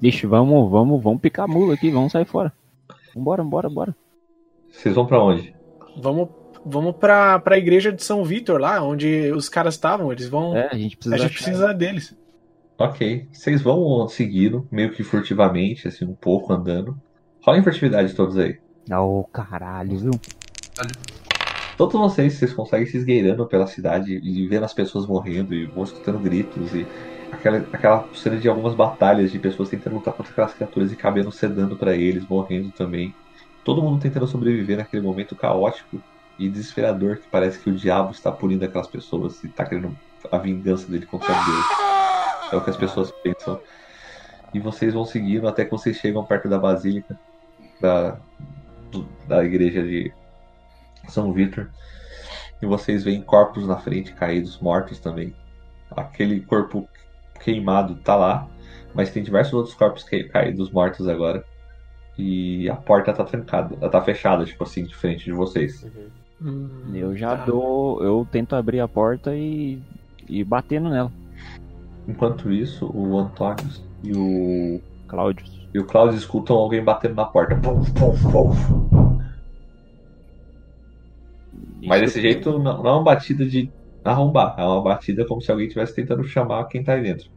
Vixe, vamos, vamos, vamos picar a mula aqui, vamos sair fora. Vambora, vambora, bora. Vocês vão pra onde? Vamos, vamos pra, pra igreja de São Vitor, lá onde os caras estavam. Eles vão. É, a gente precisa. a gente achar. precisa deles. Ok. Vocês vão seguindo, meio que furtivamente, assim, um pouco andando. Rola em furtividade todos aí. Ah, Ô, caralho, viu? Todos vocês, vocês conseguem se esgueirando pela cidade e vendo as pessoas morrendo e vão escutando gritos e aquela, aquela cena de algumas batalhas de pessoas tentando lutar contra aquelas criaturas e cabendo sedando pra eles, morrendo também. Todo mundo tentando sobreviver naquele momento caótico e desesperador que parece que o diabo está punindo aquelas pessoas e tá querendo a vingança dele contra Deus. É o que as pessoas pensam. E vocês vão seguindo até que vocês chegam perto da basílica da, do- da igreja de São Vitor. E vocês veem corpos na frente, caídos, mortos também. Aquele corpo queimado tá lá, mas tem diversos outros corpos que- caídos, mortos agora. E a porta tá trancada, ela tá fechada, tipo assim, de frente de vocês. Uhum. Hum, Eu já tá. dou. Eu tento abrir a porta e. e batendo nela. Enquanto isso, o Antônio e o, Cláudio. e o Claudio escutam alguém batendo na porta. Puf, puf, puf. Mas desse jeito não, não é uma batida de arrombar, é uma batida como se alguém estivesse tentando chamar quem tá aí dentro.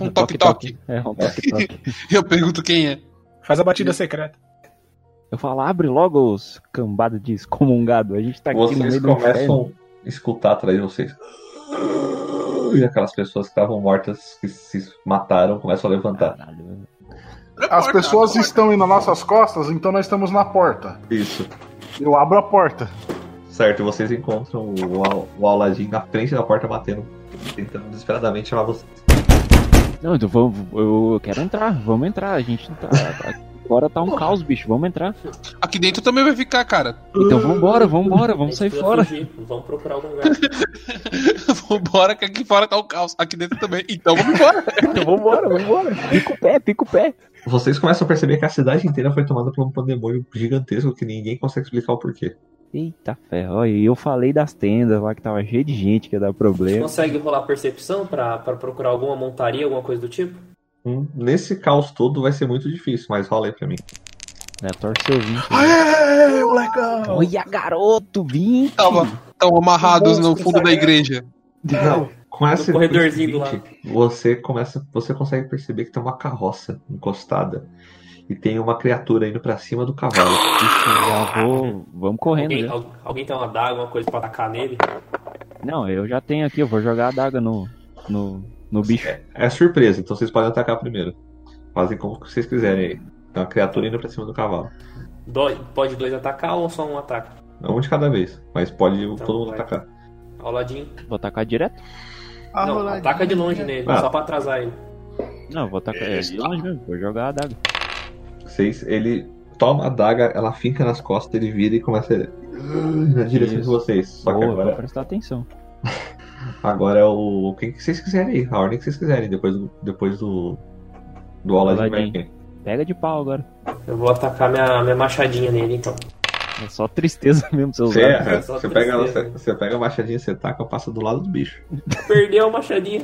Um toque-toque. É, [laughs] um toque-toque. Eu pergunto quem é. Faz a batida secreta. Eu falo, abre logo os cambada de excomungado. A gente tá aqui no Vocês meio do inferno. começam a escutar atrás de vocês. E aquelas pessoas que estavam mortas, que se mataram, começam a levantar. Caralho. As pessoas estão indo nas nossas costas, então nós estamos na porta. Isso. Eu abro a porta. Certo, vocês encontram o, Al- o Aladim na frente da porta batendo, tentando desesperadamente chamar vocês. Não, então vamos, eu quero entrar, vamos entrar. A gente tá. Agora tá um caos, bicho, vamos entrar. Aqui dentro também vai ficar, cara. [laughs] Então vambora, vambora, A vamos gente sair precisa fora. fugir, Vamos procurar algum lugar. Vambora, que aqui fora tá o caos. Aqui dentro também. Então vamos embora. Então vambora, vambora. Pica o pé, pica o pé. Vocês começam a perceber que a cidade inteira foi tomada por um pandemônio gigantesco que ninguém consegue explicar o porquê. Eita ferro, olha, eu falei das tendas lá que tava cheio de gente que ia dar problema. Consegue rolar percepção pra pra procurar alguma montaria, alguma coisa do tipo? Hum, Nesse caos todo vai ser muito difícil, mas rola aí pra mim. Né, torce seu 20. Aê, É, molecão! Olha, garoto, 20. Tava, tão amarrados no fundo da igreja. Não, Com essa corredorzinho do seguinte, Você começa, você consegue perceber que tem uma carroça encostada e tem uma criatura indo pra cima do cavalo. Já Tá, vou. Vamos correndo. Alguém, já. al- alguém tem uma daga, alguma coisa pra atacar nele? Não, eu já tenho aqui, eu vou jogar a daga no, no, no bicho. É surpresa, então vocês podem atacar primeiro. Fazem como vocês quiserem aí. Tem uma criatura indo pra cima do cavalo. Dói- pode dois atacar ou só um ataque? É Um de cada vez, mas pode todo mundo vai. atacar. Ao ladinho. Vou atacar direto? não, ataca de longe nele, Ah. só pra atrasar ele. Não, vou atacar. É, de longe mesmo, vou jogar a daga. Vocês, ele toma a daga, ela finca nas costas, ele vira e começa a... na direção de Isso. vocês. Só que Boa, vou agora, prestar atenção. agora é o quem que vocês quiserem aí, a ordem que vocês quiserem depois do depois do do Aladdin. Aladdin. vai quem. Pega de pau agora. Eu vou atacar minha, minha machadinha nele então. É só tristeza [laughs] mesmo, seus Você, olhos. erra, Só você pega, ela- tristeza. você, você pega a machadinha, você taca, passa do lado do bicho. Perdeu a machadinha.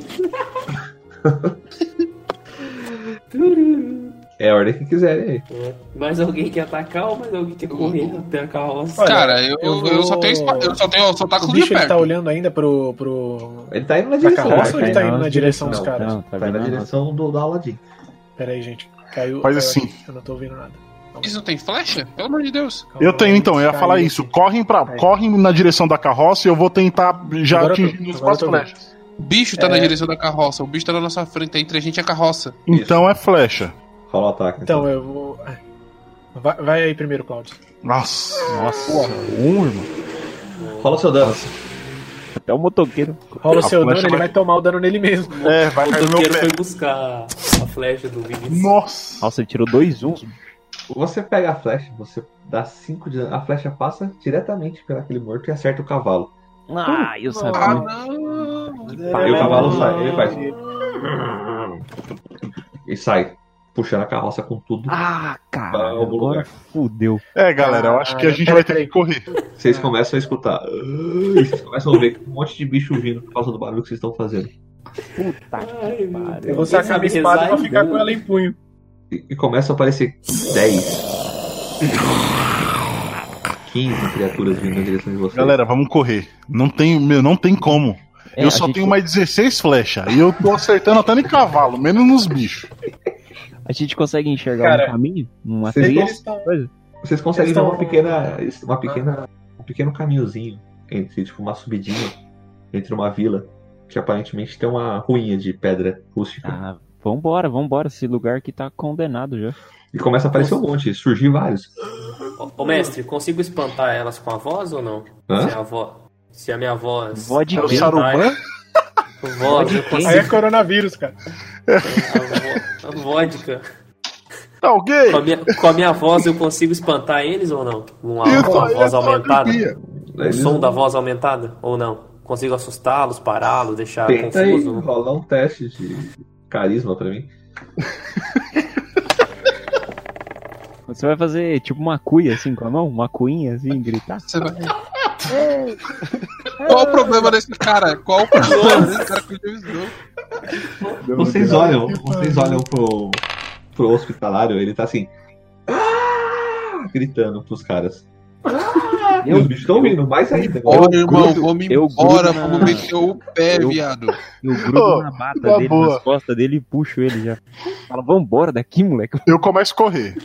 É a ordem que quiserem aí. Mais alguém quer atacar ou mais alguém quer correr até a carroça? Olha, Cara, eu, eu eu, vou- só tenho espa- eu só tenho eu só taco O de bicho ele perto. tá olhando ainda pro. pro... Ele tá indo na Pra direção. carroça vai, ou ele tá tá indo na direção dos não, caras? Não, tá indo vendo? na direção do, do Aladdin. Pera aí, gente. Caiu. Faz caiu assim. aqui, Eu não tô ouvindo nada. Isso não tem flecha? Pelo amor de Deus. Calma Eu tenho aí, então, eu ia caiu falar aqui. isso. Correm, pra, Aí. correm na direção da carroça e eu vou tentar já Agora eu tô- atingindo as agora eu quatro tô vendo. flechas. O bicho tá na É. direção da carroça, o bicho tá na nossa frente, entre a gente e a carroça. Então é flecha. Rola o ataque. Então, eu vou. Vai, vai aí primeiro, Claudio. Nossa. Nossa, um, irmão. então. Rola o seu dano. Até o motoqueiro. Rola o A seu dano, flecha ele vai- vai tomar o dano nele mesmo. É, vai O cair no meu toqueiro pé. foi buscar a flecha do Vinícius. Nossa. Nossa, ele tirou dois um. uns. Você pega a flecha, você dá 5 de dano. A flecha passa diretamente pelaquele morto e acerta o cavalo. Ah, eu Ah, sabia. não! E o cavalo sai, ele faz. E sai, puxando a carroça com tudo. Ah, cara, Vai em algum agora lugar. fudeu. É, galera, eu acho que a Caralho, gente peraí, vai ter que Ah, peraí. correr. Vocês começam a escutar. [laughs] E vocês começam a ver um monte de bicho vindo por causa do barulho que vocês estão fazendo. Puta que pariu. Eu vou sacar minha sabe espada rezar, pra ficar então. com ela em punho. E, e começam a aparecer 10. 15 criaturas vindo na direção de vocês. Galera, vamos correr. Não tem, meu, não tem como. É, eu a só gente- tenho mais 16 flechas e eu tô acertando até em cavalo, menos nos bichos. A gente consegue enxergar Cara, um caminho? Uma vocês trilha? vão- Vocês conseguem Eles ver tão- uma pequena, Ah. uma pequena, um pequeno caminhozinho entre tipo uma subidinha entre uma vila que aparentemente tem uma ruinha de pedra rústica Ah, vambora, vambora. Esse lugar aqui tá condenado já. e começa a aparecer um monte, surgir vários. Ô, Ô mestre, consigo espantar elas com a voz ou não? Hã? Se a, vo... Se a minha voz. Vó de É o quem? Saruman? Voz, eu Aí é consigo. coronavírus, cara. A, vo... a vodka. Tá Com a, alguém? minha... com a minha voz eu consigo espantar eles ou não? Uma, Eu tô- uma eu voz tô aumentada? arrepia. O som da voz aumentada ou não? Consigo assustá-los, pará-los, deixar Tenta aí confuso? né? rolar um teste de carisma pra mim. Você vai fazer tipo uma cuia assim com a mão? Uma cuinha assim, gritar? Você [laughs] vai- Qual o problema desse cara? Qual [laughs] o problema desse cara que eu avisou? Vocês olham, vocês olham pro, pro hospitalário, ele tá assim "Ah!", gritando pros caras. E os Eu, bichos estão vindo mais ainda. né? Olha, irmão, grudo- vamos eu embora, grudo na- vamos meter o pé, Eu- viado. eu grudo Ô, na bata na dele, boa. nas costas dele e puxo ele já. Fala, vambora daqui, moleque. Eu começo a correr.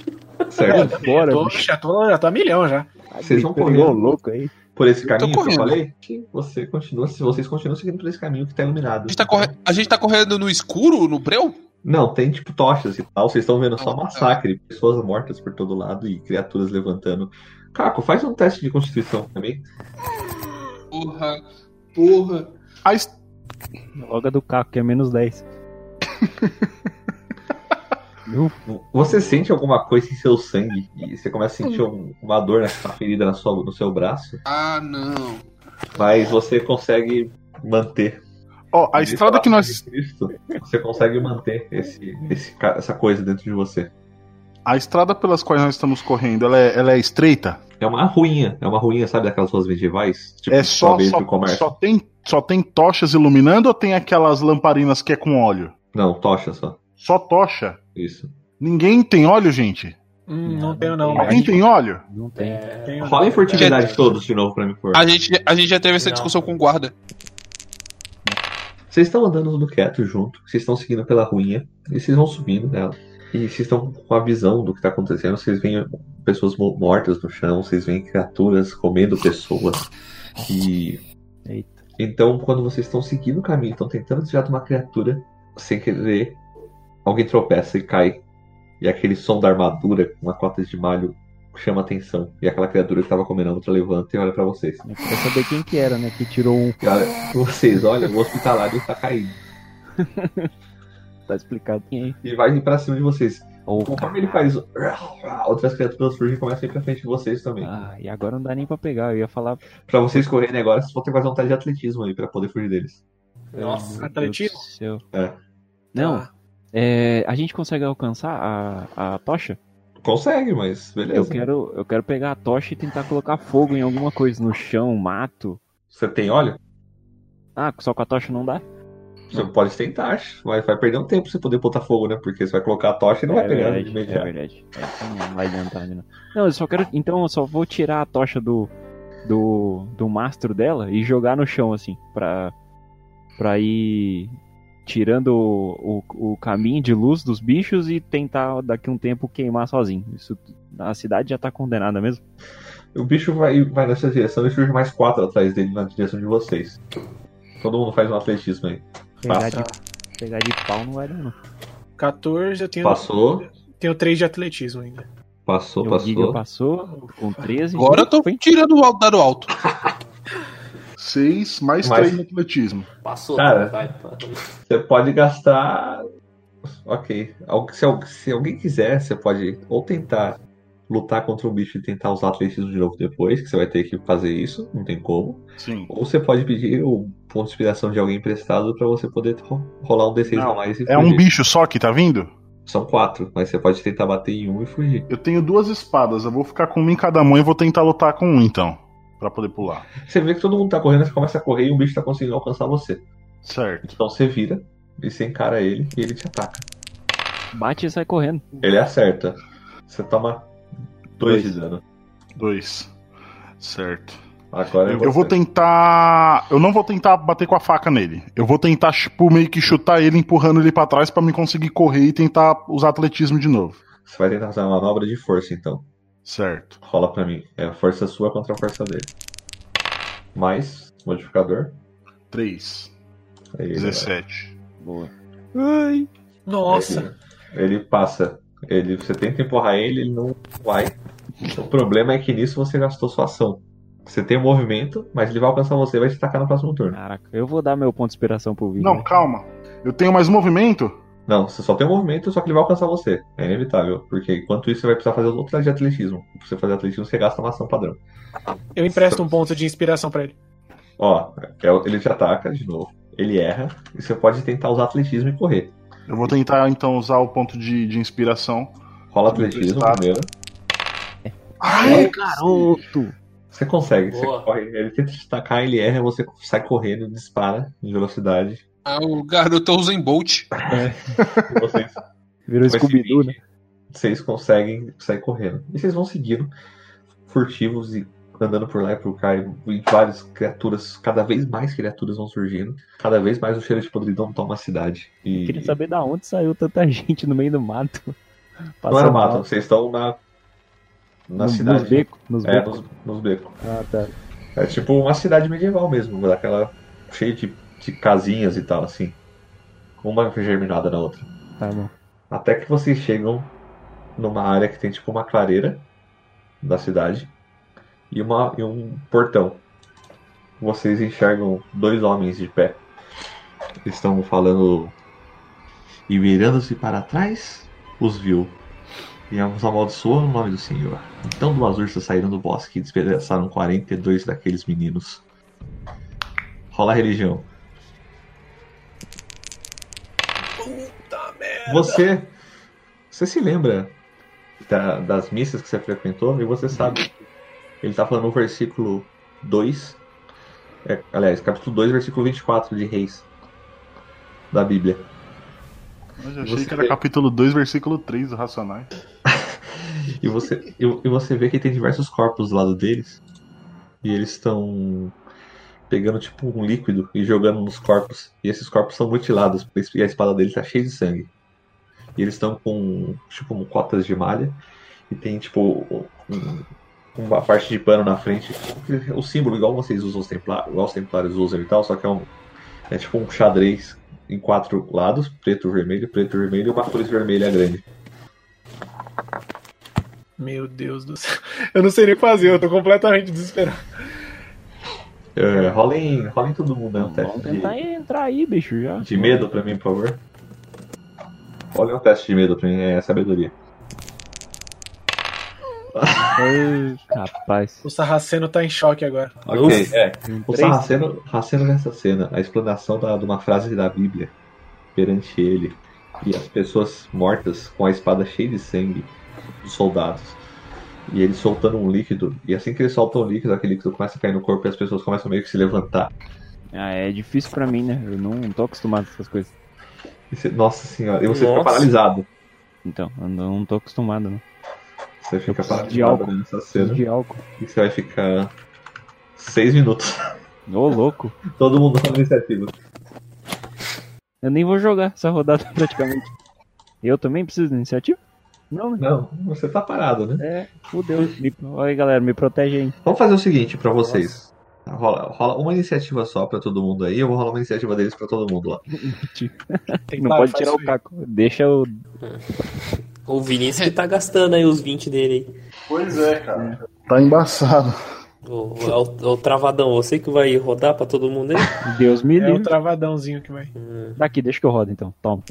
Certo? Vambora, Tô, bicho. já, tô, já tô a milhão já. Vocês vão Gritando correr. igual louco aí. por esse tô caminho que eu correndo. falei, que você continua, se vocês continuam seguindo por esse caminho que tá iluminado. A gente tá, corre- a gente tá correndo no escuro, no breu? Não, tem tipo tochas e tal, vocês estão vendo só Ah, tá. massacre, pessoas mortas por todo lado e criaturas levantando. Caco, faz um teste de constituição também. Porra, porra. A est- Logo a do caco, que é menos 10. Viu? Você sente alguma coisa em seu sangue e você começa a sentir um- uma dor nessa ferida na sua- no seu braço, Ah, não. mas você consegue manter. ó, a estrada que nós De Cristo, você consegue manter esse, esse ca- essa coisa dentro de você. A estrada pelas quais nós estamos correndo, ela é, ela é estreita? É uma ruinha, é uma ruinha, sabe, daquelas ruas medievais? Tipo, é só, talvez só, do comércio. só tem, só tem tochas iluminando ou tem aquelas lamparinas que é com óleo? Não, tocha só. Só tocha? Isso. Ninguém tem óleo, gente? Hum, não tenho, não. Alguém tem óleo? Não tem. Tenho, Rola a não. furtividade todos de novo pra mim, por favor. A gente, a gente já teve essa discussão com o guarda. Vocês estão andando no quieto junto, vocês estão seguindo pela ruinha, e vocês vão subindo nela. E vocês estão com a visão do que está acontecendo, vocês veem pessoas mo- mortas no chão, vocês veem criaturas comendo pessoas. E. Eita. Então, quando vocês estão seguindo o caminho, estão tentando desviar de uma criatura, sem querer, alguém tropeça e cai. E aquele som da armadura com a cota de malho chama atenção. E aquela criatura que estava comendo a outra levanta e olha para vocês. Eu queria saber quem que era, né? Que tirou um. Cara, vocês, olha, o hospitalário tá caindo. Tá explicado quem é. E vai vir pra cima de vocês. Ô, Conforme ele faz. Outras criaturas surgem e começam a ir pra frente de vocês também. Ah, e agora não dá nem pra pegar. Eu ia falar. Pra vocês correrem agora, vocês vão ter que fazer uma teste de atletismo aí pra poder fugir deles. Nossa. Meu atletismo? Deus do céu. É. Não. é, a gente consegue alcançar a, a tocha? Consegue, mas Eu beleza. quero, eu quero pegar a tocha e tentar colocar fogo em alguma coisa, no chão, mato. Você tem óleo? Ah, só com a tocha não dá? Você pode tentar. Vai, vai perder um tempo pra você poder botar fogo, né? Porque você vai colocar a tocha e não vai pegar de verdade, é imediato. verdade. É, então não vai adiantar, né, não. Não, eu só quero. Então eu só vou tirar a tocha do. do. do mastro dela e jogar no chão, assim, pra. pra ir. tirando o, o, o caminho de luz dos bichos e tentar daqui um tempo queimar sozinho. Isso. A cidade já tá condenada mesmo. O bicho vai, vai nessa direção e surge mais quatro atrás dele na direção de vocês. Todo mundo faz um atletismo aí. Pegar Passa. de, pegar de pau não vai dar, não. 14, eu tenho, Passou, tenho 3 de atletismo ainda. passou, Eu, passou. Guilherme passou com 13. Agora eu tô Foi? tirando o alto, dado alto. 6 mais Mais- 3 no atletismo. Passou, tá, Cara. vai. Você pode gastar. Ok. Al- Se, al- se alguém quiser, você pode ou tentar lutar contra um bicho e tentar usar atletismo de novo depois, que você vai ter que fazer isso, não tem como. Sim. Ou você pode pedir o ponto de inspiração de alguém emprestado pra você poder ro- rolar um D6 Não, a mais e É fugir. um bicho só que tá vindo? São quatro, mas você pode tentar bater em um e fugir. Eu tenho duas espadas, eu vou ficar com uma em cada mão e vou tentar lutar com um então. Pra poder pular. Você vê que todo mundo tá correndo, você começa a correr e um bicho tá conseguindo alcançar você. Certo. Então você vira e você encara ele e ele te ataca. Bate e sai correndo. Ele acerta. Você toma dois, Dois. de dano. Dois. Certo. Agora é Eu vou você. tentar. Eu não vou tentar bater com a faca nele. Eu vou tentar, tipo, meio que chutar ele, empurrando ele pra trás pra me conseguir correr e tentar usar atletismo de novo. Você vai tentar fazer uma manobra de força, então. Certo. Rola pra mim. É a força sua contra a força dele. Mais modificador. Três. Aí ele, 17. Boa. Nossa, ele passa. Ele, você tenta empurrar ele, ele não vai. O problema é que nisso você gastou sua ação. Você tem o movimento, mas ele vai alcançar você e vai te atacar no próximo turno. Caraca, eu vou dar meu ponto de inspiração pro Uhum. vídeo. Não, calma. Eu tenho mais um movimento? Não, você só tem o movimento, só que ele vai alcançar você. É inevitável, porque enquanto isso você vai precisar fazer outro teste de atletismo. Pra você fazer atletismo, você gasta uma ação padrão. eu empresto um ponto de inspiração pra ele. Ó, é o- ele te ataca de novo. Ele erra, e você pode tentar usar atletismo e correr. Eu vou tentar então usar o ponto de, de inspiração. Rola atletismo Tá. primeiro. Ai, Garoto! Você consegue, Boa. você corre. Ele tenta te atacar, ele erra, você sai correndo, dispara em velocidade. É o garoto Usain Bolt. E [laughs] vocês, Virou Mas Scooby-Doo, né? vocês conseguem sair correndo. E vocês vão seguindo, furtivos e andando por lá e por cá. E e várias criaturas, cada vez mais criaturas vão surgindo. Cada vez mais o cheiro de podridão toma a cidade. E Queria saber da onde saiu tanta [laughs] gente no meio do mato. não era Passando mato, mal. vocês estão na, na Nos- cidade. Nos becos. Nos É, becos. nos, nos becos. Ah, tá. É tipo uma cidade medieval mesmo, daquela cheia de, de casinhas e tal, assim. Uma germinada na outra. Tá bom. Até que vocês chegam numa área que tem tipo uma clareira da cidade e, uma, e um portão. Vocês enxergam dois homens de pé. Eles Estão falando e virando-se para trás, os viu. E ambos amaldiçoam o nome do Senhor. Então duas ursas saíram do bosque e despedaçaram 42 daqueles meninos. Rola a religião. Você, você se lembra da- das missas que você frequentou e você sabe. que Ele tá falando no versículo 2. é, aliás, capítulo 2, versículo 24 de Reis. Da Bíblia. eu já achei Você que era vê. capítulo 2, versículo 3 do Racionais. E você, e, e você vê que tem diversos corpos do lado deles. E eles estão pegando tipo um líquido e jogando nos corpos. E esses corpos são mutilados, e a espada dele tá cheia de sangue. E eles estão com, tipo, cotas de malha. E tem, tipo, um- uma parte de pano na frente. O símbolo, igual vocês usam os templários, igual os templários usam e tal, só que é um. É tipo um xadrez em quatro lados, preto, vermelho, preto, vermelho e uma cruz vermelha grande. Meu Deus do céu. [laughs] Eu não sei nem fazer, eu tô completamente desesperado. É, rola, em, rola em todo mundo, né? Um teste Vamos tentar de, entrar aí, bicho, já. de medo pra mim, por favor. Rola um teste de medo pra mim, é sabedoria. Ai, rapaz. O Sarraceno tá em choque agora. Ok, é. O Três? Sarraceno, Sarraceno nessa cena, a explanação da- de uma frase da Bíblia perante ele e as pessoas mortas com a espada cheia de sangue dos soldados e ele soltando um líquido e assim que ele solta um líquido, aquele líquido começa a cair no corpo e as pessoas começam meio que se levantar. Ah, é difícil pra mim, né? Eu não tô acostumado com essas coisas. E você- nossa senhora, e você fica Nossa. paralisado. Então, eu não tô acostumado, né? não. Você fica preciso de paralisado álcool. nessa cena De álcool. e você vai ficar seis minutos. Ô, louco. [laughs] Todo mundo na iniciativa. Eu nem vou jogar essa rodada [laughs] praticamente. Eu também preciso de iniciativa? Não, né? Não, você tá parado, né? É, fudeu. Me... Olha aí, galera, me protege aí. Vamos fazer o seguinte pra vocês. Rola, rola uma iniciativa só pra todo mundo aí, eu vou rolar uma iniciativa deles pra todo mundo lá. Tem Não cara, pode faz tirar isso o aí. caco. Deixa o. O Vinícius que tá gastando aí os 20 dele aí. Pois é, cara. Tá embaçado. O, o, é o- é o travadão, você que vai rodar pra todo mundo aí? Deus me É o livre. travadãozinho que vai. Daqui, deixa que eu rodo então. Toma.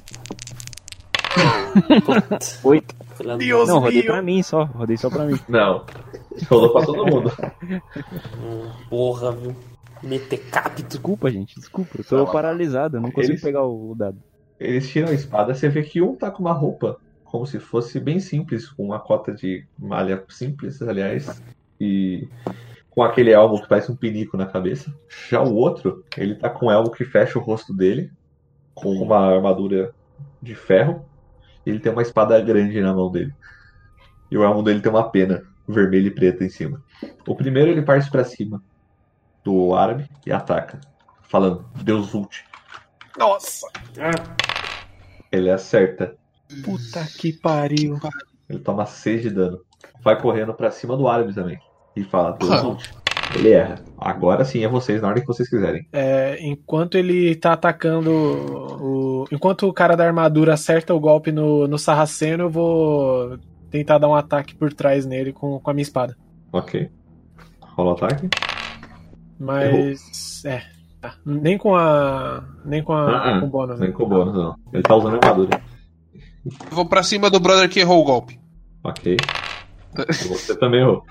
Putz, Oito. filha da- Deus Não, rodei meu. pra mim só. Rodei só pra mim. Não. Rolou pra todo mundo. Porra, viu? Meter capto. Desculpa, gente. Desculpa. Eu tô paralisado. Eu não consigo Eles- pegar o o dado. Eles tiram a espada, você vê que um tá com uma roupa, como se fosse bem simples, com uma cota de malha simples, aliás, e com aquele elmo que parece um pinico na cabeça. Já o outro, ele tá com um elmo que fecha o rosto dele, com uma armadura de ferro, e ele tem uma espada grande na mão dele. E o elmo dele tem uma pena vermelha e preta em cima. O primeiro ele parte pra cima do árabe e ataca, falando: Deus ult. Nossa! Ele acerta. Puta que pariu. Ele toma 6 de dano. Vai correndo pra cima do árabe também. E fala, "Deus Ah. ult." Ele erra. Agora sim é vocês, na hora que vocês quiserem. É, enquanto ele tá atacando o. Enquanto o cara da armadura acerta o golpe no, no Sarraceno, eu vou tentar dar um ataque por trás nele com, com a minha espada. Ok. Rola o ataque. Mas. É. Tá. Nem com a. Nem com a. Ah, ah. com o bônus. né? Nem com bônus, não. Ele tá usando armadura. Eu vou pra cima do brother que errou o golpe. Ok. Você também errou.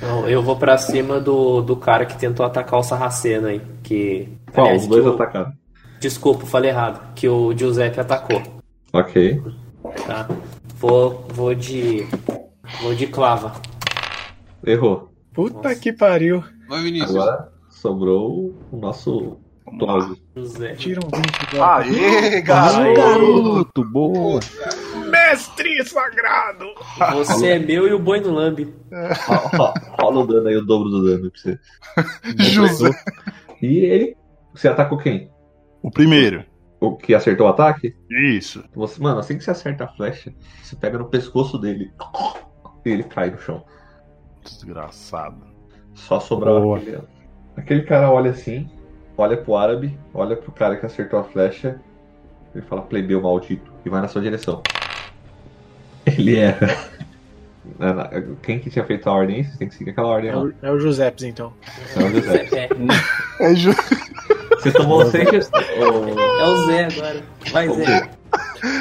Não, eu vou pra cima do, do cara que tentou atacar o Sarraceno aí. Que. Qual? aliás, Os dois que o- atacaram. Desculpa, falei errado. Que o Giuseppe atacou. Ok. Tá? Vou, vou de. Vou de clava. Errou. Puta Nossa. que pariu. Vai, Vinícius. Agora sobrou o nosso Tose. Giuseppe. Tira um 20 agora. Aê, Ai, garoto! garoto, boa. Mestre sagrado! Você é meu e o boi no lambe. Ó, ó, Rola o dano aí, o dobro do dano pra você. José. E ele. Você atacou quem? O primeiro. O que acertou o ataque? Isso. Você- mano, assim que você acerta a flecha, você pega no pescoço dele e ele cai no chão. Desgraçado. Só sobrou Boa. aquele. Aquele cara olha assim, olha pro árabe, olha pro cara que acertou a flecha, ele fala plebeu maldito e vai na sua direção. Ele [laughs] erra. Na- na- Quem que tinha feito a ordem? Você tem que seguir aquela ordem É lá. o, é o Giuseppes, então. É o José. É, É ju... Você tomou seis de. Ô, é o Zé agora. Vai, ô, é. Zé.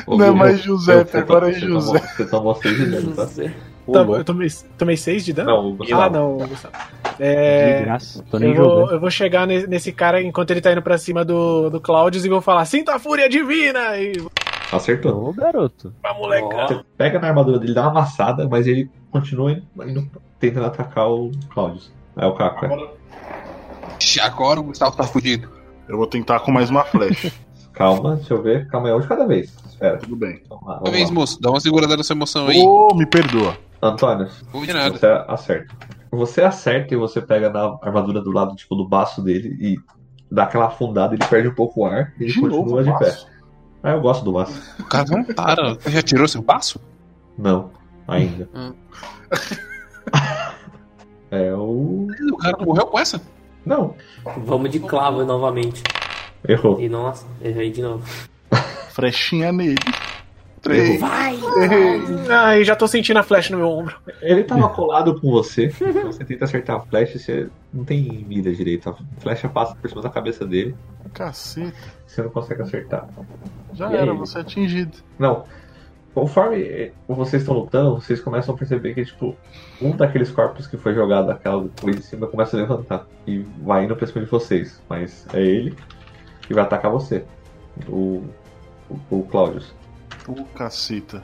ô, Não é Gugu, mais Giuseppe, você agora é tomou- você tá tomou- José. Você tomou seis de dano, tá? José. Ô, Tá, louco. eu tomei, tomei 6 de dano? Não, o Ah, Gustavo. não, Gustavo. É, De graça. Tô nem eu, vou, jogando. eu vou chegar ne- nesse cara enquanto ele tá indo pra cima do, do Claudius e vou falar: Sinta a fúria divina! E Acertou. Ô, garoto. pra molecada. Você pega na armadura dele, dá uma amassada, mas ele continua indo, indo- tentando atacar o Claudius. É o Caco. é. Ixi, Agora o Gustavo tá fudido. Eu vou tentar com mais uma flecha. [laughs] Calma, deixa eu ver. Calma, é um de cada vez. Espera. Tudo bem. Vamos lá, vamos Parabéns, lá. moço. Dá uma segurada nessa emoção aí. Ô, me perdoa. Antônio, Combinado. você acerta. Você acerta e você pega na armadura do lado, tipo, do baço dele e dá aquela afundada, ele perde um pouco o ar e ele De novo, continua de pé. passo. Ah, eu gosto do baço. O cara não para. Você já tirou seu passo? Não, ainda. Ah. Hum. [laughs] é o. O cara não morreu com essa? Não, Vamos de clavo novamente. errou. E não ac- errei de novo. Frechinha nele. Três. [laughs] Ah, e já tô sentindo a flecha no meu ombro. Ele tava colado com você. então Você tenta acertar a flecha e você não tem mira direito. A flecha passa por cima da cabeça dele. Cacete. Você não consegue acertar. Ah, Já E aí? era, você é atingido. Não. Conforme eh, vocês estão lutando, vocês começam a perceber que, tipo, um daqueles corpos que foi jogado aquela coisa em cima começa a levantar e vai indo pra cima de vocês. Mas é ele que vai atacar você. O. O, o Claudius. Ô, caceta.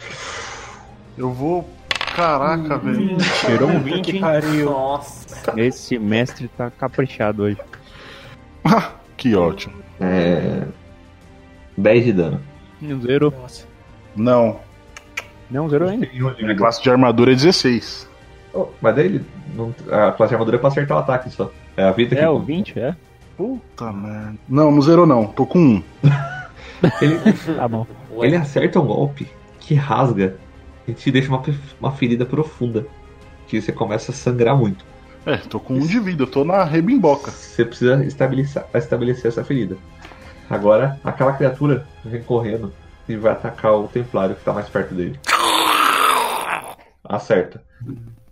Eu vou. Caraca, Hum. velho. Tirou um 20, hein? Pariu. Nossa. Esse mestre tá caprichado hoje. Ah, Que ótimo. É. 10 de dano. Não zerou. Nossa. Não. Não zerou [laughs] ainda. Minha classe de armadura é 16. Oh, mas daí ele. Não, a classe de armadura é pra acertar o ataque só. É a vida que É, o conta. 20, é? Puta Tá merda. Não, não zerou não. Tô com um. Tá bom. Ué, Ele acerta um golpe que rasga e te deixa uma, pe- uma ferida profunda. Que você começa a sangrar muito. É, tô com um de vida. Eu tô na rebimboca. Você precisa estabilizar, estabelecer essa ferida. Agora, aquela criatura vem correndo e vai atacar o templário que tá mais perto dele. Acerta.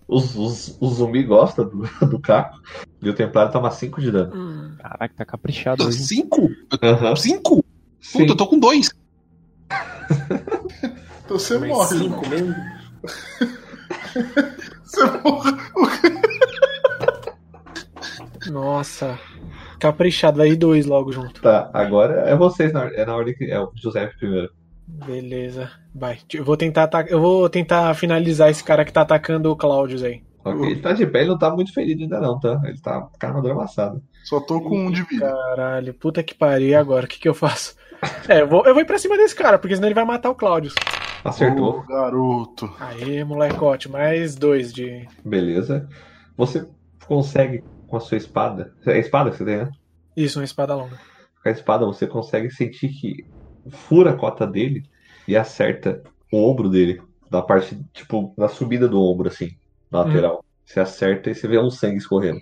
Os, os, o zumbi gosta do, do [laughs] caco e o templário toma 5 de dano. Caraca, tá caprichado hoje. hein? Cinco? Aham. Cinco? Sim. Puta, eu tô com dois. Então você mas irmão. cinco mesmo? Você morre. Nossa. Caprichado, vai ir dois logo junto. Tá, agora é vocês, na, é na ordem que. É o José primeiro. Beleza. Vai. Eu vou tentar atacar. Eu vou tentar finalizar esse cara que tá atacando o Claudius aí. Ok, Ele tá de pé, ele não tá muito ferido ainda não, tá? Ele tá com a armadura amassada. Só tô com um de vida. Caralho, puta que pariu. E agora? O que, que eu faço? [laughs] É, eu vou, eu vou ir pra cima desse cara, porque senão ele vai matar o Claudius. Acertou. Ô, garoto. Aê, molecote, mais dois de. Beleza. Você consegue com a sua espada. É a espada que você tem, né? Isso, uma espada longa. Com a espada você consegue sentir que fura a cota dele e acerta o ombro dele. Na parte, tipo, na subida do ombro, assim, na lateral. Você acerta e você vê um sangue escorrendo.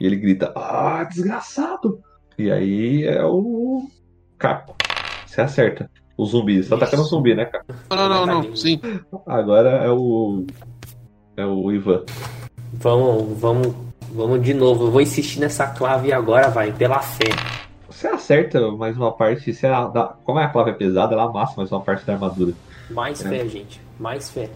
E ele grita, ah, desgraçado! E aí é o. Caco. Você acerta. O zumbi. Você tá Isso. atacando o zumbi, né, Caco? Não, não, não, não. Sim. Agora é o. É o Ivan. Vamos, vamos, vamos de novo. Eu vou insistir nessa clave agora, vai. Pela fé. Você acerta mais uma parte, você a- dá- como é a clave é pesada, ela amassa mais uma parte da armadura. Mais É. fé, gente. Mais fé.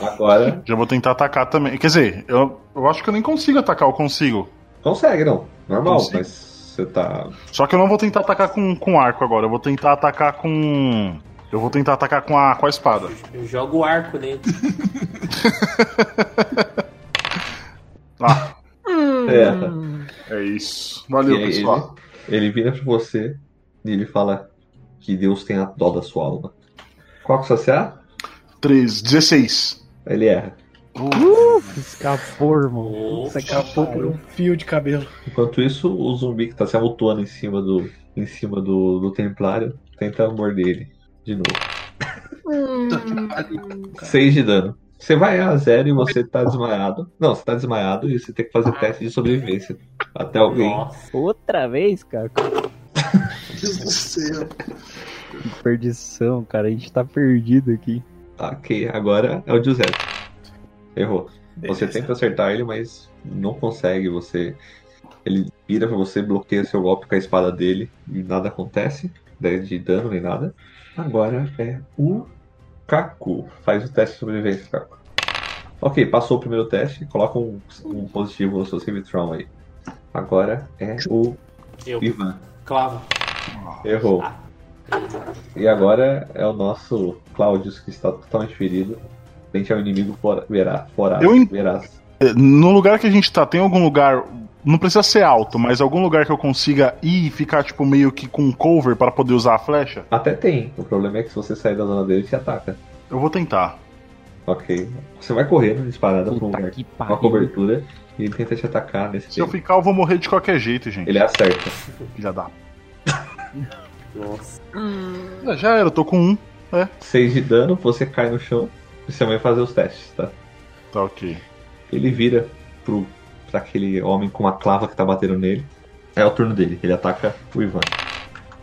Agora, Já vou tentar atacar também. Quer dizer, eu, eu acho que eu nem consigo atacar, eu consigo. consegue não, normal, Consigo. mas você tá... Só que eu não vou tentar atacar com, com arco agora. Eu vou tentar atacar com. Eu vou tentar atacar com a, com a espada. Joga o arco né? nele. Ah, É. é isso. E Valeu, aí ele, pessoal. ele vira pra você e ele fala que Deus tem a dó da sua alma. Qual que é o seu CA? 3, 16. Ele erra. Uh! Escapou, irmão. Nossa, Escapou por um fio de cabelo. Enquanto isso, o zumbi que tá se amontoando em cima do, em cima do, do templário tenta morder ele de novo. Seis de dano. Você vai a zero e você tá desmaiado. Não, você tá desmaiado e você tem que fazer teste de sobrevivência. Até alguém. Nossa. Outra vez, cara. Deus do céu. Que perdição, cara. A gente tá perdido aqui. Ok, agora é o Giuseppe. Errou. Você Beleza. tenta acertar ele, mas não consegue. Você. Ele vira pra você, bloqueia seu golpe com a espada dele e nada acontece. 10 de dano nem nada. Agora é o Kaku. Faz o teste de sobrevivência, Kaku. Ok, passou o primeiro teste. Coloca um, um positivo no seu save trauma aí. Agora é o Eu Ivan. clavo. Errou. E agora é o nosso Claudius, que está totalmente ferido. Frente ao inimigo fora, verá, fora, Eu en- verás. É, No lugar que a gente tá, tem algum lugar. Não precisa ser alto, mas algum lugar que eu consiga ir e ficar, tipo, meio que com cover para poder usar a flecha? Até tem. O problema é que se você sair da zona dele, ele te ataca. Eu vou tentar. Ok. Você vai correndo disparada pra um Puta lugar que com pariu. uma cobertura e ele tenta te atacar nesse Se eu tempo. ficar, eu vou morrer de qualquer jeito, gente. Ele acerta. Filha da. Nossa. Ah, Já era, eu tô com um. 6 de dano, você cai no chão e você vai fazer os testes, tá? Tá ok. Ele vira pro, pra aquele homem com a clava que tá batendo nele. É o turno dele, ele ataca o Ivan.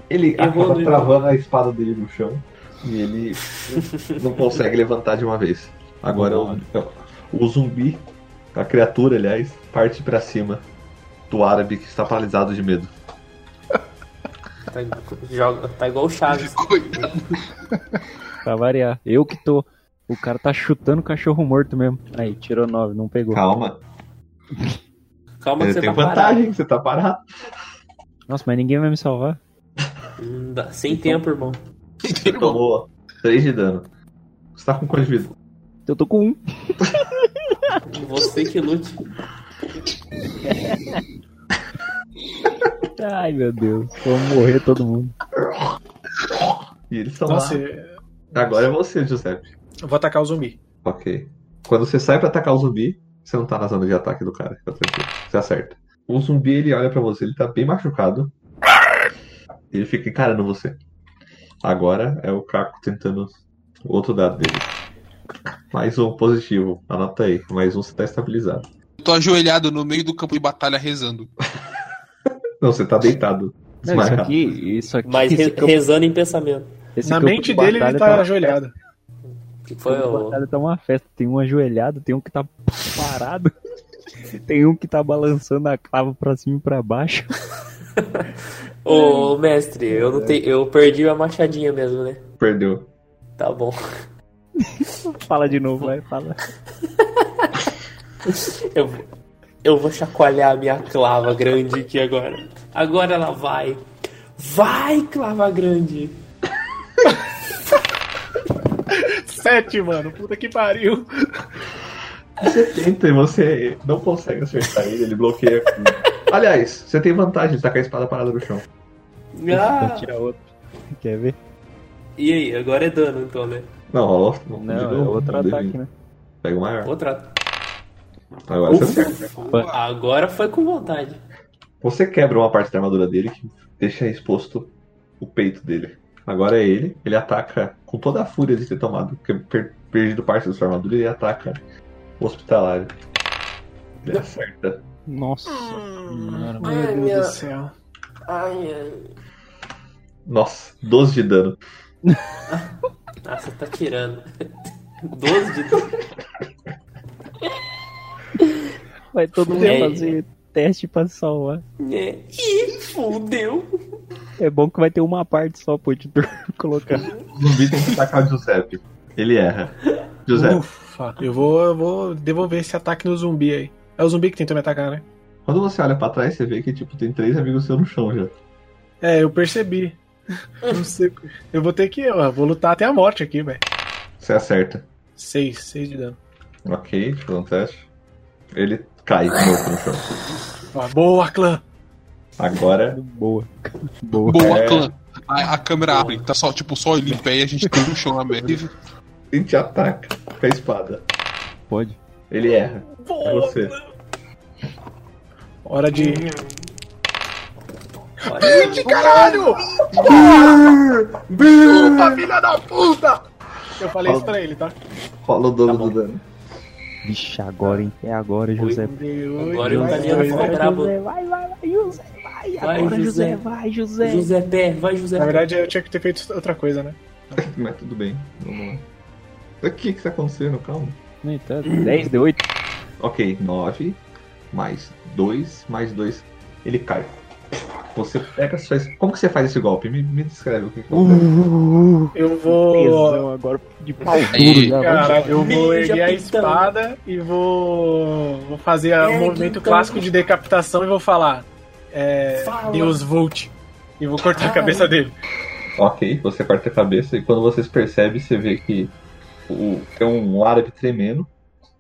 Ele Errou acaba no Ivan. travando a espada dele no chão e [laughs] ele não consegue levantar de uma vez. Agora o, o zumbi, a criatura, aliás, parte pra cima do árabe que está paralisado de medo. Tá, igu- joga, tá igual o Chaves. Coitado. Pra variar. Eu que tô. O cara tá chutando cachorro morto mesmo. Aí, tirou nove, não pegou. Calma, Calma que ele você tem tá vantagem, você tá parado. Nossa, mas ninguém vai me salvar. parado. Hum, dá- Sem tempo, irmão. Você tomou 3 de dano. Você tá com quanto de vida? Eu tô com um. Você que lute. Ai, meu Deus. Vamos morrer todo mundo. E eles Tá estão lá. Nossa, eu Agora é você, Giuseppe. vou atacar o zumbi. Ok. Quando você sai pra atacar o zumbi, você não tá na zona de ataque do cara. Fica tranquilo. Você acerta. O zumbi, ele olha pra você, ele tá bem machucado. Ele fica encarando você. Agora é o Caco tentando o outro dado dele. Mais um positivo, anota aí. Mais um você tá estabilizado. Eu tô ajoelhado no meio do campo de batalha rezando. Não, você tá deitado. Não, isso Desmarcado. aqui. Isso aqui. [laughs] Mas esse re- campo- rezando em pensamento. esse Na campo de mente dele, ele batalha tá, ajoelhado. Que foi Foi o... batalha tá uma festa. Tem um ajoelhado, tem um que tá parado. [laughs] Tem um que tá balançando a clava pra cima e pra baixo. [laughs] Ô, mestre, eu, não tenho, eu perdi a machadinha mesmo, né? Perdeu. Tá bom. [laughs] Fala de novo, vai, fala. Eu, vou- eu vou chacoalhar a minha clava grande aqui agora. Agora ela vai. Vai, clava grande. Sete, mano. Puta que pariu. Você tenta e você não consegue acertar ele, ele bloqueia. Aliás, você tem vantagem, você tá com a espada parada no chão. Ah, [laughs] [laughs] Vou tirar outro. Quer ver? e aí, agora é dano então, né? Não, rolou. de Não, é novo, outro um D20. ataque, né? Pega o maior. Outra. Agora você acerta. Agora foi com vontade. Você quebra uma parte da armadura dele que deixa exposto o peito dele. Agora é ele, ele ataca com toda a fúria de ter tomado, que- per- perdido parte da sua armadura, ele ataca o hospitalário. Ele acerta. Nossa. senhora, mano. Ai, Meu Deus minha- do céu. Ai, ai. Nossa, 12 de dano. Ah, você tá tirando. [laughs] 12 de dano. Vai todo mundo Fudeu. fazer teste pra se salvar. né? Ih, fudeu. É bom que vai ter uma parte só pro editor [laughs] colocar. O zumbi tem que atacar o tá Giuseppe. Ele erra. Giuseppe, Ufa. Eu vou, eu vou devolver esse ataque no zumbi aí. É o zumbi que tentou me atacar, né? quando você olha pra trás, você vê que tipo, tem três amigos seus no chão já. É, eu [laughs] percebi. Não sei. Eu vou ter que. Eu vou lutar até a morte aqui, velho. Você acerta. Seis, seis de dano. Ok, deixa eu fazer um teste. Ele cai de novo no chão. Ó, boa, clã! Agora Boa. Boa. Boa, É. clã. A, a câmera abre, tá só, tipo, só ele em pé e a gente tem um chão na merda. ele te ataca com a espada. Pode. Ele erra. É você. Hora de. Olha, Caralho! Puta, filha da puta! Eu falei isso pra ele, tá? Rola o dobro do dano. Vixe, agora, hein? É agora, José. Agora tá o Mais italiano dois, ficou né? brabo. vai, vai, vai, José, vai. Vai, Agora, José, José. vai, José Pé, vai, José Na Pé. verdade, eu tinha que ter feito outra coisa, né? Mas tudo bem, vamos lá. O que que tá acontecendo? Calma. Eita, 10 de 8. Ok, 9 mais 2 mais 2. Ele cai. Você pega sua. es- Como que você faz esse golpe? Me, me descreve o que que acontece. Eu vou. Tesão agora de pau duro né? Aí. já. vai. Caralho, eu vou Ninja erguer a Pitão. espada e vou. Vou fazer a- É, o movimento então. clássico de decapitação e vou falar. É. Fala. Deus volte. E vou cortar a Ai. cabeça dele. Ok, você corta a cabeça e quando vocês percebem, você vê que o, tem um árabe tremendo,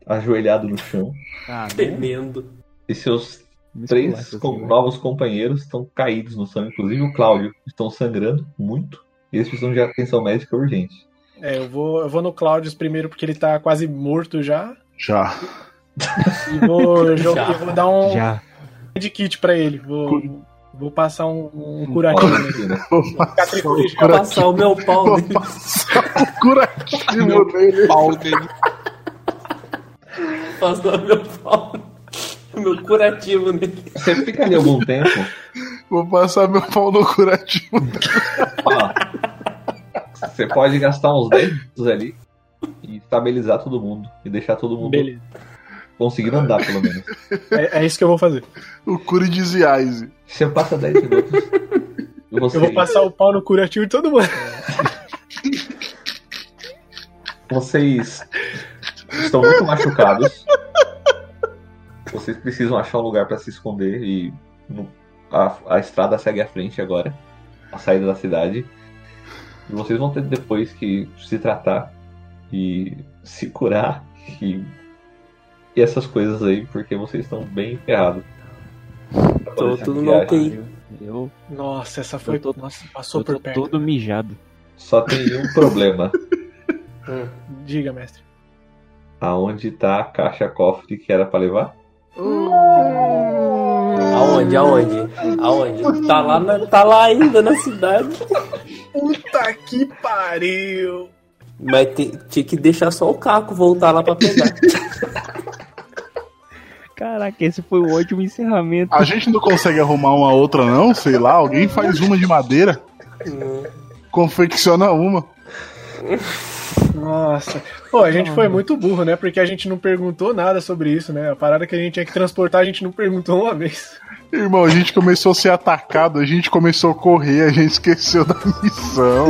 ajoelhado no chão. Ah, né? Tremendo. E seus Me três esculacha com- né? assim, novos companheiros estão caídos no sangue, inclusive o Cláudio. Estão sangrando muito. E eles precisam de atenção médica urgente. vai. É, eu vou, eu vou no Claudius primeiro porque ele tá quase morto já. Já. E [laughs] vou, jo- Já. eu vou dar um Já. de kit pra ele. Vou, vou passar um, um curativo nele. Vou passar o meu [laughs] pau Vou nele. passar o curativo nele. Pau dele. Passar o meu pau. O meu curativo nele. Você fica ali algum tempo. [laughs] Vou passar meu pau no curativo dele. [laughs] Ó, você pode gastar uns 10 minutos ali e estabilizar todo mundo. E deixar todo mundo Beleza. conseguindo andar, pelo menos. É, é isso que eu vou fazer. O Curidiziaise. Você passa 10 minutos. E você, Eu vou passar o pau no curativo de todo mundo. [laughs] Vocês estão muito machucados. Vocês precisam achar um lugar para se esconder e no- a, a estrada segue à frente agora, a saída da cidade. E vocês vão ter depois que se tratar e se curar e, e essas coisas aí, porque vocês estão bem ferrados. Tô tudo na UTI. Eu, Nossa, essa foi. Eu tô- Nossa, passou eu tô por perto. todo mijado. Só tem um [laughs] problema. Diga, mestre. Aonde tá a caixa cofre que era para levar? Aonde? Aonde? Aonde? Tá lá, na- tá lá ainda na cidade. Puta que pariu! Mas te- tinha que deixar só o Caco voltar lá pra pegar. Caraca, esse foi o último encerramento. A gente não consegue arrumar uma outra, não? Sei lá, alguém faz uma de madeira. Confecciona uma. Nossa. Pô, a gente foi muito burro, né? Porque a gente não perguntou nada sobre isso, né? A parada que a gente tinha que transportar, a gente não perguntou uma vez. Irmão, a gente começou a ser atacado, a gente começou a correr, a gente esqueceu da missão.